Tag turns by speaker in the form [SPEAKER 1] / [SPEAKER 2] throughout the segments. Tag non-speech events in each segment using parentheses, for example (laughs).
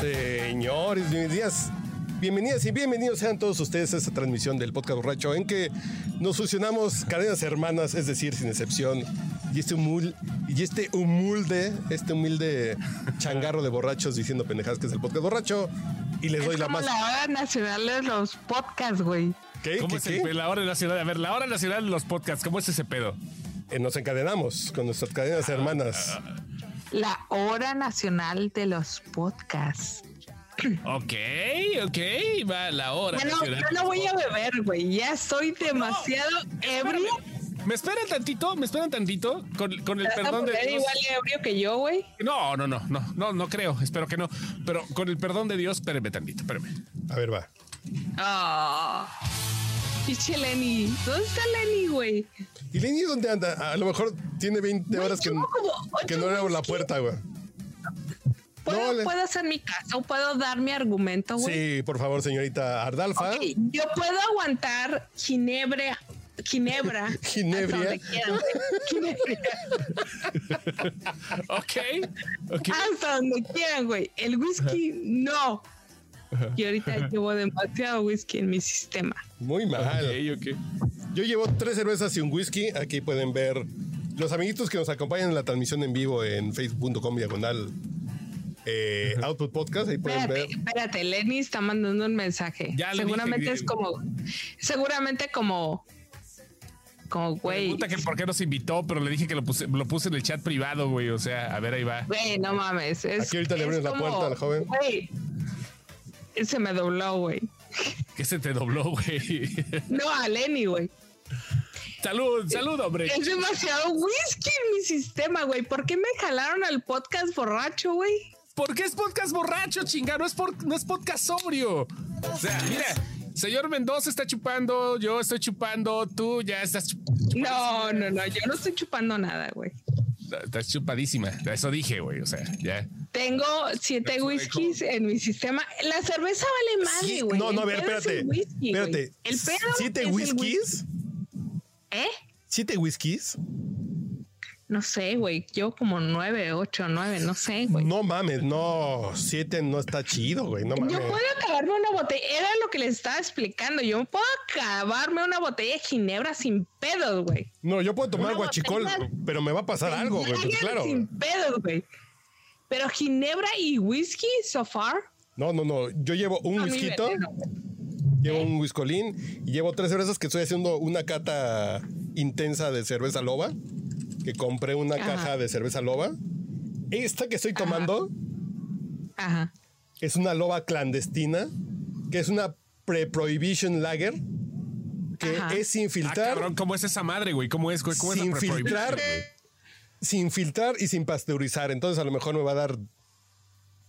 [SPEAKER 1] Señores, bienvenidas, bienvenidas y bienvenidos sean todos ustedes a esta transmisión del podcast borracho en que nos fusionamos cadenas hermanas, es decir, sin excepción. Y este humul, y este humilde, este humilde
[SPEAKER 2] (laughs)
[SPEAKER 1] changarro de borrachos diciendo pendejadas que es el podcast borracho. Y les doy
[SPEAKER 3] es
[SPEAKER 1] la
[SPEAKER 3] como
[SPEAKER 1] más.
[SPEAKER 3] la hora nacional de los podcasts, güey.
[SPEAKER 1] ¿Qué?
[SPEAKER 2] ¿Cómo
[SPEAKER 1] ¿Qué,
[SPEAKER 2] es
[SPEAKER 1] qué?
[SPEAKER 2] el- la hora nacional? A ver, la hora nacional de los podcasts, ¿cómo es ese pedo?
[SPEAKER 1] Eh, Nos encadenamos con nuestras
[SPEAKER 2] Ah,
[SPEAKER 1] cadenas hermanas.
[SPEAKER 3] La hora nacional de los podcasts.
[SPEAKER 2] Ok, ok, va la hora
[SPEAKER 3] Bueno,
[SPEAKER 2] nacional.
[SPEAKER 3] yo no voy a beber, güey. Ya estoy demasiado ebrio.
[SPEAKER 1] eh,
[SPEAKER 2] Me esperan tantito, me esperan tantito, con, con el
[SPEAKER 3] ¿Te vas a
[SPEAKER 2] perdón de
[SPEAKER 3] poner
[SPEAKER 2] Dios.
[SPEAKER 3] igual de ebrio que yo, güey?
[SPEAKER 2] No, no, no, no, no, no creo, espero que no. Pero con el perdón de Dios, espérenme tantito, espérenme.
[SPEAKER 1] A ver, va.
[SPEAKER 3] Ah. Piche Lenny. ¿Dónde está Lenny, güey?
[SPEAKER 1] ¿Y Lenny dónde anda? A lo mejor tiene 20
[SPEAKER 3] Güey,
[SPEAKER 1] horas que,
[SPEAKER 3] llevo como ocho
[SPEAKER 1] que no le abro la
[SPEAKER 3] veces que-
[SPEAKER 1] puerta, güey.
[SPEAKER 3] ¿Puedo,
[SPEAKER 1] No, le-
[SPEAKER 3] puedo hacer mi caso? ¿Puedo dar mi argumento, güey?
[SPEAKER 1] Sí, por favor, señorita Ardalfa.
[SPEAKER 3] Ok, Yo puedo aguantar Ginebra. Ginebra.
[SPEAKER 1] (laughs) Ginebria.
[SPEAKER 3] hasta donde quieran, güey. Ginebria.
[SPEAKER 2] Ok, ok.
[SPEAKER 3] hasta donde quieran, güey. El whisky no. Y ahorita llevo demasiado whisky en mi sistema.
[SPEAKER 1] Muy mal.
[SPEAKER 2] Ok, ok.
[SPEAKER 1] Yo llevo tres cervezas y un whisky. Aquí pueden ver los amiguitos que nos acompañan en la transmisión en vivo en facebook.com diagonal eh, Output Podcast. Ahí pueden
[SPEAKER 3] Espérate,
[SPEAKER 1] ver.
[SPEAKER 3] espérate, Lenny está mandando un mensaje.
[SPEAKER 2] Ya le
[SPEAKER 3] seguramente
[SPEAKER 2] dije,
[SPEAKER 3] es como, seguramente como, como, güey.
[SPEAKER 2] Pregunta que por qué nos invitó, pero le dije que lo puse, lo puse en el chat privado, güey. O sea, a ver, ahí va.
[SPEAKER 3] Güey, no mames. es-
[SPEAKER 1] Aquí ahorita le
[SPEAKER 3] es
[SPEAKER 1] abrimos la
[SPEAKER 3] como,
[SPEAKER 1] puerta al joven.
[SPEAKER 3] Güey, se me dobló, güey.
[SPEAKER 2] Que se te dobló, güey. (laughs)
[SPEAKER 3] No, a Lenny, güey.
[SPEAKER 2] salud, salud, hombre.
[SPEAKER 3] Es demasiado whisky en mi sistema, güey. ¿Por qué me jalaron al podcast borracho, güey?
[SPEAKER 2] ¿Por qué es podcast borracho, chinga? No es, por- no es podcast sobrio. O sea, mira, señor Mendoza está chupando, yo estoy chupando, tú ya estás, chup-
[SPEAKER 3] No, no, no, yo no estoy chupando nada, güey.
[SPEAKER 2] estás chupadísima. Eso dije, güey. O sea, ya. Ah,
[SPEAKER 3] Tengo siete whiskies en mi sistema. La cerveza
[SPEAKER 1] Sí,
[SPEAKER 3] vale madre, güey.
[SPEAKER 1] no, no, a
[SPEAKER 3] El
[SPEAKER 1] ver,
[SPEAKER 3] pedo es el
[SPEAKER 1] espérate.
[SPEAKER 3] whisky, güey.
[SPEAKER 1] espérate.
[SPEAKER 3] El pedo
[SPEAKER 1] ¿Siete
[SPEAKER 3] es el
[SPEAKER 1] whiskies?
[SPEAKER 3] whi- ¿Eh?
[SPEAKER 1] ¿Siete whiskies?
[SPEAKER 3] No sé, güey. Yo como nueve, ocho, nueve, no sé, güey.
[SPEAKER 1] No mames, no. Siete no está chido, güey. No mames.
[SPEAKER 3] Yo puedo acabarme una botella, era lo que les estaba explicando. Yo puedo acabarme una botella de ginebra sin pedos, güey.
[SPEAKER 1] No, yo puedo tomar
[SPEAKER 3] Una
[SPEAKER 1] guachicol,
[SPEAKER 3] botella
[SPEAKER 1] pero me va a pasar algo, güey. pues
[SPEAKER 3] Lager
[SPEAKER 1] claro.
[SPEAKER 3] Sin pedos, güey. Pero ginebra y whisky, so far.
[SPEAKER 1] No, no, no. Yo llevo un
[SPEAKER 3] a mí
[SPEAKER 1] whisky,
[SPEAKER 3] veneno, güey.
[SPEAKER 1] llevo un whiskolín y llevo tres cervezas que estoy haciendo una cata intensa de cerveza loba. Que compré una
[SPEAKER 3] Ajá.
[SPEAKER 1] caja de cerveza loba. Esta que estoy tomando.
[SPEAKER 3] Ajá.
[SPEAKER 1] es una loba clandestina, que es una pre-prohibition lager, que
[SPEAKER 3] Ajá.
[SPEAKER 1] es
[SPEAKER 2] Ah,
[SPEAKER 1] infiltrar,
[SPEAKER 2] cabrón, ¿cómo es esa madre, güey? ¿Cómo es, güey? ¿Cómo es
[SPEAKER 1] sin
[SPEAKER 2] la pre-prohibition,
[SPEAKER 1] filtrar.
[SPEAKER 2] güey?
[SPEAKER 1] sin filtrar y sin pasteurizar. Entonces a lo mejor me va a dar...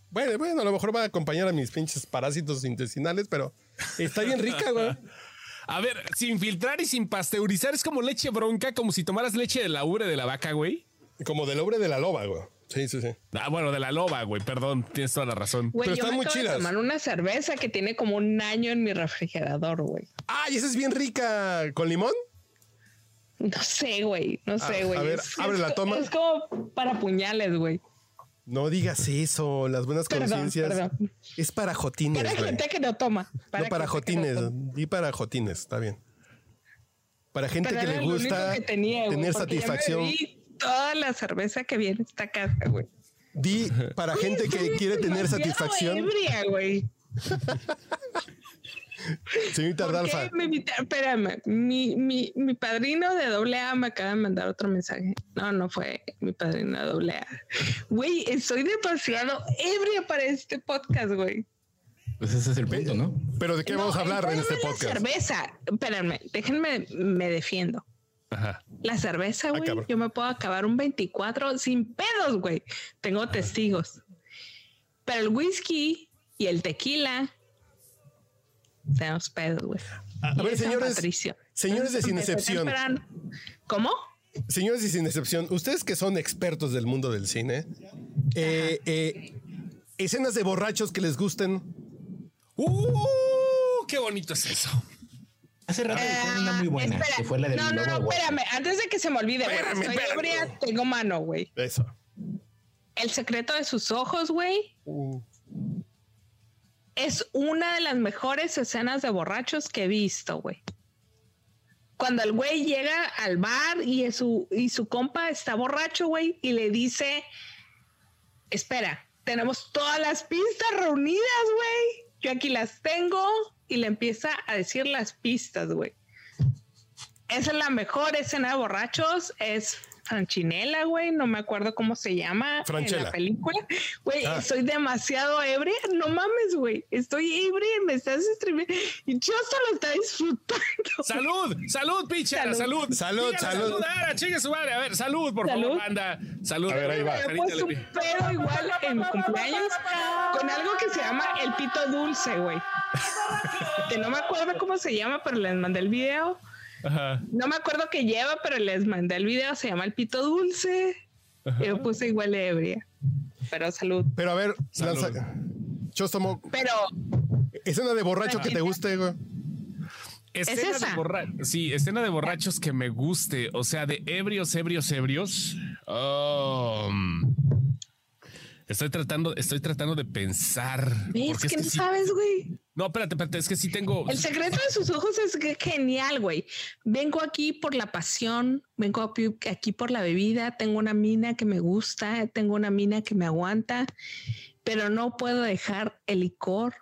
[SPEAKER 1] Bueno, bueno, a lo mejor va a acompañar a mis pinches parásitos intestinales, pero está bien rica, güey.
[SPEAKER 2] A ver, sin filtrar y sin pasteurizar es como leche bronca, como si tomaras leche de la ubre de la vaca, güey.
[SPEAKER 1] Como del obre de la loba, güey. Sí, sí, sí.
[SPEAKER 2] Ah, bueno, de la loba, güey. Perdón, tienes toda la razón.
[SPEAKER 3] Güey,
[SPEAKER 1] Pero
[SPEAKER 3] yo
[SPEAKER 1] están
[SPEAKER 3] me
[SPEAKER 1] muy
[SPEAKER 3] acabo de
[SPEAKER 1] chidas.
[SPEAKER 3] tomar una cerveza que tiene como un año en mi refrigerador, güey.
[SPEAKER 1] ¡Ay, esa es bien rica! ¿Con limón?
[SPEAKER 3] No sé, güey. No sé, güey.
[SPEAKER 1] Ah, a ver, abre la
[SPEAKER 3] co-
[SPEAKER 1] toma.
[SPEAKER 3] Es como para puñales, güey.
[SPEAKER 1] No digas eso, las buenas
[SPEAKER 3] Perdón,
[SPEAKER 1] conciencias.
[SPEAKER 3] perdón.
[SPEAKER 1] Es para jotines,
[SPEAKER 3] Para
[SPEAKER 1] güey.
[SPEAKER 3] gente que no toma.
[SPEAKER 1] no, para
[SPEAKER 3] gente que no
[SPEAKER 1] jotines.
[SPEAKER 3] toma.
[SPEAKER 1] Di para jotines, está bien. Para gente
[SPEAKER 3] Pero
[SPEAKER 1] que
[SPEAKER 3] era
[SPEAKER 1] le
[SPEAKER 3] lo único
[SPEAKER 1] gusta
[SPEAKER 3] que tenía, güey,
[SPEAKER 1] tener
[SPEAKER 3] porque ya me
[SPEAKER 1] satisfacción.
[SPEAKER 3] bebí toda la cerveza que viene en esta casa, güey.
[SPEAKER 1] Di para gente
[SPEAKER 3] (laughs)
[SPEAKER 1] que quiere tener
[SPEAKER 3] Demasiado
[SPEAKER 1] satisfacción.
[SPEAKER 3] ebria, güey.
[SPEAKER 1] Señorita
[SPEAKER 3] ¿Por qué
[SPEAKER 1] Ardalfa,
[SPEAKER 3] me invitaron? Espérame, mi, mi, mi padrino de doble A me acaba de mandar otro mensaje. No, no fue mi padrino de doble A. Güey, estoy demasiado ebria para este podcast, güey.
[SPEAKER 4] Pues ese es el punto, ¿no?
[SPEAKER 1] ¿pero de qué
[SPEAKER 3] No,
[SPEAKER 1] vamos a hablar en
[SPEAKER 3] entonces
[SPEAKER 1] este
[SPEAKER 3] la
[SPEAKER 1] podcast?
[SPEAKER 3] cerveza. Espérenme, déjenme, me defiendo.
[SPEAKER 2] Ajá.
[SPEAKER 3] La cerveza, güey.
[SPEAKER 1] Ah, cabrón.
[SPEAKER 3] yo me puedo acabar un 24 sin pedos, güey. Tengo testigos. Pero el whisky y el tequila. Tenemos pedos, güey.
[SPEAKER 1] A, a
[SPEAKER 3] Y
[SPEAKER 1] ver,
[SPEAKER 3] es San
[SPEAKER 1] señores.
[SPEAKER 3] Patricio.
[SPEAKER 1] Señores de Sin
[SPEAKER 3] Empezó
[SPEAKER 1] Excepción.
[SPEAKER 3] temprano. ¿Cómo?
[SPEAKER 1] Señores y sin excepción, ustedes que son expertos del mundo del cine, eh, eh, escenas de borrachos que les gusten.
[SPEAKER 2] ¡Uh! ¡Qué bonito es eso!
[SPEAKER 4] Hace rato dijeron una
[SPEAKER 3] Ah,
[SPEAKER 4] muy buena,
[SPEAKER 3] espera.
[SPEAKER 4] que fue la del
[SPEAKER 3] no, no,
[SPEAKER 4] lobo
[SPEAKER 3] no,
[SPEAKER 4] guapo.
[SPEAKER 3] espérame. Antes de que se me olvide, güey.
[SPEAKER 1] Espérame,
[SPEAKER 3] Estoy
[SPEAKER 1] espérame.
[SPEAKER 3] ebria, tengo mano, güey.
[SPEAKER 1] Eso.
[SPEAKER 3] El secreto de sus ojos, güey. es una de las mejores escenas de borrachos que he visto, güey. Cuando el güey llega al bar y es su, y su compa está borracho, güey, y le dice, espera, tenemos todas las pistas reunidas, güey. Yo aquí las tengo y le empieza a decir las pistas, güey. Esa es la mejor escena de borrachos, es Franchinela, güey, no me acuerdo cómo se llama en
[SPEAKER 1] Franchella.
[SPEAKER 3] la película. Güey,
[SPEAKER 1] Ah.
[SPEAKER 3] soy demasiado ebria, no mames, güey, estoy ebria, me estás streameando y yo solo está disfrutando.
[SPEAKER 2] ¡Salud! ¡Salud, picha! ¡Salud!
[SPEAKER 3] Salud.
[SPEAKER 1] Salud,
[SPEAKER 2] Díganle
[SPEAKER 1] salud.
[SPEAKER 2] saludar, a chingue su madre. A ver, salud, por
[SPEAKER 3] Salud.
[SPEAKER 2] favor, banda. Salud.
[SPEAKER 1] A ver, ahí va.
[SPEAKER 3] (laughs) Me he
[SPEAKER 2] Carita
[SPEAKER 3] puesto
[SPEAKER 2] le-
[SPEAKER 3] un pedo igual en mi cumpleaños con algo que se llama el pito dulce, güey. Que no me acuerdo cómo se llama, pero les mandé el video.
[SPEAKER 2] Ajá.
[SPEAKER 3] No me acuerdo qué lleva, pero les mandé el video. Se llama el pito dulce. Yo puse igual de ebria. Pero salud.
[SPEAKER 1] Pero a ver,
[SPEAKER 2] Salud.
[SPEAKER 1] lanza. Chostomo,
[SPEAKER 3] Pero
[SPEAKER 1] escena de borracho que te guste, güey.
[SPEAKER 2] Escena
[SPEAKER 3] esa?
[SPEAKER 2] de borra- Sí, escena de borrachos que me guste. O sea, de ebrios, ebrios, ebrios. Oh, mm. estoy tratando, estoy tratando de pensar.
[SPEAKER 3] ves
[SPEAKER 2] porque es que
[SPEAKER 3] que no
[SPEAKER 2] este sí-
[SPEAKER 3] sabes, güey.
[SPEAKER 2] No, espérate, espérate, es que sí tengo.
[SPEAKER 3] El secreto de sus ojos es que- genial, güey. Vengo aquí por la pasión, vengo api- aquí por la bebida, tengo una mina que me gusta, tengo una mina que me aguanta, pero no puedo dejar el licor.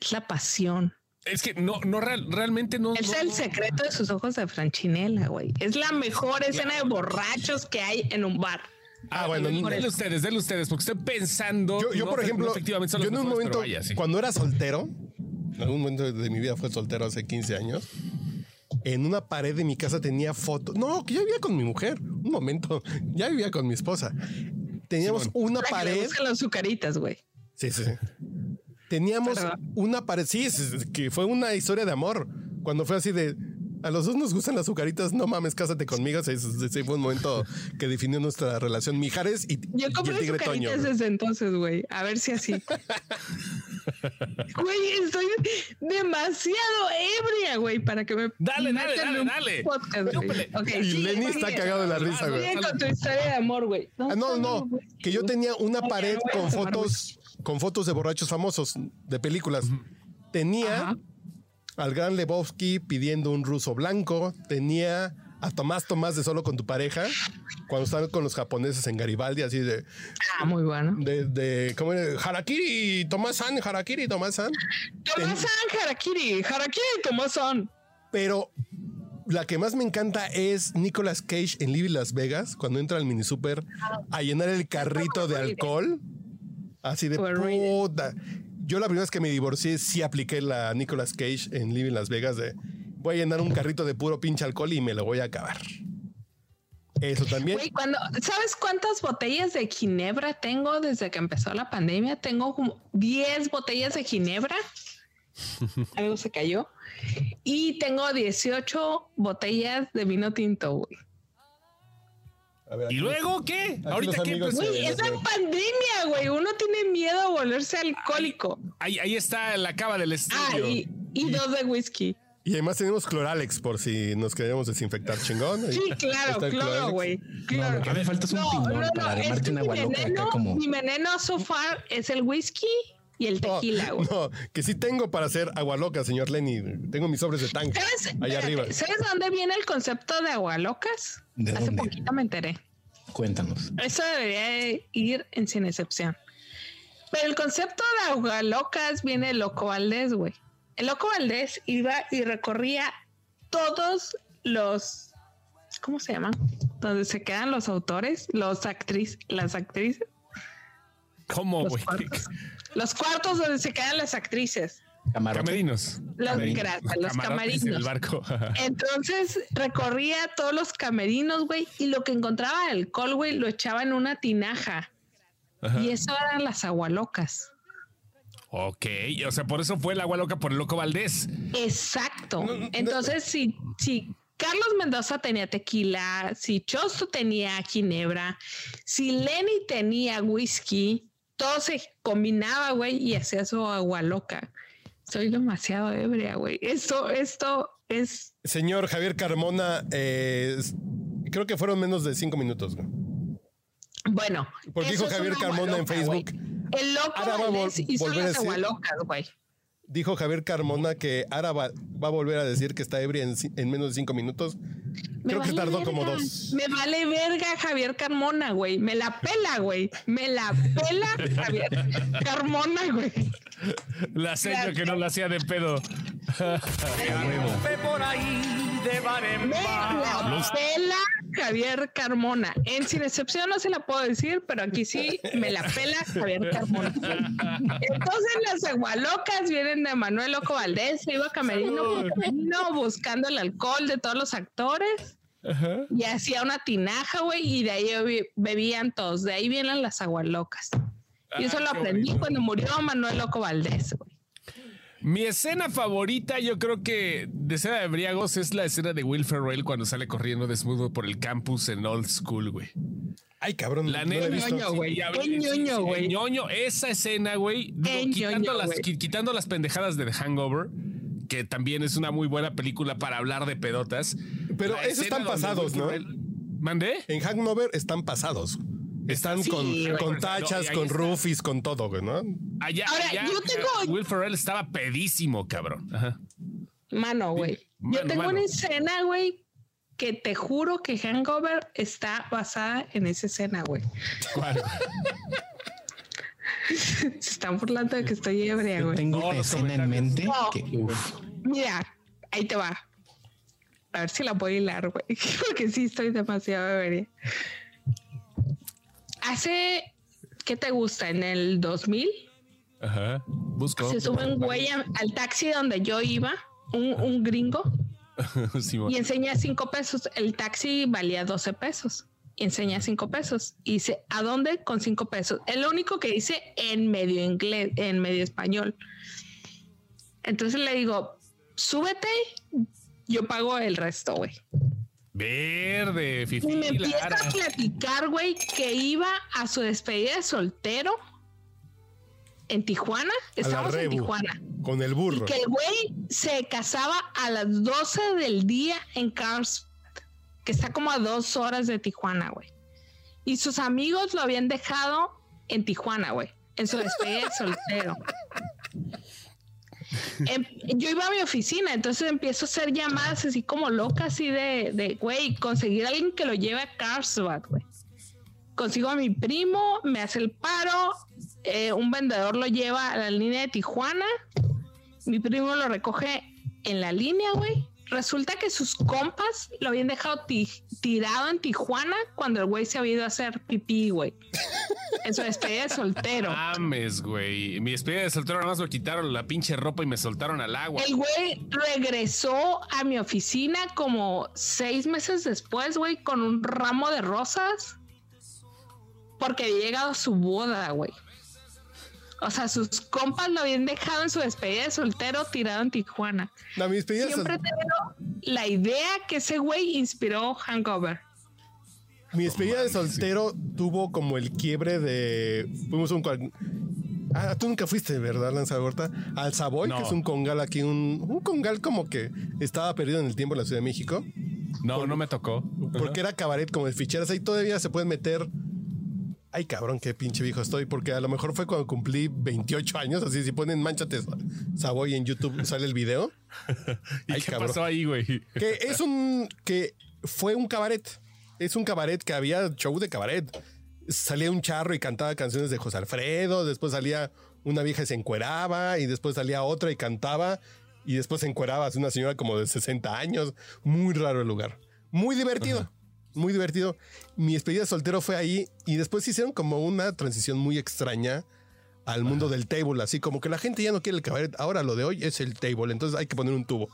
[SPEAKER 3] Es la pasión.
[SPEAKER 2] Es que no, no real- realmente no.
[SPEAKER 3] Es
[SPEAKER 2] no-
[SPEAKER 3] el
[SPEAKER 2] no-
[SPEAKER 3] secreto de sus ojos de Franchinela, güey. Es la mejor escena de borrachos que hay en un bar.
[SPEAKER 1] Ah, bueno, no-
[SPEAKER 2] denle ustedes, denle ustedes, porque estoy pensando.
[SPEAKER 1] Yo, yo,
[SPEAKER 2] no,
[SPEAKER 1] por
[SPEAKER 2] no,
[SPEAKER 1] ejemplo,
[SPEAKER 2] efectivamente son
[SPEAKER 1] yo
[SPEAKER 2] los
[SPEAKER 1] en un
[SPEAKER 2] mejores, pero
[SPEAKER 1] momento,
[SPEAKER 2] vaya, sí.
[SPEAKER 1] cuando era soltero, en algún momento de mi vida fue soltero hace 15 años, en una pared de mi casa tenía fotos. No, que yo vivía con mi mujer. Un momento, ya vivía con mi esposa. Teníamos una
[SPEAKER 3] La que le
[SPEAKER 1] pared.
[SPEAKER 3] buscan los azucaritas, güey.
[SPEAKER 1] Sí, sí, sí. (laughs) Teníamos
[SPEAKER 3] Perdón.
[SPEAKER 1] una pared. Sí, sí, sí, que fue una historia de amor. Cuando fue así de. A los dos nos gustan las azucaritas, no mames, cásate conmigo. Sí, sí, sí, fue un momento que definió nuestra relación Mijares y, y
[SPEAKER 3] Yo
[SPEAKER 1] el
[SPEAKER 3] compré
[SPEAKER 1] tigre Toño.
[SPEAKER 3] azucaritas desde entonces, güey. A ver
[SPEAKER 1] (laughs)
[SPEAKER 3] si así. Güey, estoy demasiado ebria, güey, para que me.
[SPEAKER 2] Dale, dale,
[SPEAKER 3] metan en
[SPEAKER 2] dale,
[SPEAKER 3] un
[SPEAKER 2] dale.
[SPEAKER 3] Podcast, güey.
[SPEAKER 2] Chúpele.
[SPEAKER 3] Ok,
[SPEAKER 1] Y
[SPEAKER 3] sigue,
[SPEAKER 1] Lenny está
[SPEAKER 3] sigue.
[SPEAKER 1] cagado de la risa, güey.
[SPEAKER 3] Sigue con tu historia de amor, güey.
[SPEAKER 1] Ah, no, no,
[SPEAKER 3] güey.
[SPEAKER 1] que yo tenía una
[SPEAKER 3] Ok,
[SPEAKER 1] pared
[SPEAKER 3] voy a
[SPEAKER 1] con
[SPEAKER 3] tomar
[SPEAKER 1] fotos, con fotos de borrachos famosos de películas. Tenía
[SPEAKER 3] Ajá.
[SPEAKER 1] al gran Lebowski pidiendo un ruso blanco. Tenía a Tomás Tomás de solo con tu pareja. Cuando estaban con los japoneses en Garibaldi, así de,
[SPEAKER 3] Ah, muy bueno.
[SPEAKER 1] de, de ¿cómo era? Harakiri, Tomás San, Harakiri, Tomás San.
[SPEAKER 3] Tomás-san, Harakiri. Harakiri, Tomás-san.
[SPEAKER 1] Pero la que más me encanta es Nicolas Cage en Living Las Vegas, cuando entra al mini super a llenar el carrito de alcohol. Así de
[SPEAKER 3] Overrated.
[SPEAKER 1] puta. Yo la primera vez que me divorcié sí apliqué la Nicolas Cage en Living Las Vegas de voy a llenar un carrito de puro pinche alcohol y me lo voy a acabar. Eso también.
[SPEAKER 3] Güey, cuando, ¿sabes cuántas botellas de ginebra tengo desde que empezó la pandemia? Tengo como 10 botellas
[SPEAKER 4] (laughs)
[SPEAKER 3] de ginebra. Algo se cayó. Y tengo 18 botellas de vino tinto, güey.
[SPEAKER 1] A ver,
[SPEAKER 2] ¿Y
[SPEAKER 1] aquí-
[SPEAKER 2] luego qué?
[SPEAKER 1] los
[SPEAKER 2] Ahorita qué
[SPEAKER 1] amigos-
[SPEAKER 2] empezó?
[SPEAKER 3] Güey, es la pandemia, güey. Uno tiene miedo a volverse alcohólico.
[SPEAKER 2] Ahí, ahí está la cava del
[SPEAKER 3] Ah,
[SPEAKER 2] estudio.
[SPEAKER 3] y, y dos de whisky.
[SPEAKER 1] Y además tenemos Cloralex por si nos queremos desinfectar chingón.
[SPEAKER 3] Sí,
[SPEAKER 1] Ahí
[SPEAKER 3] claro,
[SPEAKER 1] está el
[SPEAKER 3] claro,
[SPEAKER 1] Cloralex.
[SPEAKER 3] güey. Claro.
[SPEAKER 4] que hace falta es un piñón para
[SPEAKER 3] es
[SPEAKER 4] armarte
[SPEAKER 3] que
[SPEAKER 4] una
[SPEAKER 3] mi
[SPEAKER 4] gualoca acá
[SPEAKER 3] veneno-
[SPEAKER 4] como-
[SPEAKER 3] Mi veneno so far es el whisky y el
[SPEAKER 1] No,
[SPEAKER 3] tequila, güey.
[SPEAKER 1] no, que sí tengo para hacer agua loca, señor Lenny. Tengo mis sobres de tanque.
[SPEAKER 3] ¿Sabes,
[SPEAKER 1] Allá
[SPEAKER 3] espérate,
[SPEAKER 1] arriba.
[SPEAKER 3] ¿Sabes dónde viene el concepto de agualocas?
[SPEAKER 4] ¿De
[SPEAKER 3] Hace
[SPEAKER 4] dónde?
[SPEAKER 3] poquito me enteré.
[SPEAKER 4] Cuéntanos.
[SPEAKER 3] Eso debería de ir en sin excepción. Pero el concepto de agualocas viene de Loco Valdés, güey. El Loco Valdés iba y recorría todos los. ¿Cómo se llaman? Donde se quedan los autores, los actriz, las actrices
[SPEAKER 2] ¿Cómo,
[SPEAKER 3] los
[SPEAKER 2] güey?
[SPEAKER 3] cuartos. Los cuartos donde se quedan las actrices.
[SPEAKER 4] Camarote.
[SPEAKER 2] (laughs) Camerinos.
[SPEAKER 3] Los,
[SPEAKER 4] Camarines.
[SPEAKER 3] gracias, los
[SPEAKER 2] Camarotes del
[SPEAKER 3] camarinos.
[SPEAKER 2] barco. (laughs)
[SPEAKER 3] Entonces recorría todos los camerinos, güey, y lo que encontraba de alcohol, güey, lo echaba en una tinaja. Y eso eran las agualocas.
[SPEAKER 2] ok, o sea, por eso fue el agua loca por el loco Valdés.
[SPEAKER 3] Exacto.
[SPEAKER 1] No, no,
[SPEAKER 3] Entonces, si, si Carlos Mendoza tenía tequila, si Chosto tenía ginebra, si Lenny tenía whisky, todo se combinaba, güey, y hacía su agua loca. Soy demasiado ebria, güey. Esto, esto es
[SPEAKER 1] Señor Javier Carmona, eh, es- creo que fueron menos de cinco minutos. güey.
[SPEAKER 3] bueno.
[SPEAKER 1] Porque
[SPEAKER 3] eso
[SPEAKER 1] dijo
[SPEAKER 3] es
[SPEAKER 1] Javier
[SPEAKER 3] una
[SPEAKER 1] Carmona en
[SPEAKER 3] agualoca, güey.
[SPEAKER 1] Facebook.
[SPEAKER 3] El loco
[SPEAKER 1] Ahora va a vol-
[SPEAKER 3] Valdés hizo
[SPEAKER 1] volver a
[SPEAKER 3] las
[SPEAKER 1] decir-
[SPEAKER 3] agualocas, güey.
[SPEAKER 1] Dijo Javier Carmona que Ara va, va a volver a decir que está ebria en, ci- en menos de cinco minutos.
[SPEAKER 3] Me
[SPEAKER 1] Creo que
[SPEAKER 3] vale
[SPEAKER 1] tardó
[SPEAKER 3] verga.
[SPEAKER 1] como dos.
[SPEAKER 3] Me vale verga Javier Carmona, güey. Me la pela, güey. Me la
[SPEAKER 1] (laughs)
[SPEAKER 3] pela Javier Carmona, güey.
[SPEAKER 2] La seño que no la hacía de pedo. (laughs)
[SPEAKER 3] Me la pela Javier Carmona. En sin excepción no se la puedo decir, pero aquí sí me la pela Javier Carmona. Entonces las agualocas vienen de Manuel Loco Valdés, se iba camerino por camerino buscando el alcohol de todos los actores. Y hacía una tinaja, güey, y de ahí bebi- bebían todos. De ahí vienen las agualocas. Y eso
[SPEAKER 2] Ah,
[SPEAKER 3] lo
[SPEAKER 2] qué
[SPEAKER 3] aprendí
[SPEAKER 2] bonito.
[SPEAKER 3] cuando murió Manuel Loco Valdés, güey.
[SPEAKER 2] Mi escena favorita, yo creo que de escena de briagos, es la escena de Will Ferrell cuando sale corriendo desnudo por el campus en Old School, güey.
[SPEAKER 1] Ay, cabrón.
[SPEAKER 2] La
[SPEAKER 1] no lo he
[SPEAKER 2] neta,
[SPEAKER 1] visto.
[SPEAKER 3] ñoño, güey.
[SPEAKER 2] Ya
[SPEAKER 3] Qué
[SPEAKER 2] ves, sí,
[SPEAKER 3] ñoño,
[SPEAKER 2] sí,
[SPEAKER 3] güey.
[SPEAKER 2] ñoño, esa escena, güey. digo,
[SPEAKER 3] Qué
[SPEAKER 2] Quitando,
[SPEAKER 3] ñoño,
[SPEAKER 2] las,
[SPEAKER 3] güey.
[SPEAKER 2] qui- quitando las pendejadas de The Hangover, que también es una muy buena película para hablar de pedotas.
[SPEAKER 1] Pero
[SPEAKER 2] la escena
[SPEAKER 1] esos están
[SPEAKER 2] donde
[SPEAKER 1] pasados,
[SPEAKER 2] Will
[SPEAKER 1] ¿no?
[SPEAKER 2] Ferrell- ¿Mandé?
[SPEAKER 1] En Hangover están pasados. Están
[SPEAKER 2] Sí,
[SPEAKER 1] con,
[SPEAKER 2] güey.
[SPEAKER 1] con
[SPEAKER 2] No,
[SPEAKER 1] tachas,
[SPEAKER 2] y ahí
[SPEAKER 1] con
[SPEAKER 2] está.
[SPEAKER 1] roofies, con todo, güey, ¿no?
[SPEAKER 2] Allá,
[SPEAKER 3] Ahora,
[SPEAKER 2] allá, eh,
[SPEAKER 3] yo tengo-
[SPEAKER 2] Will Ferrell estaba pedísimo, cabrón. Ajá.
[SPEAKER 3] Mano, güey. Yo
[SPEAKER 2] mano,
[SPEAKER 3] tengo
[SPEAKER 2] mano.
[SPEAKER 3] una escena, güey, que te juro que Hangover está basada en esa escena, güey.
[SPEAKER 2] ¿Cuál?
[SPEAKER 3] Se están burlando de que estoy ebria,
[SPEAKER 4] Yo
[SPEAKER 3] güey.
[SPEAKER 4] tengo
[SPEAKER 2] Todos
[SPEAKER 4] una
[SPEAKER 2] los
[SPEAKER 4] escena en mente
[SPEAKER 3] No.
[SPEAKER 4] que uf,
[SPEAKER 3] Mira, ahí te va. A ver si la puedo hilar, güey. (laughs) Porque sí estoy demasiado ebria. Hace, ¿qué te gusta? ¿En el 2000?
[SPEAKER 2] Ajá. Busco. (laughs)
[SPEAKER 3] Se sube un güey a- al taxi donde yo iba, un, un gringo,
[SPEAKER 2] Simón.
[SPEAKER 3] y enseña cinco pesos. El taxi valía 12 pesos. Y enseña cinco pesos. Y dice, ¿a dónde con cinco pesos? El único que dice en medio inglés, en medio español. Entonces le digo, súbete, yo pago el resto, güey.
[SPEAKER 2] Verde, fifi.
[SPEAKER 3] Y me empieza
[SPEAKER 2] Lara.
[SPEAKER 3] a platicar, güey, que iba a su despedida de soltero en Tijuana.
[SPEAKER 1] la
[SPEAKER 3] Estamos en
[SPEAKER 1] Rebu.
[SPEAKER 3] Tijuana.
[SPEAKER 1] Con el burro.
[SPEAKER 3] Que el güey se casaba a las 12 del día en Carlsbad, que está como a dos horas de Tijuana, güey. Y sus amigos lo habían dejado en Tijuana, güey, en su despedida de soltero. Em, yo iba a mi oficina, entonces empiezo a hacer llamadas así como locas, así de, de, güey, conseguir a alguien que lo lleve a Carlsbad, güey consigo a mi primo, me hace el paro, eh, un vendedor lo lleva a la línea de Tijuana, mi primo lo recoge en la línea, güey. Resulta que sus compas lo habían dejado ti- tirado en Tijuana cuando el güey se había ido a hacer pipí, güey. En su despedida
[SPEAKER 2] (laughs)
[SPEAKER 3] de soltero.
[SPEAKER 2] Mames, güey. Mi despedida de soltero nada más me quitaron la pinche ropa y me soltaron al agua.
[SPEAKER 3] El güey regresó a mi oficina como seis meses después, güey, con un ramo de rosas. Porque había llegado su boda, güey. O sea, sus compas lo habían dejado en su despedida de soltero tirado en Tijuana.
[SPEAKER 1] No, mis pedidas-
[SPEAKER 3] Siempre tengo la idea que ese güey inspiró Hangover.
[SPEAKER 1] Mi despedida de soltero tuvo como el quiebre de. Fuimos a un. cual- Ah, tú nunca fuiste, ¿verdad, Lanza Gorta? Al Savoy,
[SPEAKER 2] No.
[SPEAKER 1] que es un congal aquí, un, un congal como que estaba perdido en el tiempo en la Ciudad de México,
[SPEAKER 2] No, no me tocó.
[SPEAKER 1] porque era cabaret como de ficheras. Ahí todavía se pueden meter. Ay, cabrón, qué pinche viejo estoy, porque a lo mejor fue cuando cumplí 28 años. Así, si ponen Manchate Savoy en YouTube, sale el video.
[SPEAKER 2] (laughs) ¿Y
[SPEAKER 1] Ay,
[SPEAKER 2] qué
[SPEAKER 1] cabrón.
[SPEAKER 2] pasó ahí, güey?
[SPEAKER 1] Que es un. que fue un cabaret. Es un cabaret que había show de cabaret. Salía un charro y cantaba canciones de José Alfredo. Después salía una vieja y se encueraba. Y después salía otra y cantaba. Y después se encueraba hacia una señora como de 60 años. Muy raro el lugar. Muy divertido. Muy divertido. Mi despedida de soltero fue ahí. Y después hicieron como una transición muy extraña al mundo del table, así como que la gente ya no quiere el cabaret, ahora lo de hoy es el table, entonces hay que poner un tubo.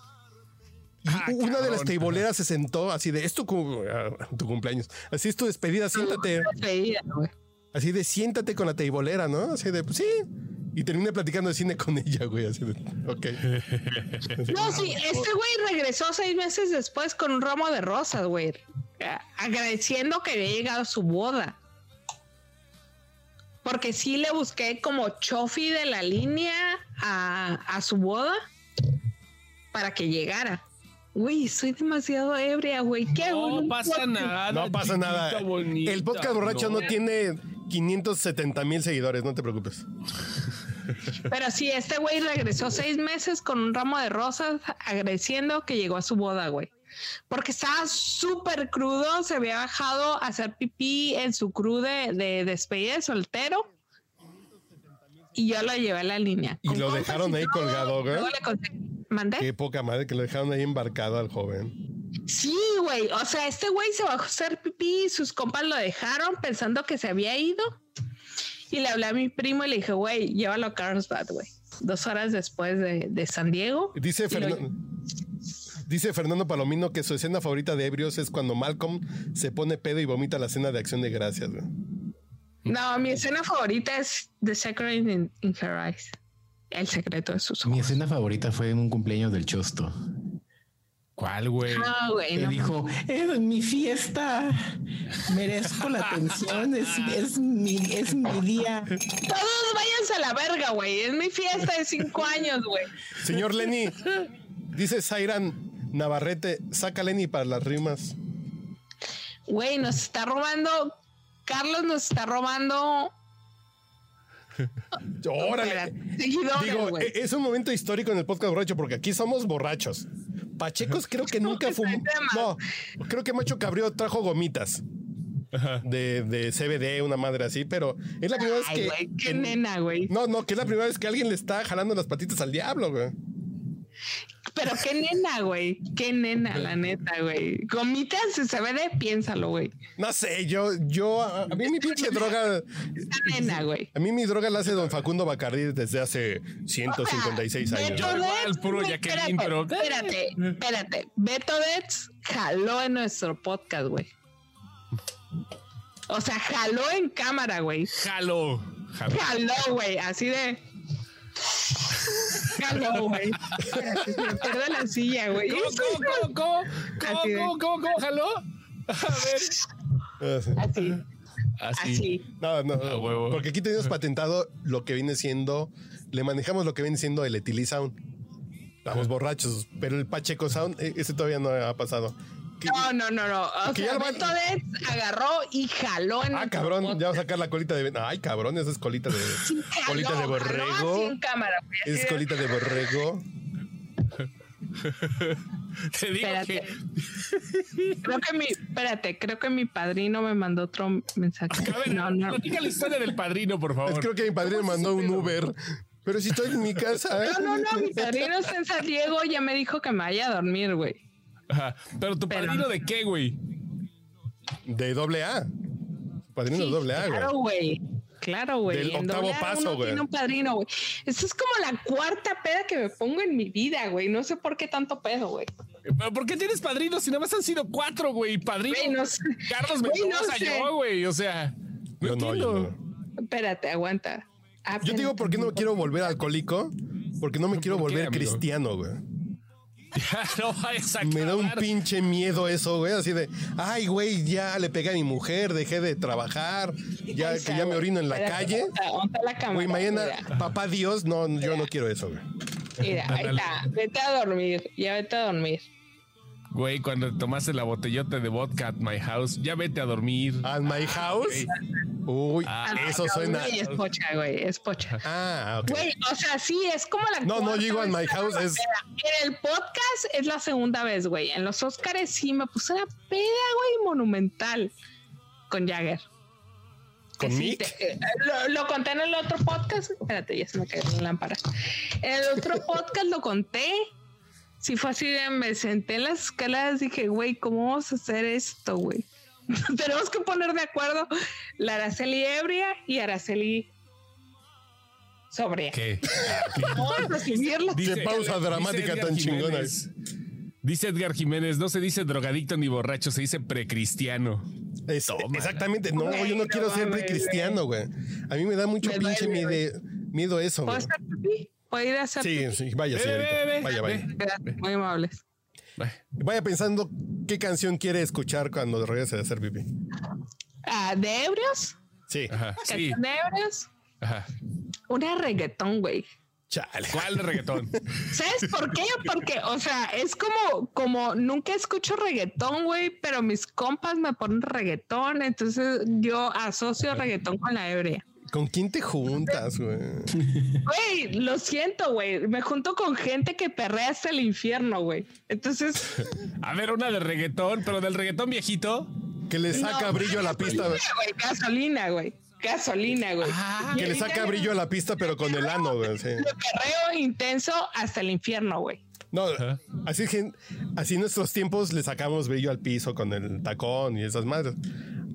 [SPEAKER 1] Y
[SPEAKER 2] Ah,
[SPEAKER 1] una de las
[SPEAKER 2] cabrón.
[SPEAKER 1] tableeras se sentó así de, es tu, cum- ah, tu cumpleaños, así es tu despedida, siéntate,
[SPEAKER 3] Despedida, güey.
[SPEAKER 1] así de, siéntate con la tableera, ¿no? Así de, pues sí. Y terminé platicando de cine con ella, güey, así de, ok.
[SPEAKER 3] No, sí, este güey regresó seis meses después con un ramo de rosas, güey. a- Agradeciendo que había llegado a su boda. Porque sí le busqué como chofi de la línea a, a su boda para que llegara. Güey, soy demasiado ebria, güey. ¿Qué hago en
[SPEAKER 2] No
[SPEAKER 3] un
[SPEAKER 2] pasa
[SPEAKER 3] podcast?
[SPEAKER 2] nada.
[SPEAKER 1] No pasa
[SPEAKER 2] chiquita
[SPEAKER 1] nada.
[SPEAKER 2] bonita,
[SPEAKER 1] El podcast borracho no, tiene 570 mil seguidores, no te preocupes.
[SPEAKER 3] Pero sí, este güey regresó seis meses con un ramo de rosas agradeciendo que llegó a su boda, güey. Porque estaba súper crudo, se había bajado a hacer pipí en su crew de, de despedida de soltero. Y yo lo llevé a la línea.
[SPEAKER 1] Y
[SPEAKER 3] Con
[SPEAKER 1] lo
[SPEAKER 3] compas
[SPEAKER 1] dejaron
[SPEAKER 3] y
[SPEAKER 1] ahí
[SPEAKER 3] todo,
[SPEAKER 1] colgado, güey.
[SPEAKER 3] luego le conseguí- ¿Mandé?
[SPEAKER 1] Qué poca madre que lo dejaron ahí embarcado al joven.
[SPEAKER 3] Sí, güey. O sea, este güey se bajó a hacer pipí, sus compas lo dejaron pensando que se había ido. Y le hablé a mi primo y le dije, güey, llévalo a Carlsbad, güey. Dos horas después de, de San Diego.
[SPEAKER 1] Dice,
[SPEAKER 3] Y lo-
[SPEAKER 1] Fernan- dice Fernando Palomino que su escena favorita de Ebrios es cuando Malcolm se pone pedo y vomita la escena de acción de gracias. güey.
[SPEAKER 3] No, mi escena favorita es The Secret in, in Her Eyes. El secreto de sus
[SPEAKER 4] Mi
[SPEAKER 3] ojos.
[SPEAKER 4] escena favorita fue en un cumpleaños del Chosto.
[SPEAKER 2] ¿Cuál, güey?
[SPEAKER 3] No, güey,
[SPEAKER 4] que
[SPEAKER 3] no.
[SPEAKER 4] dijo, es mi fiesta, merezco la atención, es, es, mi, es mi día.
[SPEAKER 3] Todos váyanse a la verga, güey. Es mi fiesta de (laughs) cinco años, güey. (laughs)
[SPEAKER 1] Señor Lenny, dice Zairan Navarrete, saca a Lenny para las rimas.
[SPEAKER 3] Güey, nos está robando. Carlos nos está robando.
[SPEAKER 1] Órale.
[SPEAKER 3] espera, seguidores,
[SPEAKER 1] Digo,
[SPEAKER 3] güey.
[SPEAKER 1] e- es un momento histórico en el podcast borracho porque aquí somos borrachos. Pachecos creo que
[SPEAKER 3] (laughs)
[SPEAKER 1] nunca
[SPEAKER 3] que
[SPEAKER 1] fumó.
[SPEAKER 3] soy de más.
[SPEAKER 1] No, creo que Macho Cabrío trajo gomitas de, de CBD, una madre así, pero es la primera
[SPEAKER 3] Ay,
[SPEAKER 1] vez que.
[SPEAKER 3] güey, qué
[SPEAKER 1] en-
[SPEAKER 3] nena, güey.
[SPEAKER 1] No, no, que es la primera vez que alguien le está jalando las patitas al diablo, güey.
[SPEAKER 3] Pero qué nena, güey. Qué nena, la neta, güey. Gomitas se sabe de piénsalo, güey.
[SPEAKER 1] No sé, yo, yo, a a mí mi pinche droga,
[SPEAKER 3] Esta nena, güey.
[SPEAKER 1] a mí mi droga la hace don Facundo Bacardí desde hace 156 años.
[SPEAKER 3] Beto
[SPEAKER 2] Igual,
[SPEAKER 3] Dets,
[SPEAKER 2] puro
[SPEAKER 3] güey,
[SPEAKER 2] Jacqueline,
[SPEAKER 3] espérate,
[SPEAKER 2] pero-
[SPEAKER 3] espérate, espérate. Beto Dets jaló en nuestro podcast, güey. O sea, jaló en cámara, güey.
[SPEAKER 2] Jalo. Jalo.
[SPEAKER 3] Jaló, güey, así de. Jaló, güey. Espérate, se me pierde la silla, güey.
[SPEAKER 2] ¿Cómo, cómo, cómo, cómo? ¿Cómo,
[SPEAKER 3] Así de-
[SPEAKER 2] cómo, cómo, cómo? ¿Jaló? A ver.
[SPEAKER 3] Así, así.
[SPEAKER 1] Ah, No, no,
[SPEAKER 2] A huevo.
[SPEAKER 1] porque aquí tenemos patentado lo que viene siendo, le manejamos lo que viene siendo el etili sound. Estamos borrachos, pero el Pacheco sound, eh, ese todavía no ha pasado. Que-
[SPEAKER 3] No, no, no, no. O
[SPEAKER 1] Que ya
[SPEAKER 3] sea,
[SPEAKER 1] lo van-
[SPEAKER 3] Beto Dets agarró y jaló en
[SPEAKER 1] ah,
[SPEAKER 3] nuestro
[SPEAKER 1] cabrón,
[SPEAKER 3] podcast.
[SPEAKER 1] ya va a sacar la colita de. Ay, cabrón, esa es colita de.
[SPEAKER 3] Jaló,
[SPEAKER 1] colita de
[SPEAKER 3] jaló así
[SPEAKER 1] borrego.
[SPEAKER 3] en cámara, güey, así
[SPEAKER 1] Esa es
[SPEAKER 3] de- (laughs)
[SPEAKER 1] colita de borrego.
[SPEAKER 2] Te digo
[SPEAKER 3] Espérate.
[SPEAKER 2] que
[SPEAKER 3] Creo que mi, espérate, creo que mi padrino me mandó otro mensaje.
[SPEAKER 2] A ver,
[SPEAKER 3] No, no.
[SPEAKER 2] platica la historia del padrino, por favor.
[SPEAKER 1] Es, creo que mi padre me mandó un Uber. Pero si estoy en mi casa. ¿eh?
[SPEAKER 3] (laughs) No, no, no, mi padrino está en San Diego, ya me dijo que me vaya a dormir, güey.
[SPEAKER 2] Ajá. Pero tu
[SPEAKER 3] Pero-
[SPEAKER 2] padrino de qué, güey?
[SPEAKER 1] De doble A. Padrino de
[SPEAKER 3] Sí,
[SPEAKER 1] doble A, güey.
[SPEAKER 3] Claro, güey. Claro, güey.
[SPEAKER 1] Del
[SPEAKER 3] En
[SPEAKER 1] octavo
[SPEAKER 3] doble A
[SPEAKER 1] paso,
[SPEAKER 3] uno
[SPEAKER 1] güey.
[SPEAKER 3] Tiene un padrino, güey. Esa es como la cuarta peda que me pongo en mi vida, güey. No sé por qué tanto pedo, güey.
[SPEAKER 2] ¿Pero ¿Por qué tienes padrinos si nada más han sido cuatro, güey? Padrino.
[SPEAKER 3] Güey, no sé.
[SPEAKER 2] Carlos
[SPEAKER 3] Güey, no
[SPEAKER 2] Mendoza,
[SPEAKER 3] sé.
[SPEAKER 2] yo, güey. O sea, no
[SPEAKER 1] Yo no,
[SPEAKER 2] entiendo.
[SPEAKER 1] yo no.
[SPEAKER 3] Espérate, aguanta. Ah,
[SPEAKER 1] Yo te digo por qué no me quiero volver alcohólico, porque no me quiero
[SPEAKER 2] ¿Por qué,
[SPEAKER 1] volver
[SPEAKER 2] amigo?
[SPEAKER 1] cristiano, güey.
[SPEAKER 2] (laughs) Ya no vayas a
[SPEAKER 1] Me da un
[SPEAKER 2] acabar.
[SPEAKER 1] pinche miedo eso, güey, así de, ay, güey, ya le pegué a mi mujer, dejé de trabajar, ya que ya me orino en la
[SPEAKER 3] Espérate,
[SPEAKER 1] calle.
[SPEAKER 3] aguanta, aguanta la cámara,
[SPEAKER 1] Güey,
[SPEAKER 3] mira.
[SPEAKER 1] mañana, papá Dios, no, yo no quiero eso, güey. (laughs)
[SPEAKER 3] Mira, ahí está. Vete a dormir. Ya vete a dormir.
[SPEAKER 2] Güey, cuando tomaste la botellota de vodka at my house, ya vete a dormir.
[SPEAKER 1] At my house. Uy,
[SPEAKER 2] Ah,
[SPEAKER 1] eso suena.
[SPEAKER 3] Güey, es pocha, güey. Es pocha.
[SPEAKER 1] Ah, ok.
[SPEAKER 3] Güey, o sea, sí, es como la.
[SPEAKER 1] No, no,
[SPEAKER 3] cuarta
[SPEAKER 1] yo digo en
[SPEAKER 3] vez
[SPEAKER 1] my
[SPEAKER 3] que
[SPEAKER 1] house
[SPEAKER 3] hago la
[SPEAKER 1] es-
[SPEAKER 3] peda. En el podcast es la segunda vez, güey. En los Óscares sí me puse una peda, güey, monumental con Jagger. Que
[SPEAKER 1] ¿Con
[SPEAKER 3] sí,
[SPEAKER 1] Mick?
[SPEAKER 3] te- eh, lo, lo conté en el otro podcast. Espérate, ya se me cayó la lámpara. En el
[SPEAKER 1] (laughs)
[SPEAKER 3] otro podcast lo conté. Sí fue así, de- me senté en las escaleras, dije, güey, ¿cómo vamos a hacer esto, güey? (laughs) Tenemos que poner de acuerdo la Araceli ebria y Araceli Sobria.
[SPEAKER 2] ¿Qué?
[SPEAKER 3] Vamos a subirla.
[SPEAKER 2] Dice-
[SPEAKER 1] Qué pausa dramática
[SPEAKER 2] Edgar
[SPEAKER 1] tan chingona.
[SPEAKER 2] Dice Edgar Jiménez, no se dice drogadicto ni borracho, se dice precristiano.
[SPEAKER 1] Es-
[SPEAKER 2] Tómala.
[SPEAKER 1] exactamente. No, yo no
[SPEAKER 3] Bueno,
[SPEAKER 1] quiero ser
[SPEAKER 3] mames,
[SPEAKER 1] precristiano, güey. A mí me da mucho
[SPEAKER 3] Me
[SPEAKER 1] pinche
[SPEAKER 3] duele, güey.
[SPEAKER 1] mide- miedo eso,
[SPEAKER 3] ¿Puedo
[SPEAKER 1] güey.
[SPEAKER 3] hacer pipí? ¿Puedo ir a hacer
[SPEAKER 1] Sí, sí, vaya,
[SPEAKER 2] Ve, ve,
[SPEAKER 1] señorita.
[SPEAKER 2] ve,
[SPEAKER 1] Vaya, vaya.
[SPEAKER 2] ve.
[SPEAKER 3] Gracias, Muy amables.
[SPEAKER 1] Vaya pensando qué canción quiere escuchar cuando regrese de hacer pipí.
[SPEAKER 3] Ah, ¿De ebrios?
[SPEAKER 1] Sí.
[SPEAKER 2] Ajá, Ah, sí.
[SPEAKER 3] ¿Canción de ebrios?
[SPEAKER 2] Ajá.
[SPEAKER 3] Una reggaetón, güey.
[SPEAKER 1] Chale.
[SPEAKER 2] ¿Cuál de reggaetón?
[SPEAKER 3] ¿Sabes por qué? Porque, o sea, es como, como nunca escucho reggaetón, güey, pero mis compas me ponen reggaetón, entonces yo asocio reggaetón con la ebria.
[SPEAKER 1] ¿Con quién te juntas, güey?
[SPEAKER 3] Güey, lo siento, güey, me junto con gente que perrea hasta el infierno, güey.
[SPEAKER 1] (laughs)
[SPEAKER 3] Entonces,
[SPEAKER 2] A ver, una de reggaetón, pero del reggaetón viejito.
[SPEAKER 1] Que le saca brillo a la pista.
[SPEAKER 3] güey, gasolina, güey, gasolina, güey.
[SPEAKER 2] Ah,
[SPEAKER 1] Que le saca brillo a la pista, pero con el ano, güey. sí.
[SPEAKER 3] De perreo intenso hasta el infierno, güey.
[SPEAKER 1] No, así, gen- así en nuestros tiempos le sacamos brillo al piso con el tacón y esas madres.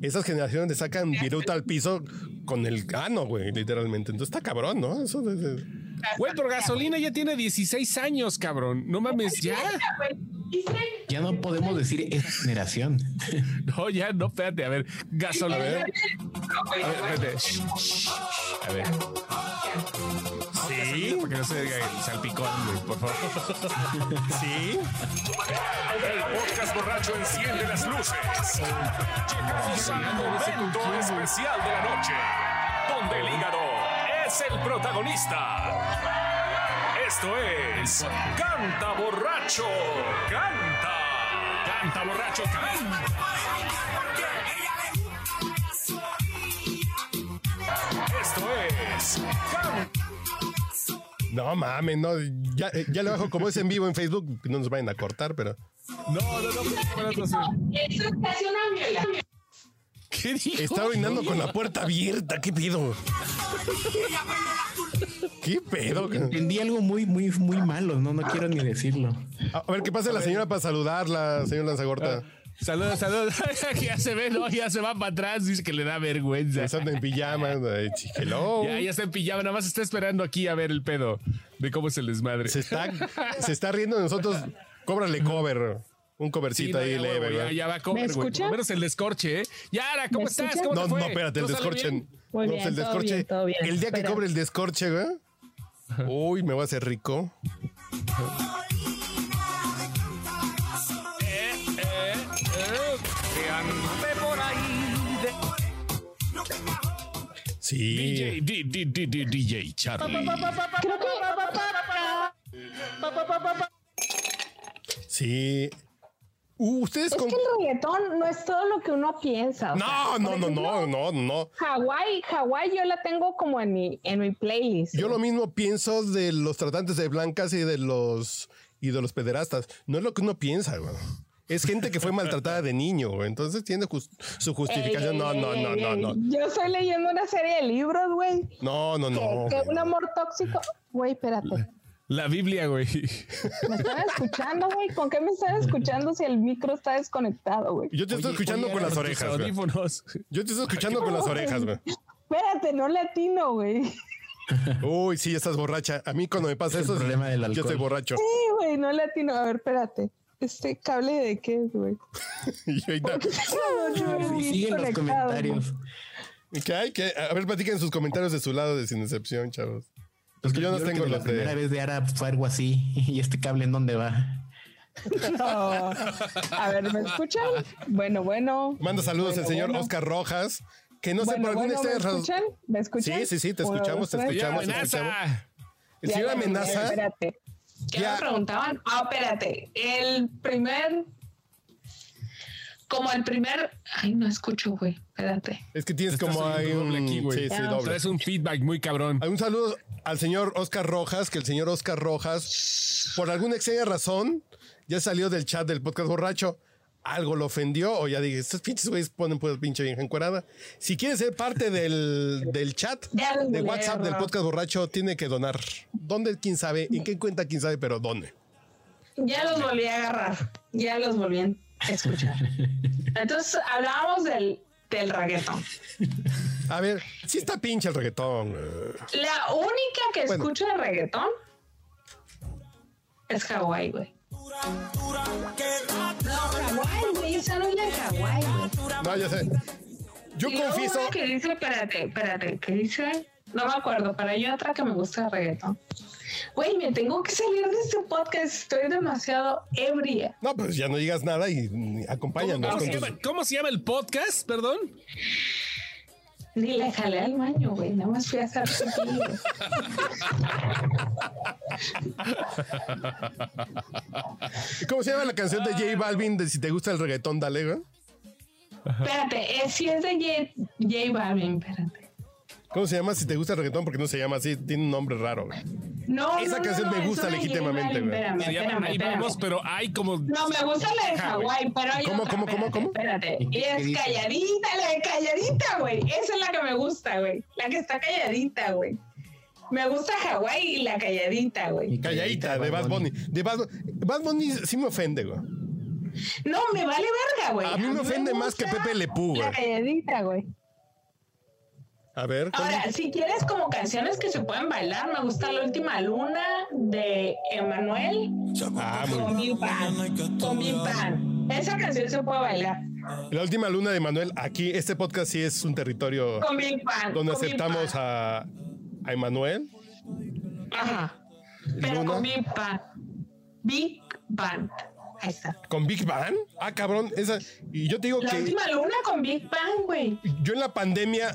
[SPEAKER 1] Esas generaciones le sacan viruta al piso con el ano, güey, literalmente. Entonces está cabrón, ¿no? Eso es- es-
[SPEAKER 2] Güey, pero gasolina ya tiene 16 años, cabrón. No mames, ya.
[SPEAKER 4] Ya no podemos decir esa generación.
[SPEAKER 2] No, ya, no, espérate, a ver. Gasolina. A ver, espérate. Shh, shh. A ver. Sí. Para que no se diga el salpicón, güey, por favor.
[SPEAKER 1] Sí.
[SPEAKER 5] El podcast borracho enciende las luces. Llegamos al momento especial de la noche, donde el hígado es el protagonista. Esto es Canta Borracho, canta. Canta Borracho, canta. Esto es Canta.
[SPEAKER 1] No mames, no. Ya, eh, ya le bajo, como es en vivo en Facebook, no nos vayan a cortar, pero.
[SPEAKER 2] No, no, no, no, no, no, no.
[SPEAKER 3] Eso es una violación.
[SPEAKER 2] ¿Qué dijo?
[SPEAKER 1] Está orinando con la puerta abierta, ¿qué pedo? ¿Qué pedo?
[SPEAKER 4] Entendí algo muy, muy, muy malo. No, no quiero ni decirlo.
[SPEAKER 1] A a ver, Ah. ¿qué pasa la señora para saludarla, señor Lanzagorta?
[SPEAKER 2] Saludos, saludos. (laughs) ya se ve, no, ya se va para atrás. Dice que le da vergüenza.
[SPEAKER 1] Estando en pijama. ay, chi- hello.
[SPEAKER 2] Ya, ya está en pijama, nada más está esperando aquí a ver el pedo de cómo se les madre.
[SPEAKER 1] Se está, se está riendo de nosotros. Cóbrale cover. Un
[SPEAKER 2] Sí,
[SPEAKER 1] covercito
[SPEAKER 2] no,
[SPEAKER 1] ahí
[SPEAKER 2] ya,
[SPEAKER 1] leve,
[SPEAKER 2] huevo, ya,
[SPEAKER 1] ¿verdad?
[SPEAKER 2] ya va a comer,
[SPEAKER 3] ¿Me
[SPEAKER 2] güey. Por
[SPEAKER 3] escuchas?
[SPEAKER 2] lo menos el descorche, ¿eh? Yara, ¿cómo
[SPEAKER 3] ¿Me
[SPEAKER 2] estás?
[SPEAKER 3] escuchas?
[SPEAKER 2] ¿Cómo te
[SPEAKER 1] No,
[SPEAKER 2] fue?
[SPEAKER 1] no, espérate, el
[SPEAKER 2] ¿No salió
[SPEAKER 1] descorche.
[SPEAKER 2] bien?
[SPEAKER 3] Muy
[SPEAKER 1] no,
[SPEAKER 3] bien,
[SPEAKER 1] el
[SPEAKER 3] todo
[SPEAKER 1] descorche.
[SPEAKER 3] bien, todo bien.
[SPEAKER 1] El día que
[SPEAKER 3] Espera.
[SPEAKER 1] cobre el descorche, güey. Uy, me va a hacer rico.
[SPEAKER 5] Que ande por ahí de
[SPEAKER 1] Sí.
[SPEAKER 2] DJ, di- di- di- di- DJ Charlie.
[SPEAKER 1] Sí. Uh, ¿Ustedes
[SPEAKER 6] Es
[SPEAKER 1] con...
[SPEAKER 6] que el reggaetón no es todo lo que uno piensa. o sea,
[SPEAKER 1] No, no,
[SPEAKER 6] por
[SPEAKER 1] no,
[SPEAKER 6] ejemplo,
[SPEAKER 1] no, no, no.
[SPEAKER 6] Hawái, Hawái yo la tengo como en mi, en mi playlist.
[SPEAKER 1] Yo lo mismo pienso de los tratantes de blancas y de los y de los pederastas. No es lo que uno piensa, güey. Es gente que fue maltratada de niño, güey. Entonces tiene jus- su justificación. No, no, no, no, no.
[SPEAKER 6] Yo estoy leyendo una serie de libros, güey.
[SPEAKER 1] No, no,
[SPEAKER 6] que-
[SPEAKER 1] no.
[SPEAKER 6] que
[SPEAKER 1] güey.
[SPEAKER 6] un amor tóxico. Güey, espérate.
[SPEAKER 2] La Biblia, güey.
[SPEAKER 6] ¿Me están escuchando, güey? ¿Con qué me están escuchando si el micro está desconectado, güey?
[SPEAKER 1] Yo te estoy
[SPEAKER 4] Oye,
[SPEAKER 1] escuchando
[SPEAKER 4] oye,
[SPEAKER 1] con las
[SPEAKER 4] tus
[SPEAKER 2] Tus
[SPEAKER 1] orejas, güey.
[SPEAKER 2] audífonos.
[SPEAKER 1] Yo te estoy escuchando con las orejas, güey.
[SPEAKER 6] Espérate, no latino, güey. (laughs) Sí,
[SPEAKER 1] Uy, sí, estás borracha. A mí cuando me pasa
[SPEAKER 4] Es el
[SPEAKER 1] eso,
[SPEAKER 4] problema del
[SPEAKER 1] yo
[SPEAKER 4] alcohol.
[SPEAKER 1] estoy borracho. (laughs)
[SPEAKER 6] güey, no latino. A ver, espérate. ¿Este cable de qué
[SPEAKER 4] (laughs)
[SPEAKER 6] es, güey?
[SPEAKER 1] Y ahorita,
[SPEAKER 4] Y siguen los
[SPEAKER 6] Desconectado.
[SPEAKER 4] comentarios.
[SPEAKER 1] ¿qué hay? ¿Qué? A ver, platiquen sus comentarios de su lado de sin excepción, chavos. Es que yo no
[SPEAKER 4] creo
[SPEAKER 1] tengo
[SPEAKER 4] que de
[SPEAKER 1] los
[SPEAKER 4] la
[SPEAKER 1] de-
[SPEAKER 4] primera vez de Ara fue algo así. (laughs) ¿Y este cable en dónde va?
[SPEAKER 6] (laughs) No. A ver, ¿me escuchan? Bueno, bueno.
[SPEAKER 1] Manda saludos
[SPEAKER 6] Bueno,
[SPEAKER 1] el señor
[SPEAKER 6] bueno.
[SPEAKER 1] Oscar Rojas, que no sé
[SPEAKER 6] Bueno,
[SPEAKER 1] por alguna
[SPEAKER 6] bueno, ¿me
[SPEAKER 1] extraña razón-
[SPEAKER 6] escuchan? ¿Me escuchan?
[SPEAKER 1] Sí, sí, sí, te
[SPEAKER 6] Uno,
[SPEAKER 1] escuchamos, te
[SPEAKER 6] dos, tres.
[SPEAKER 2] Ya,
[SPEAKER 1] escuchamos, escuchamos.
[SPEAKER 2] amenaza.
[SPEAKER 1] El señor
[SPEAKER 6] Ya, ya, ya,
[SPEAKER 1] amenaza.
[SPEAKER 6] Espérate.
[SPEAKER 3] ¿Qué
[SPEAKER 1] Ya.
[SPEAKER 3] me preguntaban? Ah, espérate. El primer. Como el primer. Ay, no escucho, güey. Espérate.
[SPEAKER 1] Es que tienes
[SPEAKER 2] Estás
[SPEAKER 1] como hay
[SPEAKER 2] oyendo
[SPEAKER 1] un.
[SPEAKER 2] doble aquí, güey.
[SPEAKER 1] sí, sí,
[SPEAKER 6] Ah,
[SPEAKER 3] Ya.
[SPEAKER 1] doble.
[SPEAKER 2] Traes un feedback muy cabrón.
[SPEAKER 1] Hay un saludo al señor Oscar Rojas, que el señor Oscar Rojas, por alguna extraña razón, ya salió del chat del podcast borracho. Algo lo ofendió o ya dije, estos pinches güeyes ponen pues pinche vieja encuerada. Si quieres ser parte del, del
[SPEAKER 6] (laughs)
[SPEAKER 1] chat
[SPEAKER 3] Ya lo
[SPEAKER 1] de
[SPEAKER 3] leí,
[SPEAKER 1] WhatsApp del
[SPEAKER 3] Rafa.
[SPEAKER 1] podcast borracho, tiene que donar. ¿Dónde? ¿Quién sabe? ¿En qué cuenta? ¿Quién sabe? Pero ¿dónde?
[SPEAKER 3] Ya los volví a agarrar. Ya los volví a escuchar. Entonces hablábamos del, del reggaetón.
[SPEAKER 1] A ver, sí está pinche el reggaetón. güey.
[SPEAKER 6] La única que
[SPEAKER 1] Bueno.
[SPEAKER 6] escucho de reggaetón es Hawái, güey. No, Hawái, güey, esa no es la de Hawái, güey.
[SPEAKER 1] No, ya sé. Yo
[SPEAKER 6] Y luego
[SPEAKER 1] confieso.
[SPEAKER 6] una que dice, espérate, espérate, que dice, no me acuerdo, pero hay otra que me gusta de reggaetón. Güey, me tengo que salir de este podcast, estoy demasiado ebria.
[SPEAKER 1] No, pues ya no digas nada y mm, acompáñanos.
[SPEAKER 2] ¿Cómo
[SPEAKER 1] con
[SPEAKER 2] se,
[SPEAKER 1] tus-
[SPEAKER 2] llama, cómo se llama el podcast? Perdón.
[SPEAKER 6] Ni la jalé al baño, güey, nada más fui a hacer pipí, güey.
[SPEAKER 1] ¿Cómo se llama la canción de
[SPEAKER 6] Ah.
[SPEAKER 1] J Balvin de si te gusta el reggaetón, dale, güey?
[SPEAKER 6] Espérate, eh, si es de J, J Balvin, espérate.
[SPEAKER 1] ¿Cómo se llama si te gusta el reggaetón? Porque no se llama así, tiene un nombre raro, güey.
[SPEAKER 6] No,
[SPEAKER 1] Esa
[SPEAKER 6] no, no,
[SPEAKER 1] canción
[SPEAKER 6] no,
[SPEAKER 1] me
[SPEAKER 6] es
[SPEAKER 1] gusta
[SPEAKER 6] una J
[SPEAKER 1] legítimamente,
[SPEAKER 6] Balvin,
[SPEAKER 1] güey.
[SPEAKER 6] Espérame,
[SPEAKER 2] Se llama
[SPEAKER 6] espérame,
[SPEAKER 2] Ahí
[SPEAKER 6] espérame.
[SPEAKER 2] vamos, pero hay como.
[SPEAKER 6] No, me gusta la de Hawái, pero hay
[SPEAKER 1] ¿Cómo,
[SPEAKER 6] otra,
[SPEAKER 1] cómo, cómo,
[SPEAKER 6] espérate,
[SPEAKER 1] cómo?
[SPEAKER 6] Espérate.
[SPEAKER 7] ¿Y
[SPEAKER 6] Y
[SPEAKER 7] qué
[SPEAKER 6] es
[SPEAKER 7] dice?
[SPEAKER 6] calladita, la de calladita, güey. Esa es la que me gusta, güey. La que está calladita, güey. Me gusta Hawái y la calladita, güey.
[SPEAKER 1] Calladita, de Bad Bunny. De Bad, Bad Bunny sí me ofende, güey.
[SPEAKER 6] No, me vale verga, güey.
[SPEAKER 1] A mí me ofende más que
[SPEAKER 6] gusta
[SPEAKER 1] Pepe Le Pew, güey.
[SPEAKER 6] la
[SPEAKER 3] Calladita, güey.
[SPEAKER 1] A ver, ¿cuál?
[SPEAKER 6] Ahora, si quieres como canciones que se pueden bailar, me gusta La Última Luna de Emanuel
[SPEAKER 1] Ah, muy
[SPEAKER 6] con Big Bang. Con Big Bang. Esa canción se puede bailar.
[SPEAKER 1] La última luna de Manuel, aquí, este podcast sí es un territorio
[SPEAKER 6] Con Big Bang.
[SPEAKER 1] donde
[SPEAKER 6] con Big
[SPEAKER 1] aceptamos
[SPEAKER 6] Bang.
[SPEAKER 1] a, a Emanuel.
[SPEAKER 6] Ajá. Pero
[SPEAKER 1] Luna.
[SPEAKER 6] con Big Bang. Big Bang. Ahí está.
[SPEAKER 1] ¿Con Big Bang? Ah, cabrón, esa. Y yo te digo
[SPEAKER 6] La
[SPEAKER 1] que
[SPEAKER 6] última luna con Big Bang, güey.
[SPEAKER 1] yo en la pandemia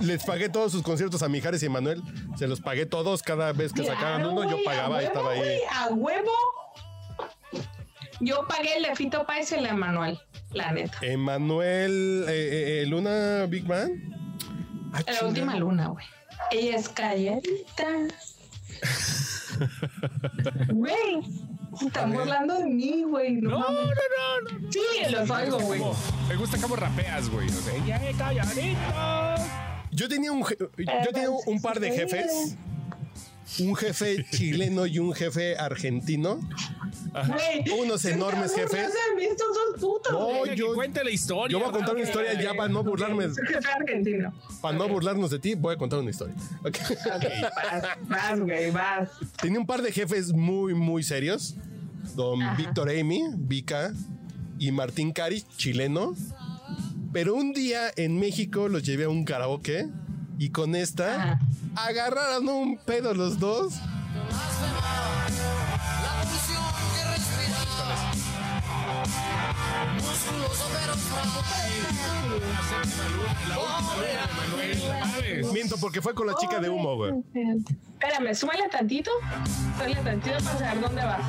[SPEAKER 1] les pagué todos sus conciertos a Mijares y Emanuel. Se los pagué todos cada vez que sacaban
[SPEAKER 6] Claro,
[SPEAKER 1] uno, yo
[SPEAKER 6] güey,
[SPEAKER 1] pagaba
[SPEAKER 6] a
[SPEAKER 1] y estaba
[SPEAKER 6] huevo,
[SPEAKER 1] ahí.
[SPEAKER 6] güey, A huevo. Yo pagué el de Fito Páez y el de Manuel, la neta.
[SPEAKER 1] Emanuel eh, eh, eh, Luna Big Bang. Ah,
[SPEAKER 6] La
[SPEAKER 1] chinga.
[SPEAKER 6] última luna, güey. Ella
[SPEAKER 1] (laughs)
[SPEAKER 6] es calladita. Güey, se están
[SPEAKER 1] ¿Eh?
[SPEAKER 6] burlando de mí, güey. No,
[SPEAKER 2] No, no,
[SPEAKER 6] mames.
[SPEAKER 2] no, no.
[SPEAKER 6] Sí, los oigo, güey.
[SPEAKER 2] Como- me gusta cómo rapeas, güey. O sea, ya he calladito.
[SPEAKER 1] Yo tenía un, je- yo tenía un par de jefes. Un jefe chileno y un jefe argentino.
[SPEAKER 6] Güey,
[SPEAKER 1] Unos
[SPEAKER 6] se están
[SPEAKER 1] enormes
[SPEAKER 6] burlando
[SPEAKER 1] jefes.
[SPEAKER 6] de mí Estos dos putos,
[SPEAKER 1] No,
[SPEAKER 6] güey.
[SPEAKER 2] Oye,
[SPEAKER 1] yo-
[SPEAKER 2] que cuente la historia.
[SPEAKER 1] Yo voy a contar una
[SPEAKER 2] güey.
[SPEAKER 1] historia ya para no burlarme,
[SPEAKER 6] Su jefe argentino.
[SPEAKER 1] para no burlarnos de ti, voy a contar una historia. Ok.
[SPEAKER 6] Vas, vas, güey, vas.
[SPEAKER 1] Tenía un par de jefes muy, muy serios. Don
[SPEAKER 6] Ajá.
[SPEAKER 1] Víctor Amy, Vica y Martín Cari, chileno. Pero un día en México los llevé a un karaoke y con esta
[SPEAKER 6] Ajá.
[SPEAKER 1] agarraron un pedo los dos.
[SPEAKER 2] ¿Sabes?
[SPEAKER 1] Miento porque fue con la chica de humo, güey.
[SPEAKER 6] Espérame, súmale tantito. Súmale tantito para saber dónde vas.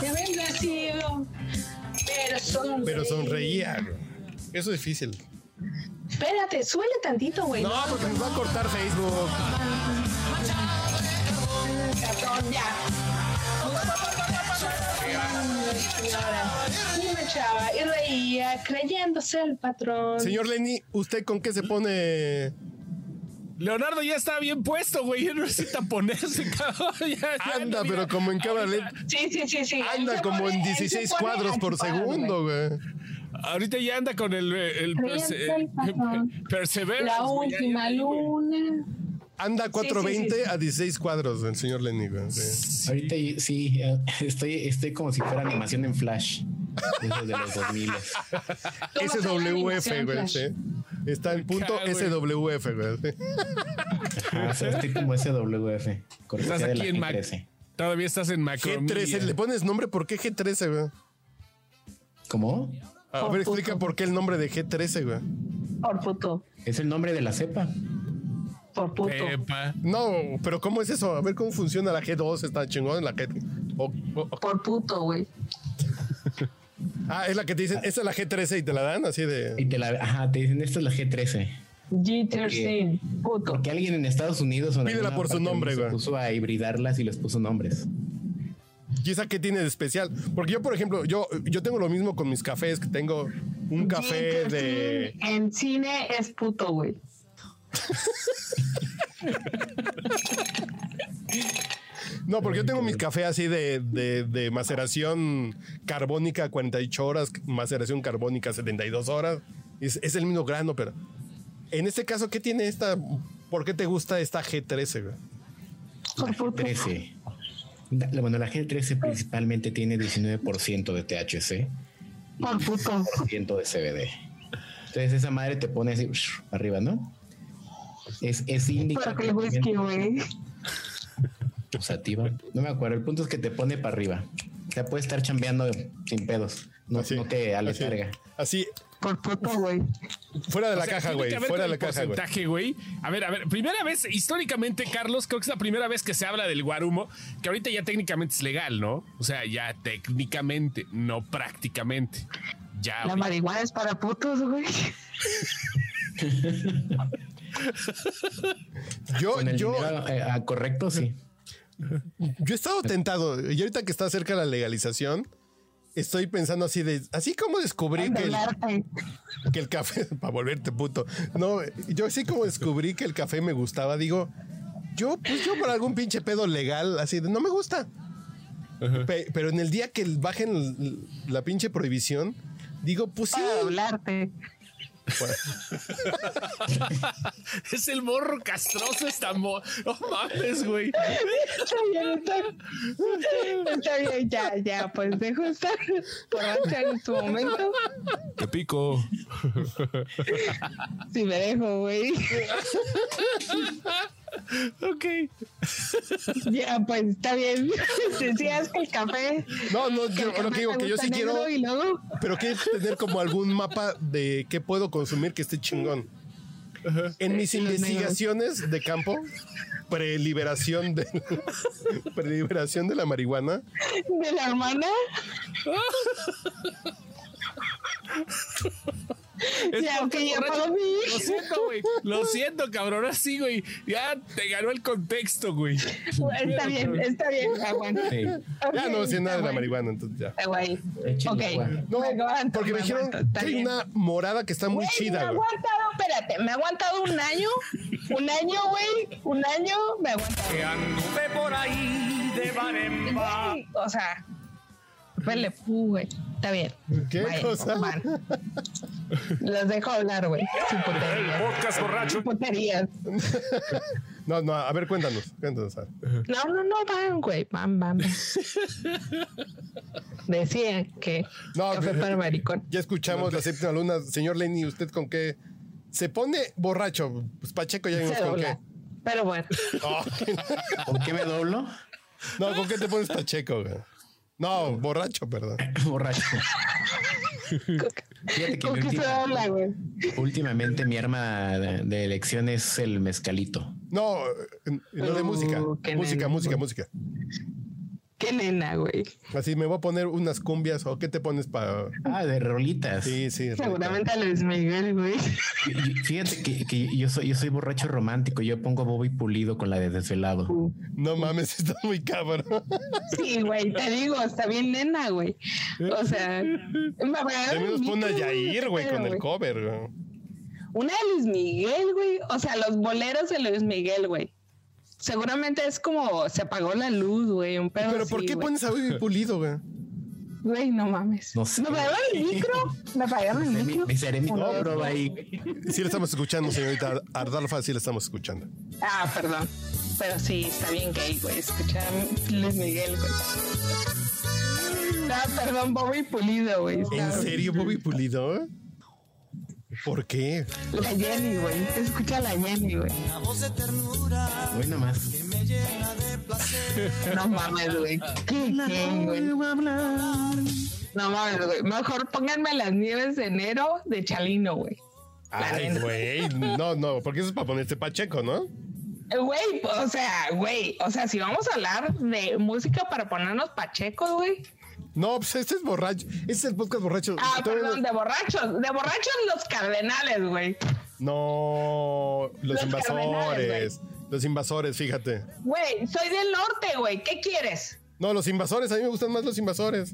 [SPEAKER 6] Te ven nacido, pero son.
[SPEAKER 1] Pero sonreía, güey. Eso es difícil.
[SPEAKER 6] Espérate, súbele tantito, güey.
[SPEAKER 1] No, porque nos va a cortar Facebook.
[SPEAKER 6] Cabrón, ya. Una chava y reía creyéndose el patrón.
[SPEAKER 1] Señor Lenny, ¿usted con qué se pone?
[SPEAKER 2] Leonardo ya está bien puesto, güey. Ya no necesita ponerse, (laughs) cabrón. Ya, ya,
[SPEAKER 1] Anda,
[SPEAKER 2] mira.
[SPEAKER 1] pero como en cámara
[SPEAKER 2] Ahorita-
[SPEAKER 1] lenta.
[SPEAKER 6] Sí, sí, sí, sí. Él
[SPEAKER 1] Anda
[SPEAKER 6] se
[SPEAKER 1] como
[SPEAKER 6] pone-
[SPEAKER 1] en
[SPEAKER 6] él se
[SPEAKER 1] 16
[SPEAKER 6] pone
[SPEAKER 1] cuadros por
[SPEAKER 6] a chupar,
[SPEAKER 1] segundo, güey.
[SPEAKER 2] Ahorita ya anda con el. eh, el
[SPEAKER 3] Ríanse
[SPEAKER 2] perse-
[SPEAKER 3] el patrón.
[SPEAKER 2] per- Perseverance.
[SPEAKER 6] La
[SPEAKER 2] güey, ya- ya-
[SPEAKER 6] última luna.
[SPEAKER 1] Anda 420
[SPEAKER 6] sí, sí.
[SPEAKER 1] a 16 cuadros el señor Lenny, güey. sí.
[SPEAKER 7] Ahorita y- sí, eh, estoy, estoy como si fuera animación en Flash. Eso de los 2000.
[SPEAKER 1] Ah,
[SPEAKER 6] Tómate la
[SPEAKER 1] SWF,
[SPEAKER 6] animación,
[SPEAKER 1] güey.
[SPEAKER 6] Flash.
[SPEAKER 1] sí. Está en punto
[SPEAKER 2] Acá, güey.
[SPEAKER 1] SWF, güey. sí.
[SPEAKER 7] Ajá, Ah, o sea, estoy como SWF. cortesía
[SPEAKER 2] Estás
[SPEAKER 7] de la
[SPEAKER 2] aquí en Mac.
[SPEAKER 7] G13.
[SPEAKER 2] Todavía estás en macro.
[SPEAKER 1] G13, ¿le pones nombre? ¿Por qué G13, güey?
[SPEAKER 7] ¿Cómo?
[SPEAKER 1] A ver, explica por qué el nombre de G13, güey.
[SPEAKER 3] Por puto.
[SPEAKER 7] Es el nombre de la cepa.
[SPEAKER 3] Por puto.
[SPEAKER 1] Eh,
[SPEAKER 2] Epa.
[SPEAKER 1] No, pero ¿cómo es eso? A ver cómo funciona la G2, está chingón la G. o- o-
[SPEAKER 6] Por puto, güey.
[SPEAKER 1] ah, es la que te dicen, esa es la G13 y te la dan así de.
[SPEAKER 7] Y te la, ajá, te dicen, esta es la G13.
[SPEAKER 3] G13. Puto.
[SPEAKER 7] Que alguien en Estados Unidos o en
[SPEAKER 1] Pídela
[SPEAKER 7] alguna
[SPEAKER 1] por su
[SPEAKER 7] parte del
[SPEAKER 1] nombre,
[SPEAKER 7] mundo
[SPEAKER 1] güey.
[SPEAKER 7] se puso a hibridarlas y les puso nombres.
[SPEAKER 1] ¿Y esa qué tiene de especial? Porque yo, por ejemplo, yo, yo tengo lo mismo con mis cafés, que tengo un café
[SPEAKER 6] G13
[SPEAKER 1] de.
[SPEAKER 6] En cine es puto, güey.
[SPEAKER 1] No, porque yo tengo mi café así de, de- de maceración carbónica 48 horas, maceración carbónica 72 horas. Es, es el mismo grano, pero. En este caso, ¿qué tiene esta? ¿Por qué te gusta esta G13? güey?
[SPEAKER 6] Por
[SPEAKER 7] La G13. Da- la- Bueno, la G13 principalmente tiene 19% de THC
[SPEAKER 6] Por puto.
[SPEAKER 7] y 100% de CBD. Entonces esa madre te pone así ush, arriba, ¿no? Es, es indica
[SPEAKER 6] Para que le busque, güey.
[SPEAKER 7] pulsativa. No me acuerdo. El punto es que te pone para arriba. O sea, puedes estar chambeando sin pedos. No,
[SPEAKER 1] Así,
[SPEAKER 7] no
[SPEAKER 1] así,
[SPEAKER 7] te aletarga.
[SPEAKER 1] Así,
[SPEAKER 6] Por puto, güey.
[SPEAKER 1] fuera de la
[SPEAKER 2] O sea,
[SPEAKER 1] caja,
[SPEAKER 2] tiene
[SPEAKER 1] güey.
[SPEAKER 2] que ver
[SPEAKER 1] Fuera
[SPEAKER 2] con
[SPEAKER 1] de la
[SPEAKER 2] el
[SPEAKER 1] caja, güey.
[SPEAKER 2] porcentaje, güey. A ver, a ver, primera vez, históricamente, Carlos, creo que es la primera vez que se habla del guarumo, que ahorita ya técnicamente es legal, ¿no? O sea, ya técnicamente, no prácticamente. Ya,
[SPEAKER 6] La
[SPEAKER 2] güey.
[SPEAKER 6] marihuana es para putos, güey.
[SPEAKER 1] Yo,
[SPEAKER 7] Con el
[SPEAKER 1] yo,
[SPEAKER 7] dinero eh, ah, correcto, sí.
[SPEAKER 1] yo he estado tentado. Y ahorita que está cerca la legalización, estoy pensando así de. Así como descubrí que el,
[SPEAKER 6] Andelarte.
[SPEAKER 1] que el café, (laughs) para volverte puto. No, yo así como descubrí que el café me gustaba, digo, yo, pues yo por algún pinche pedo legal, así, de, no me gusta. Pe- pero en el día que bajen l- la pinche prohibición, digo, pues sí.
[SPEAKER 6] Para doblarte.
[SPEAKER 2] (laughs) Es el morro castroso, está mo- (laughs) No mames, güey.
[SPEAKER 3] Está bien, está bien. Está bien, ya, ya, pues dejo estar borracha en su momento.
[SPEAKER 5] Te pico.
[SPEAKER 3] Si me dejo, güey.
[SPEAKER 2] Ok.
[SPEAKER 3] Ya, pues está bien. Decías que el café.
[SPEAKER 1] No, no, yo-
[SPEAKER 3] el
[SPEAKER 1] lo
[SPEAKER 3] café
[SPEAKER 1] que digo,
[SPEAKER 3] te
[SPEAKER 1] que yo
[SPEAKER 3] gusta
[SPEAKER 1] sí quiero,
[SPEAKER 3] negro Y luego,
[SPEAKER 1] pero quiero tener como algún mapa de qué puedo consumir que esté chingón. En mis investigaciones de campo, preliberación de, (laughs) preliberación de la marihuana,
[SPEAKER 3] de la hermana.
[SPEAKER 2] Es
[SPEAKER 3] Ya, ok,
[SPEAKER 2] porque
[SPEAKER 3] ya
[SPEAKER 2] borracho-
[SPEAKER 3] para mí.
[SPEAKER 2] Lo siento, güey. Lo siento, cabrón. Así, güey. Ya te ganó el contexto, güey.
[SPEAKER 3] Está bien, está bien.
[SPEAKER 1] Ah,
[SPEAKER 3] Aguanta.
[SPEAKER 7] Sí.
[SPEAKER 1] ya no sé nada de la
[SPEAKER 3] marihuana.
[SPEAKER 1] marihuana, entonces ya.
[SPEAKER 3] Güey.
[SPEAKER 7] Échale,
[SPEAKER 3] Ok.
[SPEAKER 7] agua.
[SPEAKER 1] No,
[SPEAKER 3] Me aguanto,
[SPEAKER 1] porque me,
[SPEAKER 3] me
[SPEAKER 1] dijeron
[SPEAKER 3] aguanto, está
[SPEAKER 1] que hay
[SPEAKER 3] bien.
[SPEAKER 1] una morada que está muy
[SPEAKER 3] Güey, me ha
[SPEAKER 1] chida, güey.
[SPEAKER 3] aguantado, espérate, me ha aguantado un año, un año, güey, un año, me ha aguantado.
[SPEAKER 5] Que anduve por ahí de
[SPEAKER 1] Ah.
[SPEAKER 5] Baremba.
[SPEAKER 3] Güey, O sea, vele, güey, está bien.
[SPEAKER 1] ¿Qué
[SPEAKER 3] Vayan,
[SPEAKER 1] cosa?
[SPEAKER 3] van. Los dejo hablar, güey, sin puterías,
[SPEAKER 5] Podcast borracho.
[SPEAKER 3] sin puterías.
[SPEAKER 1] (laughs) No, no, a ver, cuéntanos, cuéntanos. a ver.
[SPEAKER 3] No, no, no, van, güey, van, van. (laughs) van. Decía que
[SPEAKER 1] No,
[SPEAKER 3] café
[SPEAKER 1] pero-
[SPEAKER 3] para maricón.
[SPEAKER 1] Ya escuchamos la séptima luna. Señor Lenny, ¿usted con qué se pone borracho? Pues Pacheco ya vimos
[SPEAKER 3] Se
[SPEAKER 1] con
[SPEAKER 3] dobla.
[SPEAKER 1] qué.
[SPEAKER 3] Pero bueno,
[SPEAKER 1] Oh,
[SPEAKER 7] ¿Por qué me doblo? (laughs)
[SPEAKER 1] no, ¿con qué te pones Pacheco, güey? No, borracho, perdón.
[SPEAKER 6] (laughs)
[SPEAKER 7] Borracho. Fíjate que
[SPEAKER 3] ¿con
[SPEAKER 7] mi
[SPEAKER 3] qué se
[SPEAKER 7] última-
[SPEAKER 3] habla, güey?
[SPEAKER 7] últimamente mi arma de, de elección es el mezcalito.
[SPEAKER 1] No, eh, no de
[SPEAKER 3] Uh,
[SPEAKER 1] música.
[SPEAKER 3] qué
[SPEAKER 1] Música,
[SPEAKER 3] nena.
[SPEAKER 1] música, música.
[SPEAKER 3] Qué nena,
[SPEAKER 1] (laughs)
[SPEAKER 3] güey.
[SPEAKER 1] Así me voy a poner unas cumbias o qué te pones para.
[SPEAKER 7] Ah, de rolitas.
[SPEAKER 1] Sí, sí. rico.
[SPEAKER 3] Seguramente a Luis
[SPEAKER 1] (laughs)
[SPEAKER 3] Miguel, güey.
[SPEAKER 7] Y- y Fíjate que, que yo soy yo soy borracho romántico. Yo pongo Bobby Pulido con la de desvelado.
[SPEAKER 1] No mames, (laughs) está muy cabrón.
[SPEAKER 3] Sí, güey, te digo, está bien nena, güey. O
[SPEAKER 1] (laughs)
[SPEAKER 3] sea, me habrá
[SPEAKER 1] También nos
[SPEAKER 3] dormido,
[SPEAKER 1] pone a Yair, güey,
[SPEAKER 3] pero,
[SPEAKER 1] con el cover, güey.
[SPEAKER 3] Una de Luis Miguel, güey. O sea, los boleros de Luis Miguel, güey. Seguramente es como se apagó la luz, güey. Un pedo
[SPEAKER 1] Pero ¿por
[SPEAKER 3] así,
[SPEAKER 1] qué
[SPEAKER 3] Ah, güey.
[SPEAKER 1] pones a
[SPEAKER 3] (laughs)
[SPEAKER 1] Baby Pulido, güey?
[SPEAKER 3] Güey, no mames.
[SPEAKER 7] No sé.
[SPEAKER 3] Me apagaron el micro. Me apagaron el
[SPEAKER 7] Me,
[SPEAKER 3] micro.
[SPEAKER 7] me seré mi
[SPEAKER 3] No,
[SPEAKER 7] cobro ahí.
[SPEAKER 1] Sí la estamos escuchando, señorita Ardalfa, sí la estamos escuchando.
[SPEAKER 3] Ah, perdón. Pero sí, está bien gay, güey. Escuchar a Luis Miguel, güey. No, perdón, Bobby Pulido, güey.
[SPEAKER 1] ¿En
[SPEAKER 3] Está-
[SPEAKER 1] serio, Bobby Pulido? ¿Por qué?
[SPEAKER 3] La Jenny, güey. Escucha a la Jenny, güey.
[SPEAKER 7] Hoy nomás.
[SPEAKER 3] No mames, güey. ¿Qué, qué, güey? No mames, güey. Mejor pónganme las nieves de enero de Chalino, güey.
[SPEAKER 1] Ay, güey. No, no, porque eso es para ponerte pacheco, ¿no?
[SPEAKER 3] Eh, Güey, o sea, güey. O sea, si vamos a hablar de música para ponernos pachecos, güey.
[SPEAKER 1] No, pues este es borracho. Este es el podcast borracho.
[SPEAKER 3] Ah,
[SPEAKER 1] Todavía
[SPEAKER 3] perdón, de borrachos. De borrachos los cardenales, güey.
[SPEAKER 1] No, los,
[SPEAKER 3] Los
[SPEAKER 1] invasores.
[SPEAKER 3] cardenales,
[SPEAKER 1] Los invasores, fíjate.
[SPEAKER 3] Güey, soy del norte, güey. ¿Qué quieres?
[SPEAKER 1] No, los invasores, a mí me gustan más los invasores.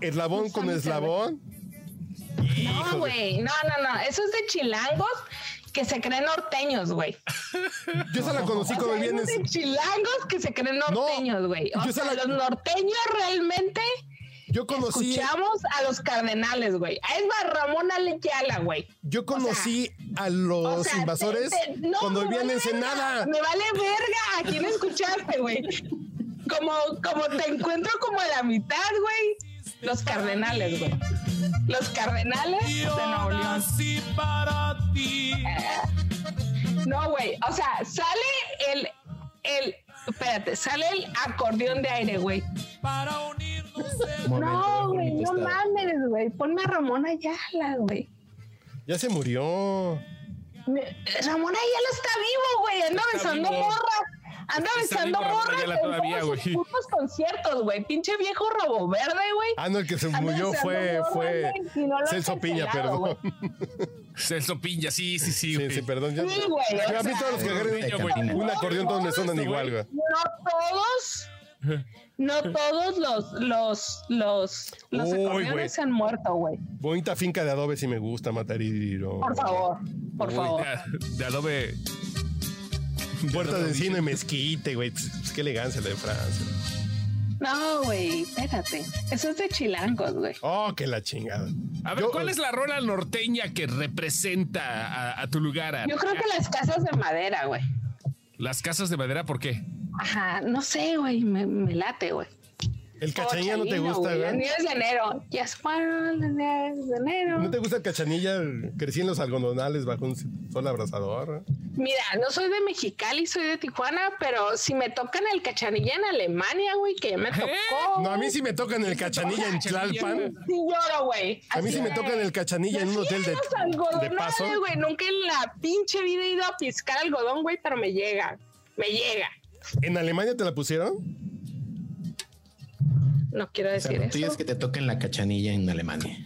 [SPEAKER 1] Eslabón
[SPEAKER 3] No
[SPEAKER 1] con
[SPEAKER 3] sabes,
[SPEAKER 1] eslabón.
[SPEAKER 3] No, güey. No, no, no. Eso es de chilangos que se creen norteños, güey.
[SPEAKER 1] Yo esa la conocí
[SPEAKER 3] O
[SPEAKER 1] cuando
[SPEAKER 3] sea, hay
[SPEAKER 1] vivía en
[SPEAKER 3] unos de
[SPEAKER 1] el-
[SPEAKER 3] chilangos que se creen norteños, güey. O
[SPEAKER 1] yo
[SPEAKER 3] sea,
[SPEAKER 1] se la-
[SPEAKER 3] los norteños realmente
[SPEAKER 1] Yo conocí,
[SPEAKER 3] escuchamos a los cardenales, güey. A Es más, Ramón Alejala, güey.
[SPEAKER 1] yo conocí a los
[SPEAKER 3] O sea,
[SPEAKER 1] invasores
[SPEAKER 3] te- te- no,
[SPEAKER 1] cuando
[SPEAKER 3] me
[SPEAKER 1] vivían en
[SPEAKER 3] vale
[SPEAKER 1] Ensenada.
[SPEAKER 3] verga, Me vale verga a quién escuchaste, güey. Como, como te encuentro como a la mitad, güey. Los cardenales, güey. Los cardenales de Nuevo León. Eh, No, güey. O sea, sale el, el, espérate, sale el acordeón de aire, güey.
[SPEAKER 7] Momento,
[SPEAKER 6] No, güey,
[SPEAKER 7] momento
[SPEAKER 6] no
[SPEAKER 7] estado.
[SPEAKER 6] mames, güey. Ponme a Ramón Ayala, güey.
[SPEAKER 1] Ya se murió.
[SPEAKER 6] Me-
[SPEAKER 3] Ramón Ayala está vivo, güey. Anda besando
[SPEAKER 2] vivo.
[SPEAKER 3] morras. Anda
[SPEAKER 2] Está
[SPEAKER 3] besando
[SPEAKER 2] vivo Ramón
[SPEAKER 3] morras
[SPEAKER 2] Ayala
[SPEAKER 3] en
[SPEAKER 2] todavía,
[SPEAKER 3] todos
[SPEAKER 2] güey.
[SPEAKER 3] sus putos conciertos, güey. Pinche viejo robo verde, güey.
[SPEAKER 1] Ah, no, el que se
[SPEAKER 3] Anda
[SPEAKER 1] murió
[SPEAKER 3] besando
[SPEAKER 1] fue,
[SPEAKER 3] morras,
[SPEAKER 1] fue
[SPEAKER 3] güey, y no lo han
[SPEAKER 1] Celso Piña,
[SPEAKER 3] cancelado,
[SPEAKER 1] perdón.
[SPEAKER 2] Celso Piña, sí, sí, sí.
[SPEAKER 1] Sí,
[SPEAKER 2] güey.
[SPEAKER 1] sí, perdón. Yo,
[SPEAKER 3] Sí, güey,
[SPEAKER 1] Yo
[SPEAKER 3] o
[SPEAKER 1] a mí
[SPEAKER 3] sea,
[SPEAKER 1] todos los que agarren
[SPEAKER 7] Niño,
[SPEAKER 2] güey.
[SPEAKER 7] Catarina.
[SPEAKER 1] un acordeón todos me suenan
[SPEAKER 2] Güey.
[SPEAKER 1] igual, güey.
[SPEAKER 3] No todos. No todos los los los los
[SPEAKER 1] Uy,
[SPEAKER 3] acordeones
[SPEAKER 1] güey.
[SPEAKER 3] se han muerto, güey.
[SPEAKER 1] Bonita finca de adobe si me gusta, Matariro.
[SPEAKER 3] Por favor, por
[SPEAKER 2] Uy,
[SPEAKER 3] favor.
[SPEAKER 2] de- De Adobe.
[SPEAKER 1] Puerta de encino y mezquite, güey. Pues, pues, qué elegancia la de Francia.
[SPEAKER 3] No, güey, espérate. Eso es de chilangos, güey.
[SPEAKER 1] Oh, que la chingada.
[SPEAKER 2] A ver,
[SPEAKER 1] Yo- eh,
[SPEAKER 2] ¿cuál es la rola norteña que representa a, a tu lugar? Ana?
[SPEAKER 3] Yo creo que las casas de madera, güey.
[SPEAKER 2] Las casas de madera, ¿por qué?
[SPEAKER 3] Ajá, no sé, güey, me, me late, güey.
[SPEAKER 1] El cachanilla no te
[SPEAKER 3] Cochalino,
[SPEAKER 1] gusta,
[SPEAKER 3] Los
[SPEAKER 1] güey.
[SPEAKER 3] días de enero. Ya se fueron los días de enero.
[SPEAKER 1] ¿No te gusta el cachanilla? Crecí en los algodonales bajo un sol abrasador.
[SPEAKER 3] Mira, no soy de Mexicali, soy de Tijuana, pero si me tocan el cachanilla en Alemania, güey, que ya me tocó.
[SPEAKER 1] No, a mí sí me tocan
[SPEAKER 2] ¿Eh?
[SPEAKER 1] el cachanilla en Tlalpan.
[SPEAKER 3] Sí lloro, güey.
[SPEAKER 1] A mí sí me tocan el cachanilla en un hotel de, de paso.
[SPEAKER 3] paso. güey. Nunca en la pinche vida he ido a piscar algodón, güey, pero me llega. Me llega.
[SPEAKER 1] ¿En Alemania te la pusieron?
[SPEAKER 3] No quiero
[SPEAKER 7] O sea,
[SPEAKER 3] decir
[SPEAKER 7] lo tuyo
[SPEAKER 3] eso.
[SPEAKER 7] es que te toquen la cachanilla en Alemania.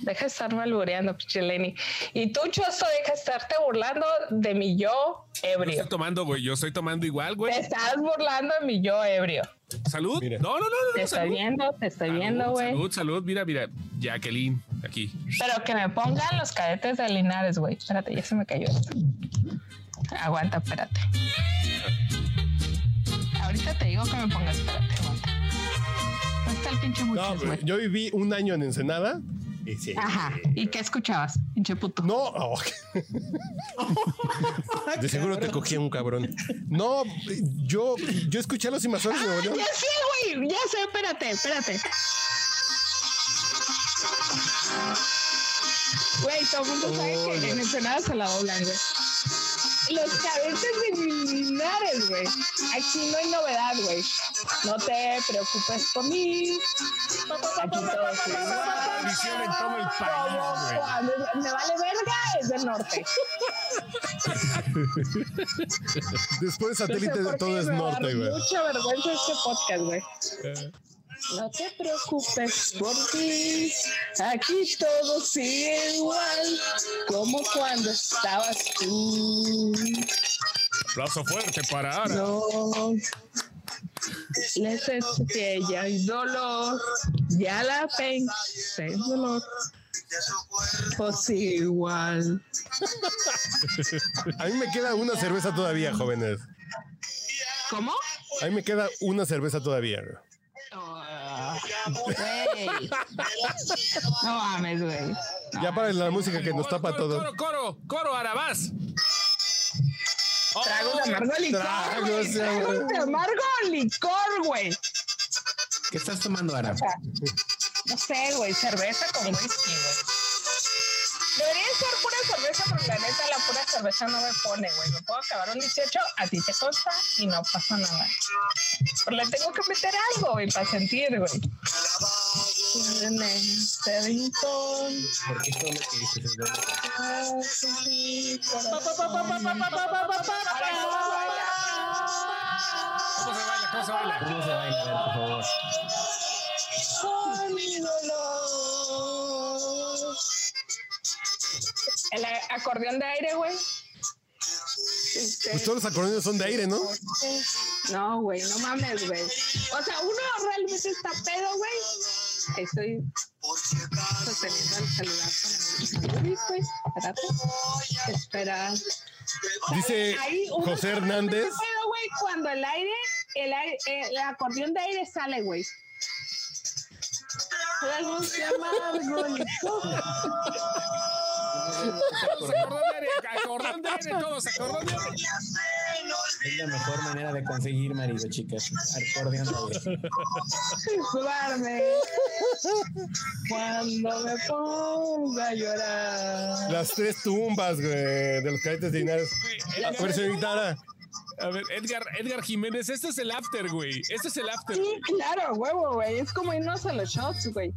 [SPEAKER 3] Deja de estar balbureando, pinche Lenny. Y tú, Choso, deja de estarte burlando de mi yo
[SPEAKER 2] Yo
[SPEAKER 3] ebrio.
[SPEAKER 2] estoy tomando, güey. Yo estoy tomando igual, güey.
[SPEAKER 3] Te estás burlando de mi yo ebrio.
[SPEAKER 2] Salud.
[SPEAKER 1] Mira.
[SPEAKER 2] No, no, no, no,
[SPEAKER 3] Te
[SPEAKER 2] no.
[SPEAKER 3] estoy
[SPEAKER 2] Salud.
[SPEAKER 3] viendo, te estoy viendo,
[SPEAKER 2] Salud,
[SPEAKER 3] güey.
[SPEAKER 2] Salud, salud. Mira, mira. Jacqueline, aquí.
[SPEAKER 3] Pero que me pongan los cadetes de Linares, güey. Espérate, ya se me cayó esto. Aguanta, espérate. Ahorita te digo que me pongas, espérate, aguanta. ¿Dónde está el pinche
[SPEAKER 1] No,
[SPEAKER 3] muchos, güey?
[SPEAKER 1] yo viví un año en Ensenada. Y sí.
[SPEAKER 3] Ajá. ¿Y qué escuchabas, pinche puto?
[SPEAKER 1] No. oh. (laughs) De seguro te cogía un cabrón. No, yo, yo escuché a los invasores de Nuevo
[SPEAKER 3] ¡Ah,
[SPEAKER 1] León.
[SPEAKER 3] ya sé, güey! Ya sé, espérate, espérate. Güey, todo el mundo sabe que en Ensenada se la doblan, güey. Los cadetes de Linares, güey. Aquí no hay novedad, güey. No te preocupes por mí. Aquí todo es igual.
[SPEAKER 2] Visión en todo el país, güey.
[SPEAKER 3] Me vale verga, es del norte.
[SPEAKER 1] Después
[SPEAKER 3] No sé
[SPEAKER 1] satélite
[SPEAKER 3] por
[SPEAKER 1] de
[SPEAKER 3] qué
[SPEAKER 1] todo es
[SPEAKER 3] me va a dar
[SPEAKER 1] norte, güey. Eh.
[SPEAKER 3] Mucha vergüenza este podcast, güey. No te preocupes por ti, aquí todo sigue igual como cuando estabas tú.
[SPEAKER 2] Plazo fuerte para Ara.
[SPEAKER 3] No, les es que ya hay dolor, ya la pensé el dolor. Pues igual.
[SPEAKER 1] A mí me queda una cerveza todavía, jóvenes.
[SPEAKER 3] ¿Cómo?
[SPEAKER 1] A mí me queda una cerveza todavía. güey.
[SPEAKER 3] Ah, Güey. No mames, güey.
[SPEAKER 1] Ya para la música que nos tapa
[SPEAKER 2] coro,
[SPEAKER 1] todo.
[SPEAKER 2] Coro, coro, coro, Ara, vas.
[SPEAKER 3] Tragos de
[SPEAKER 2] Oh,
[SPEAKER 3] amargo licor, güey.
[SPEAKER 1] Tragos de
[SPEAKER 3] Tragos de amargo licor, güey.
[SPEAKER 7] ¿Qué estás tomando ahora?
[SPEAKER 3] No sé, güey, cerveza con whisky, güey. Debería ser pura cerveza, porque la neta la pura cerveza no me pone, güey. Me puedo acabar un 18, a ti te consta y no pasa nada. Pero le tengo que meter algo, güey, para sentir, güey.
[SPEAKER 7] Porque todo lo que dices es verdad.
[SPEAKER 2] ¿Cómo se baila? ¿Cómo se baila?
[SPEAKER 7] ¿Cómo se baila? A ver, por favor.
[SPEAKER 3] El a- acordeón de aire, güey.
[SPEAKER 1] Pues todos los acordeones son de aire, ¿no?
[SPEAKER 3] No, güey, no mames, güey. O sea, uno realmente está pedo, güey. Estoy. sosteniendo Pues el celular con el- el Luis, güey. Espérate. Espera.
[SPEAKER 1] Dice
[SPEAKER 3] Ahí uno
[SPEAKER 1] José
[SPEAKER 3] sabe
[SPEAKER 1] Hernández.
[SPEAKER 3] qué pedo, güey, cuando el aire, el aire, eh, el acordeón de aire sale, güey. Algo se llama, güey.
[SPEAKER 2] Acordón de aire, todos, acordón de aire.
[SPEAKER 7] Es la mejor manera de conseguir marido, chicas. Acordeón de aire.
[SPEAKER 3] Jugarme. Cuando me ponga a llorar.
[SPEAKER 1] Las tres tumbas, güey, de los cadetes de Linares.
[SPEAKER 2] Edgar,
[SPEAKER 1] Aparece Vitara.
[SPEAKER 2] A ver, Edgar, Edgar Jiménez, este es el after, güey. Este es el after.
[SPEAKER 3] Sí, claro, huevo, güey. Es como irnos a los shots, güey.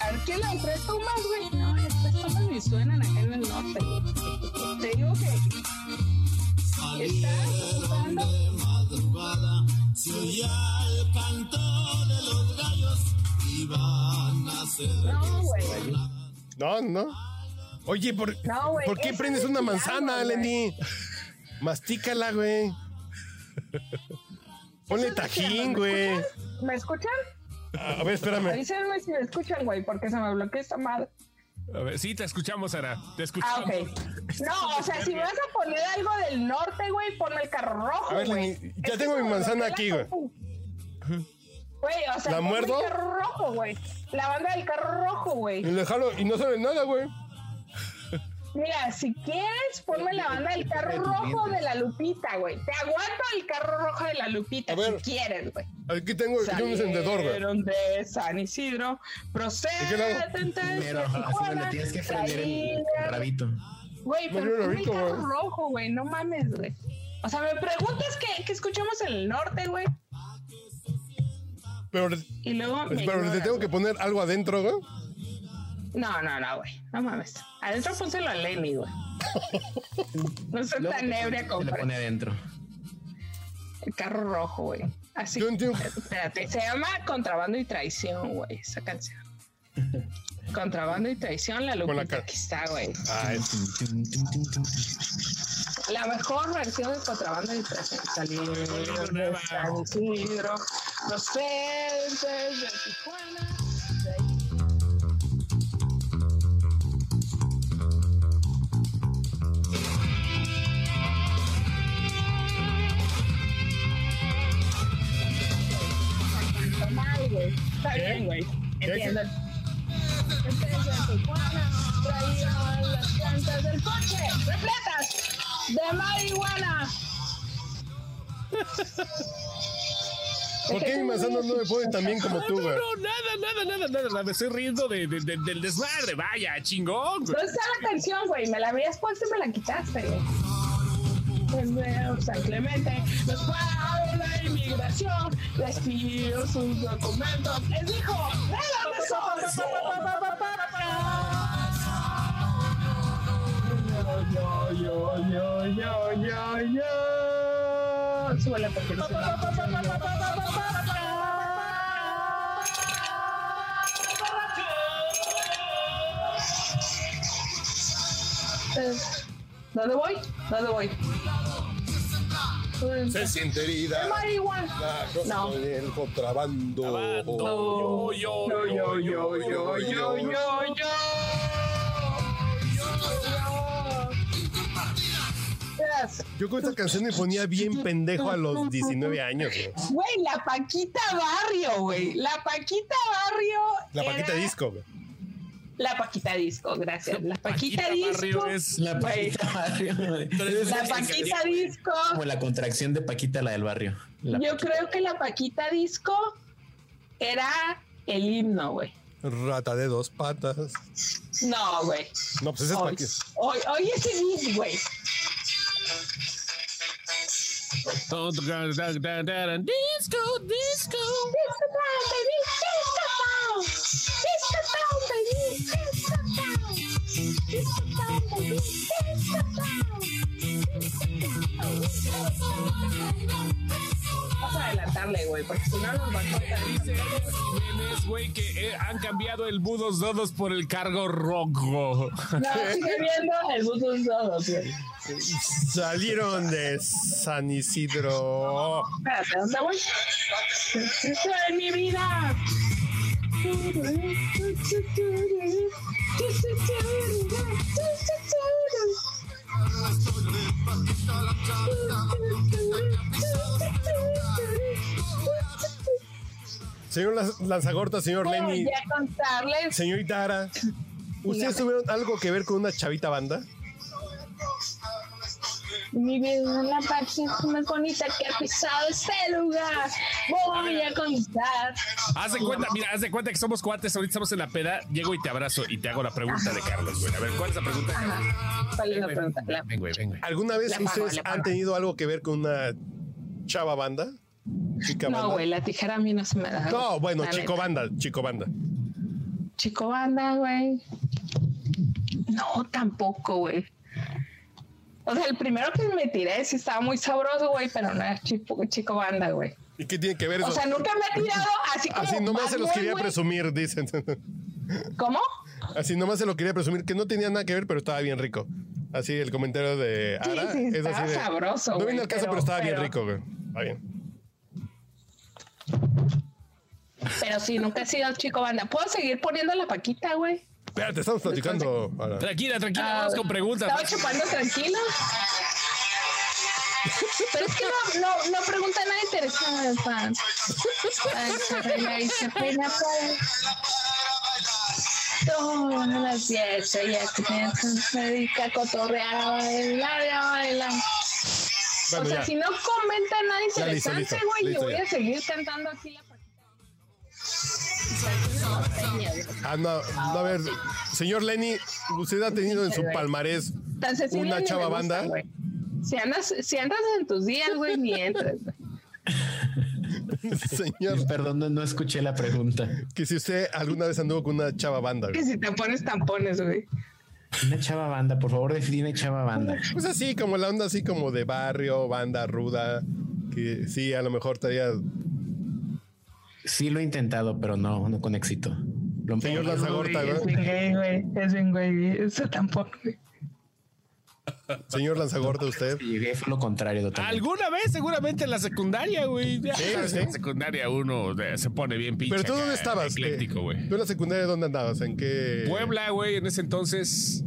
[SPEAKER 3] A ver, ¿qué la tres tomas, güey? No, estas tomas ni suenan acá en el norte, güey. Te digo que. Estás jugando. No, güey.
[SPEAKER 1] No, no. Oye, ¿por,
[SPEAKER 3] No, güey,
[SPEAKER 1] ¿por qué
[SPEAKER 3] ese
[SPEAKER 1] prendes
[SPEAKER 3] es
[SPEAKER 1] una
[SPEAKER 3] el
[SPEAKER 1] manzana,
[SPEAKER 3] agua, güey.
[SPEAKER 1] Lenny? Mastícala, güey. Ponle
[SPEAKER 3] Eso es lo que
[SPEAKER 1] tajín,
[SPEAKER 3] ando,
[SPEAKER 1] güey.
[SPEAKER 3] ¿Me escuchan?
[SPEAKER 1] A ver, espérame.
[SPEAKER 3] Avísenme si me escuchan, güey, porque se me bloqueó esta madre.
[SPEAKER 2] A ver, sí, te escuchamos, Sara. Te
[SPEAKER 3] Ah,
[SPEAKER 2] escuchamos.
[SPEAKER 3] ok. No, o sea, si me vas a poner algo del norte, güey, ponme el carro rojo.
[SPEAKER 1] A ver,
[SPEAKER 3] güey.
[SPEAKER 1] Lenny, ya
[SPEAKER 3] Es
[SPEAKER 1] tengo
[SPEAKER 3] como
[SPEAKER 1] mi manzana
[SPEAKER 3] lo que
[SPEAKER 1] aquí,
[SPEAKER 3] la
[SPEAKER 1] güey.
[SPEAKER 3] compu. Güey, o sea,
[SPEAKER 1] ¿La
[SPEAKER 3] ponme
[SPEAKER 1] muerdo?
[SPEAKER 3] el carro rojo, güey. La banda del carro rojo,
[SPEAKER 1] Y
[SPEAKER 3] güey.
[SPEAKER 1] lo jalo y no sabe nada, güey.
[SPEAKER 3] Mira, si quieres, ponme la banda del carro rojo de la Lupita, güey. Te aguanto el carro rojo de la Lupita
[SPEAKER 1] A ver.
[SPEAKER 3] si quieres, güey.
[SPEAKER 1] Aquí tengo yo un encendedor, güey.
[SPEAKER 3] Salieron de San
[SPEAKER 1] qué
[SPEAKER 3] Isidro.
[SPEAKER 1] lado?
[SPEAKER 3] Proceden
[SPEAKER 7] Primero,
[SPEAKER 3] desde
[SPEAKER 7] así no le
[SPEAKER 3] Tijuana,
[SPEAKER 7] tienes que prender el
[SPEAKER 3] traían
[SPEAKER 7] rabito.
[SPEAKER 3] Güey,
[SPEAKER 1] No,
[SPEAKER 3] pero
[SPEAKER 1] yo lo
[SPEAKER 3] ponme el
[SPEAKER 1] ubico,
[SPEAKER 3] carro
[SPEAKER 1] güey.
[SPEAKER 3] rojo, güey, no mames, güey. O sea, me preguntas que, que escuchamos en el norte, güey.
[SPEAKER 1] Pero,
[SPEAKER 3] Y luego. me
[SPEAKER 1] pero le
[SPEAKER 3] ignoras,
[SPEAKER 1] tengo que poner algo adentro, güey.
[SPEAKER 3] güey. No, no, no, güey. No mames. Adentro pónselo a
[SPEAKER 1] (laughs)
[SPEAKER 3] Lenny, güey. No soy
[SPEAKER 7] Luego
[SPEAKER 3] tan
[SPEAKER 7] te-
[SPEAKER 3] ebria
[SPEAKER 7] te
[SPEAKER 3] como
[SPEAKER 7] lo
[SPEAKER 3] para-
[SPEAKER 7] pone adentro.
[SPEAKER 3] el carro rojo, güey. Así.
[SPEAKER 1] Yo entiendo.
[SPEAKER 3] Espérate, se llama Contrabando y Traición, güey, esa canción.
[SPEAKER 1] (laughs)
[SPEAKER 3] Contrabando y Traición, la
[SPEAKER 1] la
[SPEAKER 3] lupita
[SPEAKER 1] cara.
[SPEAKER 3] que está, güey.
[SPEAKER 1] Ah, es-
[SPEAKER 7] Tum, tum, tum, tum, tum.
[SPEAKER 3] La mejor versión de contrabando de Salieron de San Isidro, procedentes de Tijuana. De ahí. Está mal, güey. Está bien, güey. Entiendo. Procedentes de Tijuana, traían las plantas del coche, repletas de marihuana.
[SPEAKER 1] ¿Por qué mi manzana no me ponen tan bien como tú, güey?
[SPEAKER 2] No, nada, nada, nada, nada, nada. Me estoy riendo de- de- de- del desmadre. Vaya, chingón. güey.
[SPEAKER 3] ¿Dónde está la canción, güey? Me la habías puesto y me la quitaste, güey. Desde San Clemente los pagos la inmigración les pidió sus documentos les dijo ¡Déjame solos! Yo, yo, yo, yo, yo, yo. Súbele porque no se va. ¿Dónde voy? ¿Dónde voy?
[SPEAKER 1] Se siente herida.
[SPEAKER 3] Marihuana.
[SPEAKER 1] La cosa
[SPEAKER 3] No.
[SPEAKER 1] del contrabando.
[SPEAKER 2] Yo, yo, yo, yo, yo, yo, yo, yo.
[SPEAKER 3] Yes.
[SPEAKER 1] Yo con esta canción me ponía bien pendejo a los 19 años. güey.
[SPEAKER 3] Güey, la Paquita Barrio, güey. La Paquita Barrio.
[SPEAKER 1] La
[SPEAKER 3] era-
[SPEAKER 1] paquita disco. güey.
[SPEAKER 3] La Paquita Disco, gracias. La Paquita,
[SPEAKER 2] Paquita
[SPEAKER 3] Disco.
[SPEAKER 2] Barrio es
[SPEAKER 7] La
[SPEAKER 3] Güey.
[SPEAKER 7] Paquita Barrio.
[SPEAKER 3] La Paquita Disco.
[SPEAKER 7] Como la contracción de Paquita, la del barrio. La
[SPEAKER 3] Yo
[SPEAKER 7] Paquita.
[SPEAKER 3] creo que la Paquita Disco era el himno, güey.
[SPEAKER 1] Rata de dos patas.
[SPEAKER 3] No, güey.
[SPEAKER 1] No, pues ese es
[SPEAKER 3] Hoy,
[SPEAKER 1] paquita.
[SPEAKER 3] hoy, hoy ese beat, güey.
[SPEAKER 2] Disco, disco.
[SPEAKER 3] Vamos a adelantarle, güey, porque si no nos va a cortar.
[SPEAKER 2] Dice Alex Jiménez, güey, que eh, han cambiado el Budos Dodos por el cargo rojo.
[SPEAKER 1] (laughs)
[SPEAKER 3] No, sigue viendo el botón todos, güey.
[SPEAKER 1] Salieron de San Isidro.
[SPEAKER 3] Espérate, ¿dónde voy? Esto es mi vida.
[SPEAKER 1] Señor Lanz- Lanzagorta, señor Lenny,
[SPEAKER 6] Voy a contarles.
[SPEAKER 1] señorita Ara, ¿ustedes
[SPEAKER 6] Dígame.
[SPEAKER 1] tuvieron algo que ver con una chavita banda?
[SPEAKER 6] Mi vida es una parte más bonita que ha pisado este lugar. Voy a contar.
[SPEAKER 2] Haz de cuenta, mira, haz de cuenta que somos cuates, ahorita estamos en la peda, llego y te abrazo y te hago la pregunta de Carlos, güey. A ver, ¿cuál es la pregunta? de Carlos?
[SPEAKER 3] ¿Cuál es la pregunta? La-
[SPEAKER 2] Ven, güey, ven, güey.
[SPEAKER 1] ¿Alguna vez
[SPEAKER 3] La pago,
[SPEAKER 1] ustedes
[SPEAKER 3] la pago.
[SPEAKER 1] han tenido algo que ver con una chava banda? Chica
[SPEAKER 3] No,
[SPEAKER 1] banda.
[SPEAKER 3] güey, la tijera a mí no se me da.
[SPEAKER 1] No,
[SPEAKER 3] güey.
[SPEAKER 1] bueno,
[SPEAKER 3] La
[SPEAKER 1] chico
[SPEAKER 3] neta.
[SPEAKER 1] banda, chico banda.
[SPEAKER 3] Chico banda, güey. No, tampoco, güey. O sea, el primero que me tiré sí estaba muy sabroso, güey, pero no era chico, chico banda, güey.
[SPEAKER 1] ¿Y qué tiene que ver eso?
[SPEAKER 3] O sea, nunca me he tirado así como.
[SPEAKER 1] Así nomás se los
[SPEAKER 3] Batman,
[SPEAKER 1] quería
[SPEAKER 3] güey.
[SPEAKER 1] presumir, dicen. (laughs)
[SPEAKER 3] ¿Cómo?
[SPEAKER 1] Así nomás se lo quería presumir, que no tenía nada que ver, pero estaba bien rico. Así el comentario de
[SPEAKER 3] Sí,
[SPEAKER 1] Ara.
[SPEAKER 3] sí,
[SPEAKER 1] es
[SPEAKER 3] estaba
[SPEAKER 1] así de-
[SPEAKER 3] sabroso,
[SPEAKER 1] No
[SPEAKER 3] güey,
[SPEAKER 1] vino al caso, pero,
[SPEAKER 3] pero-
[SPEAKER 1] estaba bien
[SPEAKER 3] pero-
[SPEAKER 1] rico, güey. Está bien.
[SPEAKER 3] Pero sí, nunca he sido chico banda. ¿Puedo seguir poniendo la paquita, güey?
[SPEAKER 1] Espérate, estamos platicando. Ara.
[SPEAKER 2] Tranquila, tranquila,
[SPEAKER 3] Ah,
[SPEAKER 2] vamos con preguntas.
[SPEAKER 3] Estaba chupando tranquilo. Pero es que no, no, no pregunta nada interesante, fan. Ay, pues. se arregla y se peina para-
[SPEAKER 6] Todas las 10 ella comienza, se dedica a cotorrear, a bailar, a bailar.
[SPEAKER 1] Bueno,
[SPEAKER 6] o sea,
[SPEAKER 1] ya.
[SPEAKER 6] si no comenta nada
[SPEAKER 1] Ya, listo,
[SPEAKER 6] interesante,
[SPEAKER 1] listo,
[SPEAKER 6] güey, yo
[SPEAKER 1] listo,
[SPEAKER 6] voy
[SPEAKER 1] ya.
[SPEAKER 6] a seguir cantando aquí la
[SPEAKER 1] Ah, no, no, a ver, señor Lenny, usted ha tenido en su palmarés (laughs)
[SPEAKER 3] Tan sensible
[SPEAKER 1] una
[SPEAKER 3] ni me
[SPEAKER 1] chava
[SPEAKER 3] gusta,
[SPEAKER 1] banda.
[SPEAKER 3] güey. Si andas, si andas en tus días, güey, ni entras. güey.
[SPEAKER 1] Señor,
[SPEAKER 7] Perdón, no, no escuché la pregunta.
[SPEAKER 1] que si usted alguna vez anduvo con una chava banda, güey.
[SPEAKER 3] Que si te pones tampones, güey.
[SPEAKER 7] Una chava banda, por favor, define chava banda.
[SPEAKER 1] Pues así, como la onda así como de barrio, banda ruda, que sí, a lo mejor traía...
[SPEAKER 7] Sí lo he intentado, pero no, no con éxito. Lo
[SPEAKER 1] Señor Lanzagorta,
[SPEAKER 3] Es
[SPEAKER 1] güey.
[SPEAKER 3] bien gay, güey. Es bien güey. Eso tampoco, güey.
[SPEAKER 1] Señor Lanzagorta, usted.
[SPEAKER 7] que llegué fue lo contrario totalmente.
[SPEAKER 2] Alguna vez, seguramente en la secundaria, güey. Ya
[SPEAKER 1] Sí,
[SPEAKER 2] sabes,
[SPEAKER 1] sí.
[SPEAKER 2] En la secundaria uno eh, se pone bien pinche.
[SPEAKER 1] Pero tú
[SPEAKER 2] acá,
[SPEAKER 1] dónde estabas? Eh,
[SPEAKER 2] Ecléctico,
[SPEAKER 1] ¿Qué-
[SPEAKER 2] güey.
[SPEAKER 1] ¿Tú en la secundaria dónde andabas? ¿En qué?
[SPEAKER 2] Puebla, güey, en ese entonces,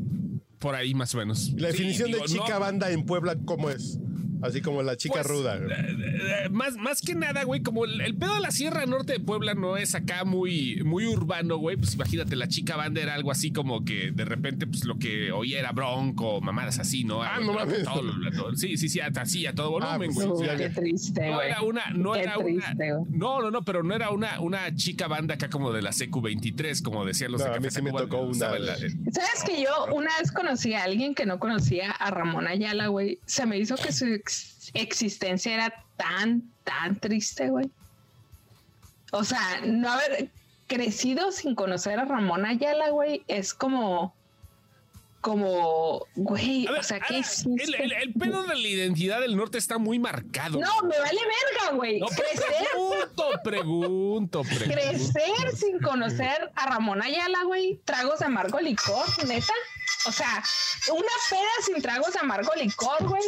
[SPEAKER 2] por ahí más o menos.
[SPEAKER 1] La
[SPEAKER 2] Sí,
[SPEAKER 1] definición
[SPEAKER 2] digo,
[SPEAKER 1] de chica
[SPEAKER 2] no,
[SPEAKER 1] banda en Puebla, ¿cómo es? Así como la chica
[SPEAKER 2] Pues,
[SPEAKER 1] ruda. güey.
[SPEAKER 2] eh, más, más que nada, güey, como el, el pedo de la Sierra Norte de Puebla no es acá muy, muy urbano, güey. Pues imagínate, la chica banda era algo así como que de repente, pues lo que oía era bronco, mamadas así, ¿no?
[SPEAKER 1] Ah,
[SPEAKER 2] Algo,
[SPEAKER 1] no
[SPEAKER 2] pero
[SPEAKER 1] mames.
[SPEAKER 2] todo- todo- sí, sí, sí, hasta así, a todo
[SPEAKER 1] Ah,
[SPEAKER 2] volumen,
[SPEAKER 1] pues,
[SPEAKER 2] güey.
[SPEAKER 1] sí,
[SPEAKER 2] O sea,
[SPEAKER 1] ya,
[SPEAKER 3] Qué
[SPEAKER 1] ya.
[SPEAKER 3] triste,
[SPEAKER 2] No
[SPEAKER 3] güey.
[SPEAKER 2] era una, no
[SPEAKER 3] Qué
[SPEAKER 2] era
[SPEAKER 3] triste,
[SPEAKER 2] una.
[SPEAKER 3] güey.
[SPEAKER 2] No, no, no, pero no era una, una chica banda acá como de la CQ23, como decían los
[SPEAKER 1] No,
[SPEAKER 2] de
[SPEAKER 1] a mí
[SPEAKER 2] Café
[SPEAKER 1] sí me
[SPEAKER 2] Tacuba,
[SPEAKER 1] tocó
[SPEAKER 2] que
[SPEAKER 1] una,
[SPEAKER 2] usaban la-
[SPEAKER 1] güey.
[SPEAKER 3] ¿Sabes que yo una vez conocí a alguien que no conocía a Ramón Ayala, güey? Se me hizo que su ex- existencia era tan, tan triste, güey. O sea, no haber crecido sin conocer a Ramón Ayala, güey, es como, como, güey,
[SPEAKER 2] A ver,
[SPEAKER 3] o sea, ¿qué
[SPEAKER 2] Ara,
[SPEAKER 3] hiciste?
[SPEAKER 2] el, el- el pedo de la identidad del norte está muy marcado.
[SPEAKER 3] No, me vale verga, güey.
[SPEAKER 2] No, pero
[SPEAKER 3] crecer,
[SPEAKER 2] pregunto, pregunto, pregunto.
[SPEAKER 3] crecer sin conocer a Ramón Ayala, güey. Tragos de amargo licor, neta. O sea, una peda sin tragos de amargo licor, güey.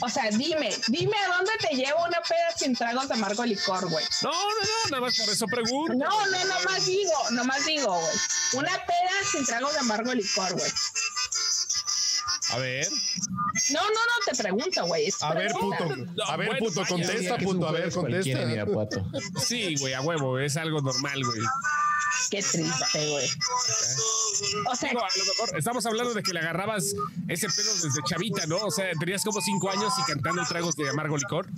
[SPEAKER 3] O sea, dime, dime a dónde te lleva una peda sin tragos de amargo licor, güey.
[SPEAKER 2] No, no, no, nada más por eso pregunto.
[SPEAKER 3] No, no, nomás digo, nomás digo, güey. Una peda sin tragos de amargo licor, güey.
[SPEAKER 2] A ver.
[SPEAKER 3] No, no, no, te pregunto, güey. es
[SPEAKER 1] A ver,
[SPEAKER 3] pregunta.
[SPEAKER 1] puto.
[SPEAKER 2] No,
[SPEAKER 1] A ver,
[SPEAKER 2] bueno,
[SPEAKER 1] puto,
[SPEAKER 2] vaya.
[SPEAKER 1] contesta, puto. A ver,
[SPEAKER 7] Cualquiera en
[SPEAKER 1] contesta. (laughs)
[SPEAKER 7] Irapuato.
[SPEAKER 2] Sí, güey, a huevo, es algo normal, güey.
[SPEAKER 3] Qué triste, güey. O sea,
[SPEAKER 2] Digo, a lo mejor estamos hablando de que le agarrabas ese pedo desde chavita, ¿no? O sea, tenías como cinco años y cantando tragos de amargo licor.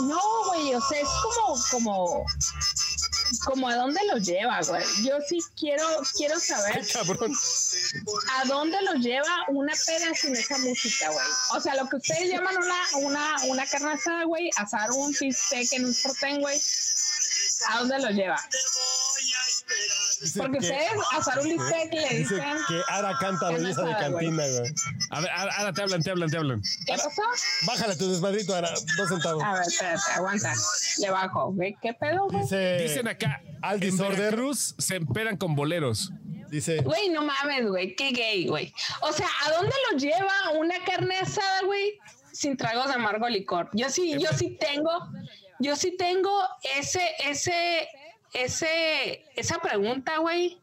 [SPEAKER 3] No, güey, o sea, es como, como, como a dónde los lleva, güey. Yo sí quiero, quiero saber
[SPEAKER 1] Cabrón.
[SPEAKER 3] a dónde los lleva una peda sin esa música, güey. O sea, lo que ustedes llaman una, una, una carne asada, güey, asar un bistec en un sartén, güey. ¿A dónde los lleva?
[SPEAKER 1] Dice
[SPEAKER 3] Porque
[SPEAKER 1] que-
[SPEAKER 3] ustedes asar un bistec le
[SPEAKER 1] Dice
[SPEAKER 3] dicen,
[SPEAKER 1] que Ara canta belleza de
[SPEAKER 3] Nada, güey.
[SPEAKER 1] cantina, güey.
[SPEAKER 2] A ver, ahora ahora te hablan, te hablan, te hablan.
[SPEAKER 3] ¿qué pasó?
[SPEAKER 1] Bájale tu desmadrito, Ara. Dos centavos.
[SPEAKER 3] A ver, espérate, aguanta. Le bajo, güey, ¿qué pedo, güey?
[SPEAKER 1] Dice,
[SPEAKER 2] Dicen acá,
[SPEAKER 1] Al
[SPEAKER 2] en
[SPEAKER 1] disorder.
[SPEAKER 2] Veracruz se emperan con boleros.
[SPEAKER 1] (laughs) dice,
[SPEAKER 3] Güey, no mames, güey, qué gay, güey. O sea, ¿a dónde lo lleva una carne asada, güey? Sin tragos de amargo licor. Yo sí, yo sí tengo, yo sí tengo ese, ese, ese, esa pregunta, güey.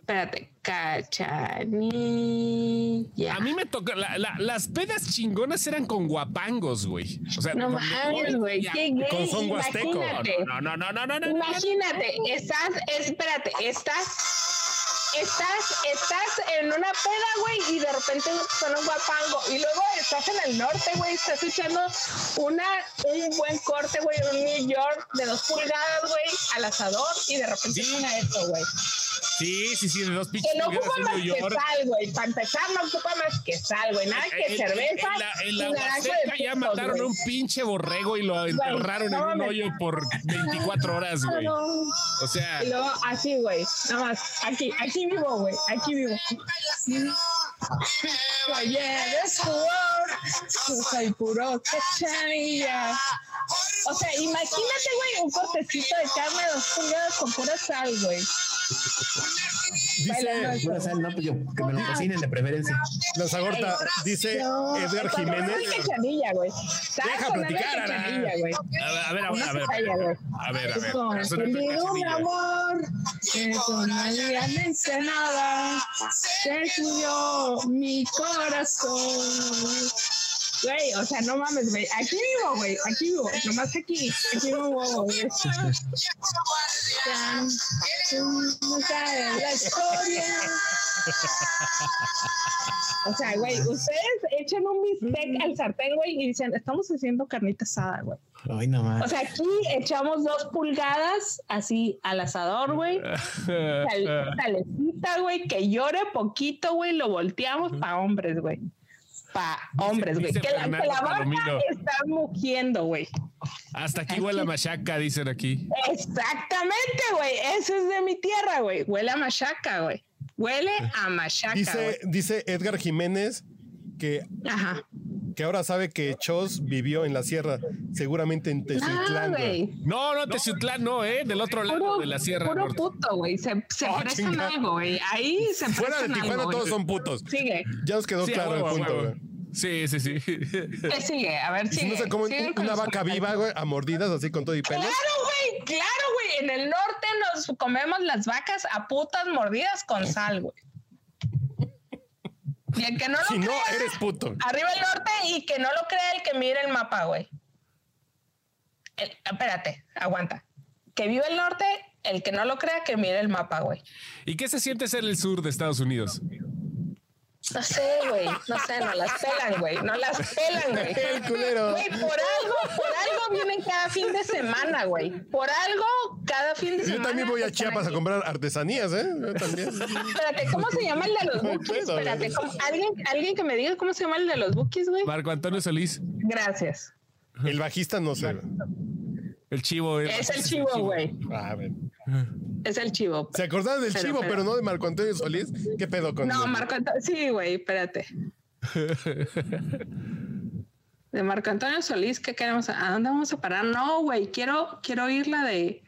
[SPEAKER 3] Espérate, cachanilla.
[SPEAKER 2] A mí me tocó. la- la- las pedas chingonas eran con guapangos, güey. O sea,
[SPEAKER 3] No
[SPEAKER 2] con-
[SPEAKER 3] mames, güey,
[SPEAKER 2] ya.
[SPEAKER 3] qué gay.
[SPEAKER 1] Con son huasteco.
[SPEAKER 3] Imagínate,
[SPEAKER 2] No, no, no, no, no, no. no.
[SPEAKER 3] imagínate, estás, espérate, estás, estás, estás en una peda, güey, y de repente suena un guapango, y luego estás en el norte, güey, estás echando una, un buen corte, güey, en un New York de dos pulgadas, güey, al asador, y de repente suena esto, güey.
[SPEAKER 2] Sí, sí, sí, de dos pinches
[SPEAKER 3] Que no
[SPEAKER 2] pulgadas
[SPEAKER 3] ocupa
[SPEAKER 2] en
[SPEAKER 3] más
[SPEAKER 2] New
[SPEAKER 3] que
[SPEAKER 2] York.
[SPEAKER 3] sal, güey. Para empezar, no ocupa más que sal, güey. Nada que
[SPEAKER 2] En- en-
[SPEAKER 3] cerveza.
[SPEAKER 2] En la, en
[SPEAKER 3] y
[SPEAKER 2] la
[SPEAKER 3] naranja de
[SPEAKER 2] Huasteca ya
[SPEAKER 3] pitos,
[SPEAKER 2] mataron a
[SPEAKER 3] güey.
[SPEAKER 2] un pinche borrego y lo enterraron en
[SPEAKER 3] (laughs) no
[SPEAKER 2] un
[SPEAKER 3] mames.
[SPEAKER 2] hoyo por 24 horas, güey.
[SPEAKER 3] No, no.
[SPEAKER 2] O sea,
[SPEAKER 3] Y luego así, güey. Nada más. Aquí, aquí vivo, güey. Aquí vivo. Oye, de sudor. Yo soy puro cachanilla. O sea, imagínate, güey, un cortecito de carne de dos pulgadas con pura sal, güey. Bailando
[SPEAKER 1] Dice
[SPEAKER 3] eso.
[SPEAKER 7] Pura sal, no, pues yo, que me lo cocinen de preferencia.
[SPEAKER 1] Lanzagorta,
[SPEAKER 2] Eh,
[SPEAKER 1] dice
[SPEAKER 3] No,
[SPEAKER 1] Edgar
[SPEAKER 3] cuando
[SPEAKER 1] Jiménez.
[SPEAKER 3] suena cachanilla, güey. Estaba
[SPEAKER 1] Deja
[SPEAKER 3] sonando
[SPEAKER 1] platicar, Ana.
[SPEAKER 3] cachanilla, güey.
[SPEAKER 2] a ver, a ver, a ver.
[SPEAKER 3] Ay,
[SPEAKER 2] A ver, a
[SPEAKER 3] a ver.
[SPEAKER 2] ver. A ver,
[SPEAKER 3] Con
[SPEAKER 2] Ahora suena
[SPEAKER 3] el
[SPEAKER 2] otra
[SPEAKER 3] dedo,
[SPEAKER 2] canción (laughs) y
[SPEAKER 3] mi
[SPEAKER 2] ya.
[SPEAKER 3] amor, que con alegría de ensenada se subió mi corazón. Güey, o sea, no mames, güey. Aquí vivo, güey. Aquí vivo. Nomás aquí. Aquí vivo, (laughs) güey. Tan, tú sabes la historia. O sea, güey, ustedes echan un bistec al sartén, güey, y dicen, estamos haciendo carnita asada, güey.
[SPEAKER 7] Ay, no
[SPEAKER 3] O
[SPEAKER 7] más.
[SPEAKER 3] sea, aquí echamos dos pulgadas así al asador, güey.
[SPEAKER 2] (laughs)
[SPEAKER 3] Sal- salecita, güey, que llore poquito, güey. Lo volteamos para hombres, güey. Para hombres, güey.
[SPEAKER 2] dice
[SPEAKER 3] Que la, que
[SPEAKER 2] Fernando
[SPEAKER 3] la vaca
[SPEAKER 2] Palomino.
[SPEAKER 3] está mugiendo, güey.
[SPEAKER 2] Hasta aquí huele la machaca, dicen aquí.
[SPEAKER 3] Exactamente, güey. Eso es de mi tierra, güey. Huele a machaca, güey. Huele a machaca, güey.
[SPEAKER 1] Dice, dice Edgar Jiménez que,
[SPEAKER 3] Ajá.
[SPEAKER 1] que ahora sabe que Chos vivió en la sierra, seguramente en
[SPEAKER 3] Ah,
[SPEAKER 1] Tezuitlán. güey.
[SPEAKER 3] güey.
[SPEAKER 2] No, no, Teciutlán no, ¿eh? Del otro lado de la Sierra
[SPEAKER 3] puro
[SPEAKER 2] Norte.
[SPEAKER 3] puto, güey. Se, se
[SPEAKER 1] Oh,
[SPEAKER 3] prestan
[SPEAKER 1] chinga.
[SPEAKER 3] algo, güey. Ahí se prestan
[SPEAKER 1] Fuera de Tijuana
[SPEAKER 3] algo, güey.
[SPEAKER 1] todos son putos.
[SPEAKER 3] Sigue.
[SPEAKER 1] Ya nos quedó
[SPEAKER 2] Sí, a
[SPEAKER 1] claro el
[SPEAKER 2] huevo, a
[SPEAKER 1] punto,
[SPEAKER 2] huevo.
[SPEAKER 1] güey.
[SPEAKER 2] Sí, sí, (laughs) sí.
[SPEAKER 3] ¿Qué sigue? A ver,
[SPEAKER 1] Y si
[SPEAKER 3] sigue.
[SPEAKER 1] no se comen
[SPEAKER 3] Sigue
[SPEAKER 1] un-
[SPEAKER 3] con
[SPEAKER 1] una
[SPEAKER 3] los
[SPEAKER 1] vaca
[SPEAKER 3] comentarios.
[SPEAKER 1] viva, güey, a mordidas así con todo y pelos.
[SPEAKER 3] Claro, güey, claro, güey. En el norte nos comemos las vacas a putas mordidas con sal, güey. Y el que no Ah, lo
[SPEAKER 1] Si no,
[SPEAKER 3] crea,
[SPEAKER 1] eres puto.
[SPEAKER 3] arriba el norte y que no lo crea el que mire el mapa, güey. El- espérate, aguanta. Que vive el norte, el que no lo crea, que mire el mapa, güey.
[SPEAKER 2] ¿Y qué se siente ser el sur de Estados Unidos?
[SPEAKER 3] No sé, güey. No sé, no las pelan, güey. No las pelan, güey.
[SPEAKER 1] El culero.
[SPEAKER 3] Güey, por algo, por algo vienen cada fin de semana, güey. Por algo, cada fin
[SPEAKER 1] Yo
[SPEAKER 3] de semana.
[SPEAKER 1] también voy a
[SPEAKER 3] están
[SPEAKER 1] Chiapas a
[SPEAKER 3] aquí.
[SPEAKER 1] comprar artesanías, ¿eh? Yo también.
[SPEAKER 3] Espérate, ¿cómo se llama el
[SPEAKER 1] (laughs)
[SPEAKER 3] de los
[SPEAKER 1] No hay
[SPEAKER 3] bookies?
[SPEAKER 1] pedo,
[SPEAKER 3] Espérate,
[SPEAKER 1] güey.
[SPEAKER 3] ¿cómo- ¿alguien, alguien que me diga cómo se llama el de los bookies, güey.
[SPEAKER 2] Marco Antonio Solís,
[SPEAKER 3] Gracias.
[SPEAKER 1] El bajista no sé. güey.
[SPEAKER 2] el chivo. eh.
[SPEAKER 1] pues
[SPEAKER 3] Es el chivo, güey.
[SPEAKER 1] Ah, güey.
[SPEAKER 3] Es el chivo.
[SPEAKER 1] ¿Se acordaron del
[SPEAKER 3] Pero,
[SPEAKER 1] chivo,
[SPEAKER 3] pero-
[SPEAKER 1] pero no de Marco Antonio Solís? ¿Qué pedo con
[SPEAKER 3] No,
[SPEAKER 1] el-
[SPEAKER 3] Marco Antonio. Sí,
[SPEAKER 1] (laughs)
[SPEAKER 3] güey, espérate. De Marco Antonio Solís, ¿qué queremos? ¿A dónde vamos a parar? No, güey, quiero, quiero oír la de.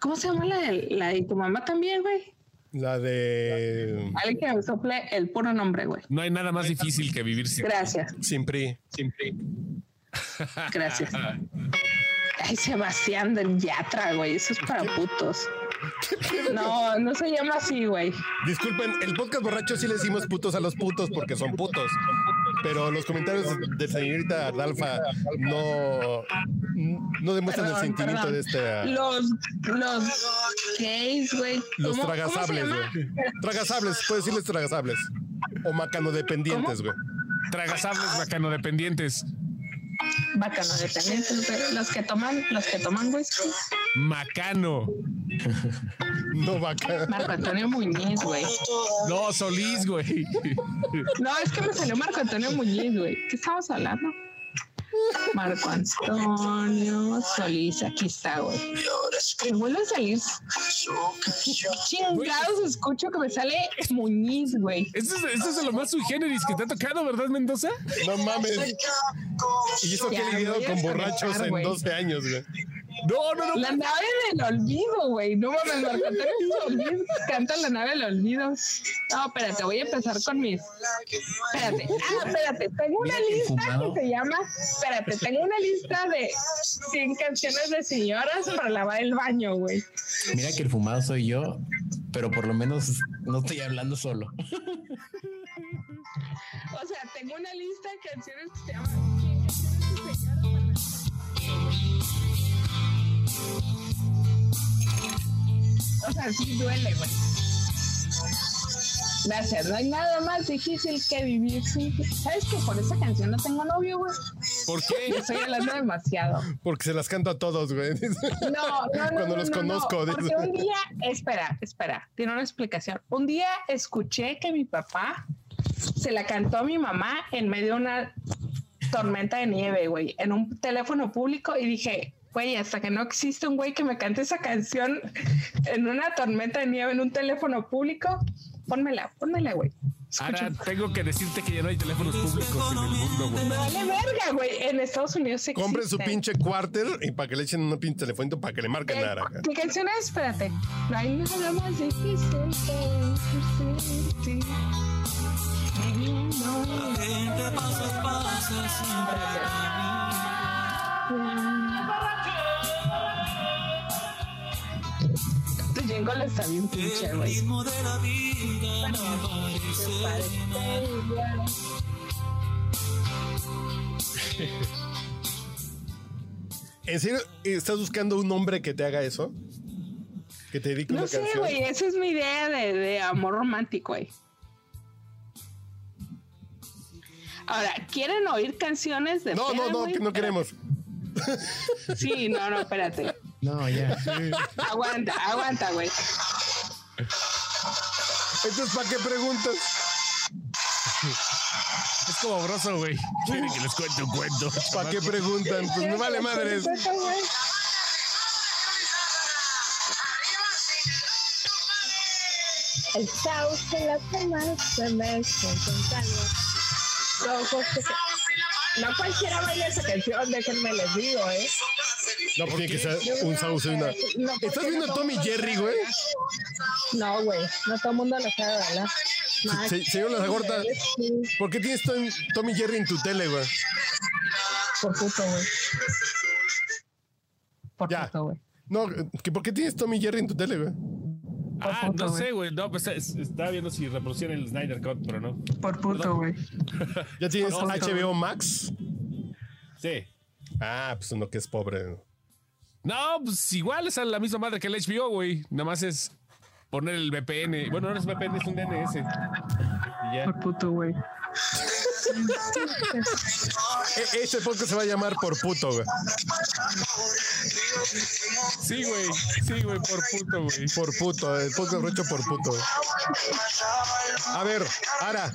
[SPEAKER 3] ¿Cómo se llama la de, la de tu mamá también, güey?
[SPEAKER 1] La de.
[SPEAKER 3] Alguien que me sople el puro nombre, güey.
[SPEAKER 2] No hay nada más difícil que vivir sin.
[SPEAKER 1] (laughs)
[SPEAKER 3] Gracias,
[SPEAKER 1] Sin PRI.
[SPEAKER 3] gracias. Ay, Sebastián del Yatra, güey. Eso es para putos. No, no se llama así, güey.
[SPEAKER 1] Disculpen, el podcast borracho sí le decimos putos a los putos porque son putos. Pero los comentarios de señorita Adalfa no, no demuestran
[SPEAKER 3] Perdón,
[SPEAKER 1] el sentimiento
[SPEAKER 3] perdón.
[SPEAKER 1] de este.
[SPEAKER 3] Los, los gays, güey.
[SPEAKER 1] Los
[SPEAKER 3] ¿Cómo-
[SPEAKER 1] tragasables,
[SPEAKER 3] ¿cómo se
[SPEAKER 1] güey.
[SPEAKER 3] llama?
[SPEAKER 1] Tragasables, puedes decirles tragasables. O macanodependientes, güey.
[SPEAKER 2] Tragasables macanodependientes.
[SPEAKER 3] Bacano dependientes, güey. Los que toman, los que toman whisky.
[SPEAKER 2] Macano.
[SPEAKER 1] No vaca.
[SPEAKER 3] Marco Antonio Muñiz, güey.
[SPEAKER 2] No, Solís, güey.
[SPEAKER 3] No, es que me salió Marco Antonio Muñiz, güey. ¿Qué estamos hablando? Marco Antonio Solís, aquí está, güey. Me vuelve a salir. Chingados, escucho que me sale Muñiz, güey.
[SPEAKER 2] Eso es, eso es de lo más sui generis que te ha tocado, ¿verdad, Mendoza?
[SPEAKER 1] No mames. Y eso que
[SPEAKER 3] Ya,
[SPEAKER 1] he lidiado
[SPEAKER 3] voy a
[SPEAKER 1] con borrachos
[SPEAKER 3] desconectar,
[SPEAKER 1] en
[SPEAKER 3] güey.
[SPEAKER 1] 12 años, güey.
[SPEAKER 2] No, no, no.
[SPEAKER 3] La nave del olvido, güey. No mames, Marcotero del olvido. Canta la nave del olvido. No, espérate, voy a empezar con mis. Espérate. Ah, espérate. Tengo una
[SPEAKER 7] Mira qué
[SPEAKER 3] lista
[SPEAKER 7] fumado.
[SPEAKER 3] que se llama. Espérate, tengo una lista de 100 canciones de señoras para lavar el baño, güey.
[SPEAKER 7] Mira que el fumado soy yo, pero por lo menos no estoy hablando solo.
[SPEAKER 3] O sea, tengo una lista de canciones que se llama. 100 canciones de señoras para lavar- O sea, sí duele, güey. Gracias, no hay nada más difícil que vivir sin ti. ¿Sabes que por esa canción no tengo novio, güey?
[SPEAKER 2] ¿Por qué?
[SPEAKER 3] Yo estoy hablando demasiado.
[SPEAKER 1] Porque se las canto a todos,
[SPEAKER 3] (laughs)
[SPEAKER 1] güey.
[SPEAKER 3] No, no, no.
[SPEAKER 1] Cuando
[SPEAKER 3] no,
[SPEAKER 1] los
[SPEAKER 3] no,
[SPEAKER 1] conozco,
[SPEAKER 3] No,
[SPEAKER 1] dice.
[SPEAKER 3] porque un día, espera, espera, tiene una explicación. Un día escuché que mi papá se la cantó a mi mamá en medio de una tormenta de nieve, güey, en un teléfono público y dije, güey, hasta que no existe un güey que me cante esa canción en una tormenta de nieve en un teléfono público, pónmela, pónmela, güey.
[SPEAKER 2] Ahora
[SPEAKER 3] Escucha.
[SPEAKER 2] tengo que decirte que ya no hay teléfonos públicos en el mundo, güey.
[SPEAKER 3] Vale verga, güey. En Estados Unidos se
[SPEAKER 1] Compren su pinche quarter y para que le echen un pinche telefonito para que le marquen a la-
[SPEAKER 3] Mi canción es, espérate, no hay nada más difícil que sentir. Tu jingle está bien pinche, güey.
[SPEAKER 1] ¿En serio estás buscando un hombre que te haga eso? Que te dedique
[SPEAKER 3] No
[SPEAKER 1] una
[SPEAKER 3] sé,
[SPEAKER 1] canción.
[SPEAKER 3] güey, eh, esa es mi idea de, de amor romántico, güey. Ahora, ¿quieren oír canciones de
[SPEAKER 1] no,
[SPEAKER 3] peda,
[SPEAKER 1] no, no,
[SPEAKER 3] güey?
[SPEAKER 1] que no queremos.
[SPEAKER 3] Sí, no, no, espérate.
[SPEAKER 7] (laughs) No, ya.
[SPEAKER 3] Aguanta, aguanta, güey.
[SPEAKER 1] Entonces, ¿para qué preguntas?
[SPEAKER 2] Es como broso, güey. Quieren que les cuente un cuento.
[SPEAKER 1] ¿Para qué preguntan? Pues me vale madres.
[SPEAKER 6] El sauce en la cama se me están contando. Los ojos pues, que se- No cualquiera baila esa canción, déjenme les digo, ¿eh?
[SPEAKER 1] No, porque tiene que ser un sauce y una.
[SPEAKER 6] No, porque
[SPEAKER 1] ¿Estás viendo
[SPEAKER 6] no
[SPEAKER 1] a Tommy
[SPEAKER 6] todo el mundo
[SPEAKER 1] Jerry,
[SPEAKER 6] lo
[SPEAKER 1] güey?
[SPEAKER 6] sabe No, güey, no todo el mundo lo sabe bailar. Más
[SPEAKER 1] Se- señor Lazagorta, ¿por qué tienes Tom- Tommy Jerry en tu tele, güey?
[SPEAKER 6] por puto, güey.
[SPEAKER 3] Por
[SPEAKER 1] Ya.
[SPEAKER 3] puto, güey.
[SPEAKER 1] No, que ¿por qué tienes Tommy Jerry en tu tele, güey?
[SPEAKER 2] Ah, no sé, güey. No, pues es- estaba viendo si reproducían el Snyder Cut, pero no.
[SPEAKER 3] Por puto, güey.
[SPEAKER 1] ¿Ya tienes
[SPEAKER 2] No, no,
[SPEAKER 1] HBO Max?
[SPEAKER 2] Sí.
[SPEAKER 1] Ah, pues uno que es pobre.
[SPEAKER 2] No, pues igual es a la misma madre que el HBO, güey. Nada más es poner el VPN. Bueno, no es VPN, es un DNS. Y ya.
[SPEAKER 3] Por puto, güey.
[SPEAKER 1] E- este podcast se va a llamar Por Puto, güey.
[SPEAKER 2] Sí, güey. Sí, güey, por puto, güey.
[SPEAKER 1] Por Puto, el podcast rocho Por Puto. A ver, Ara,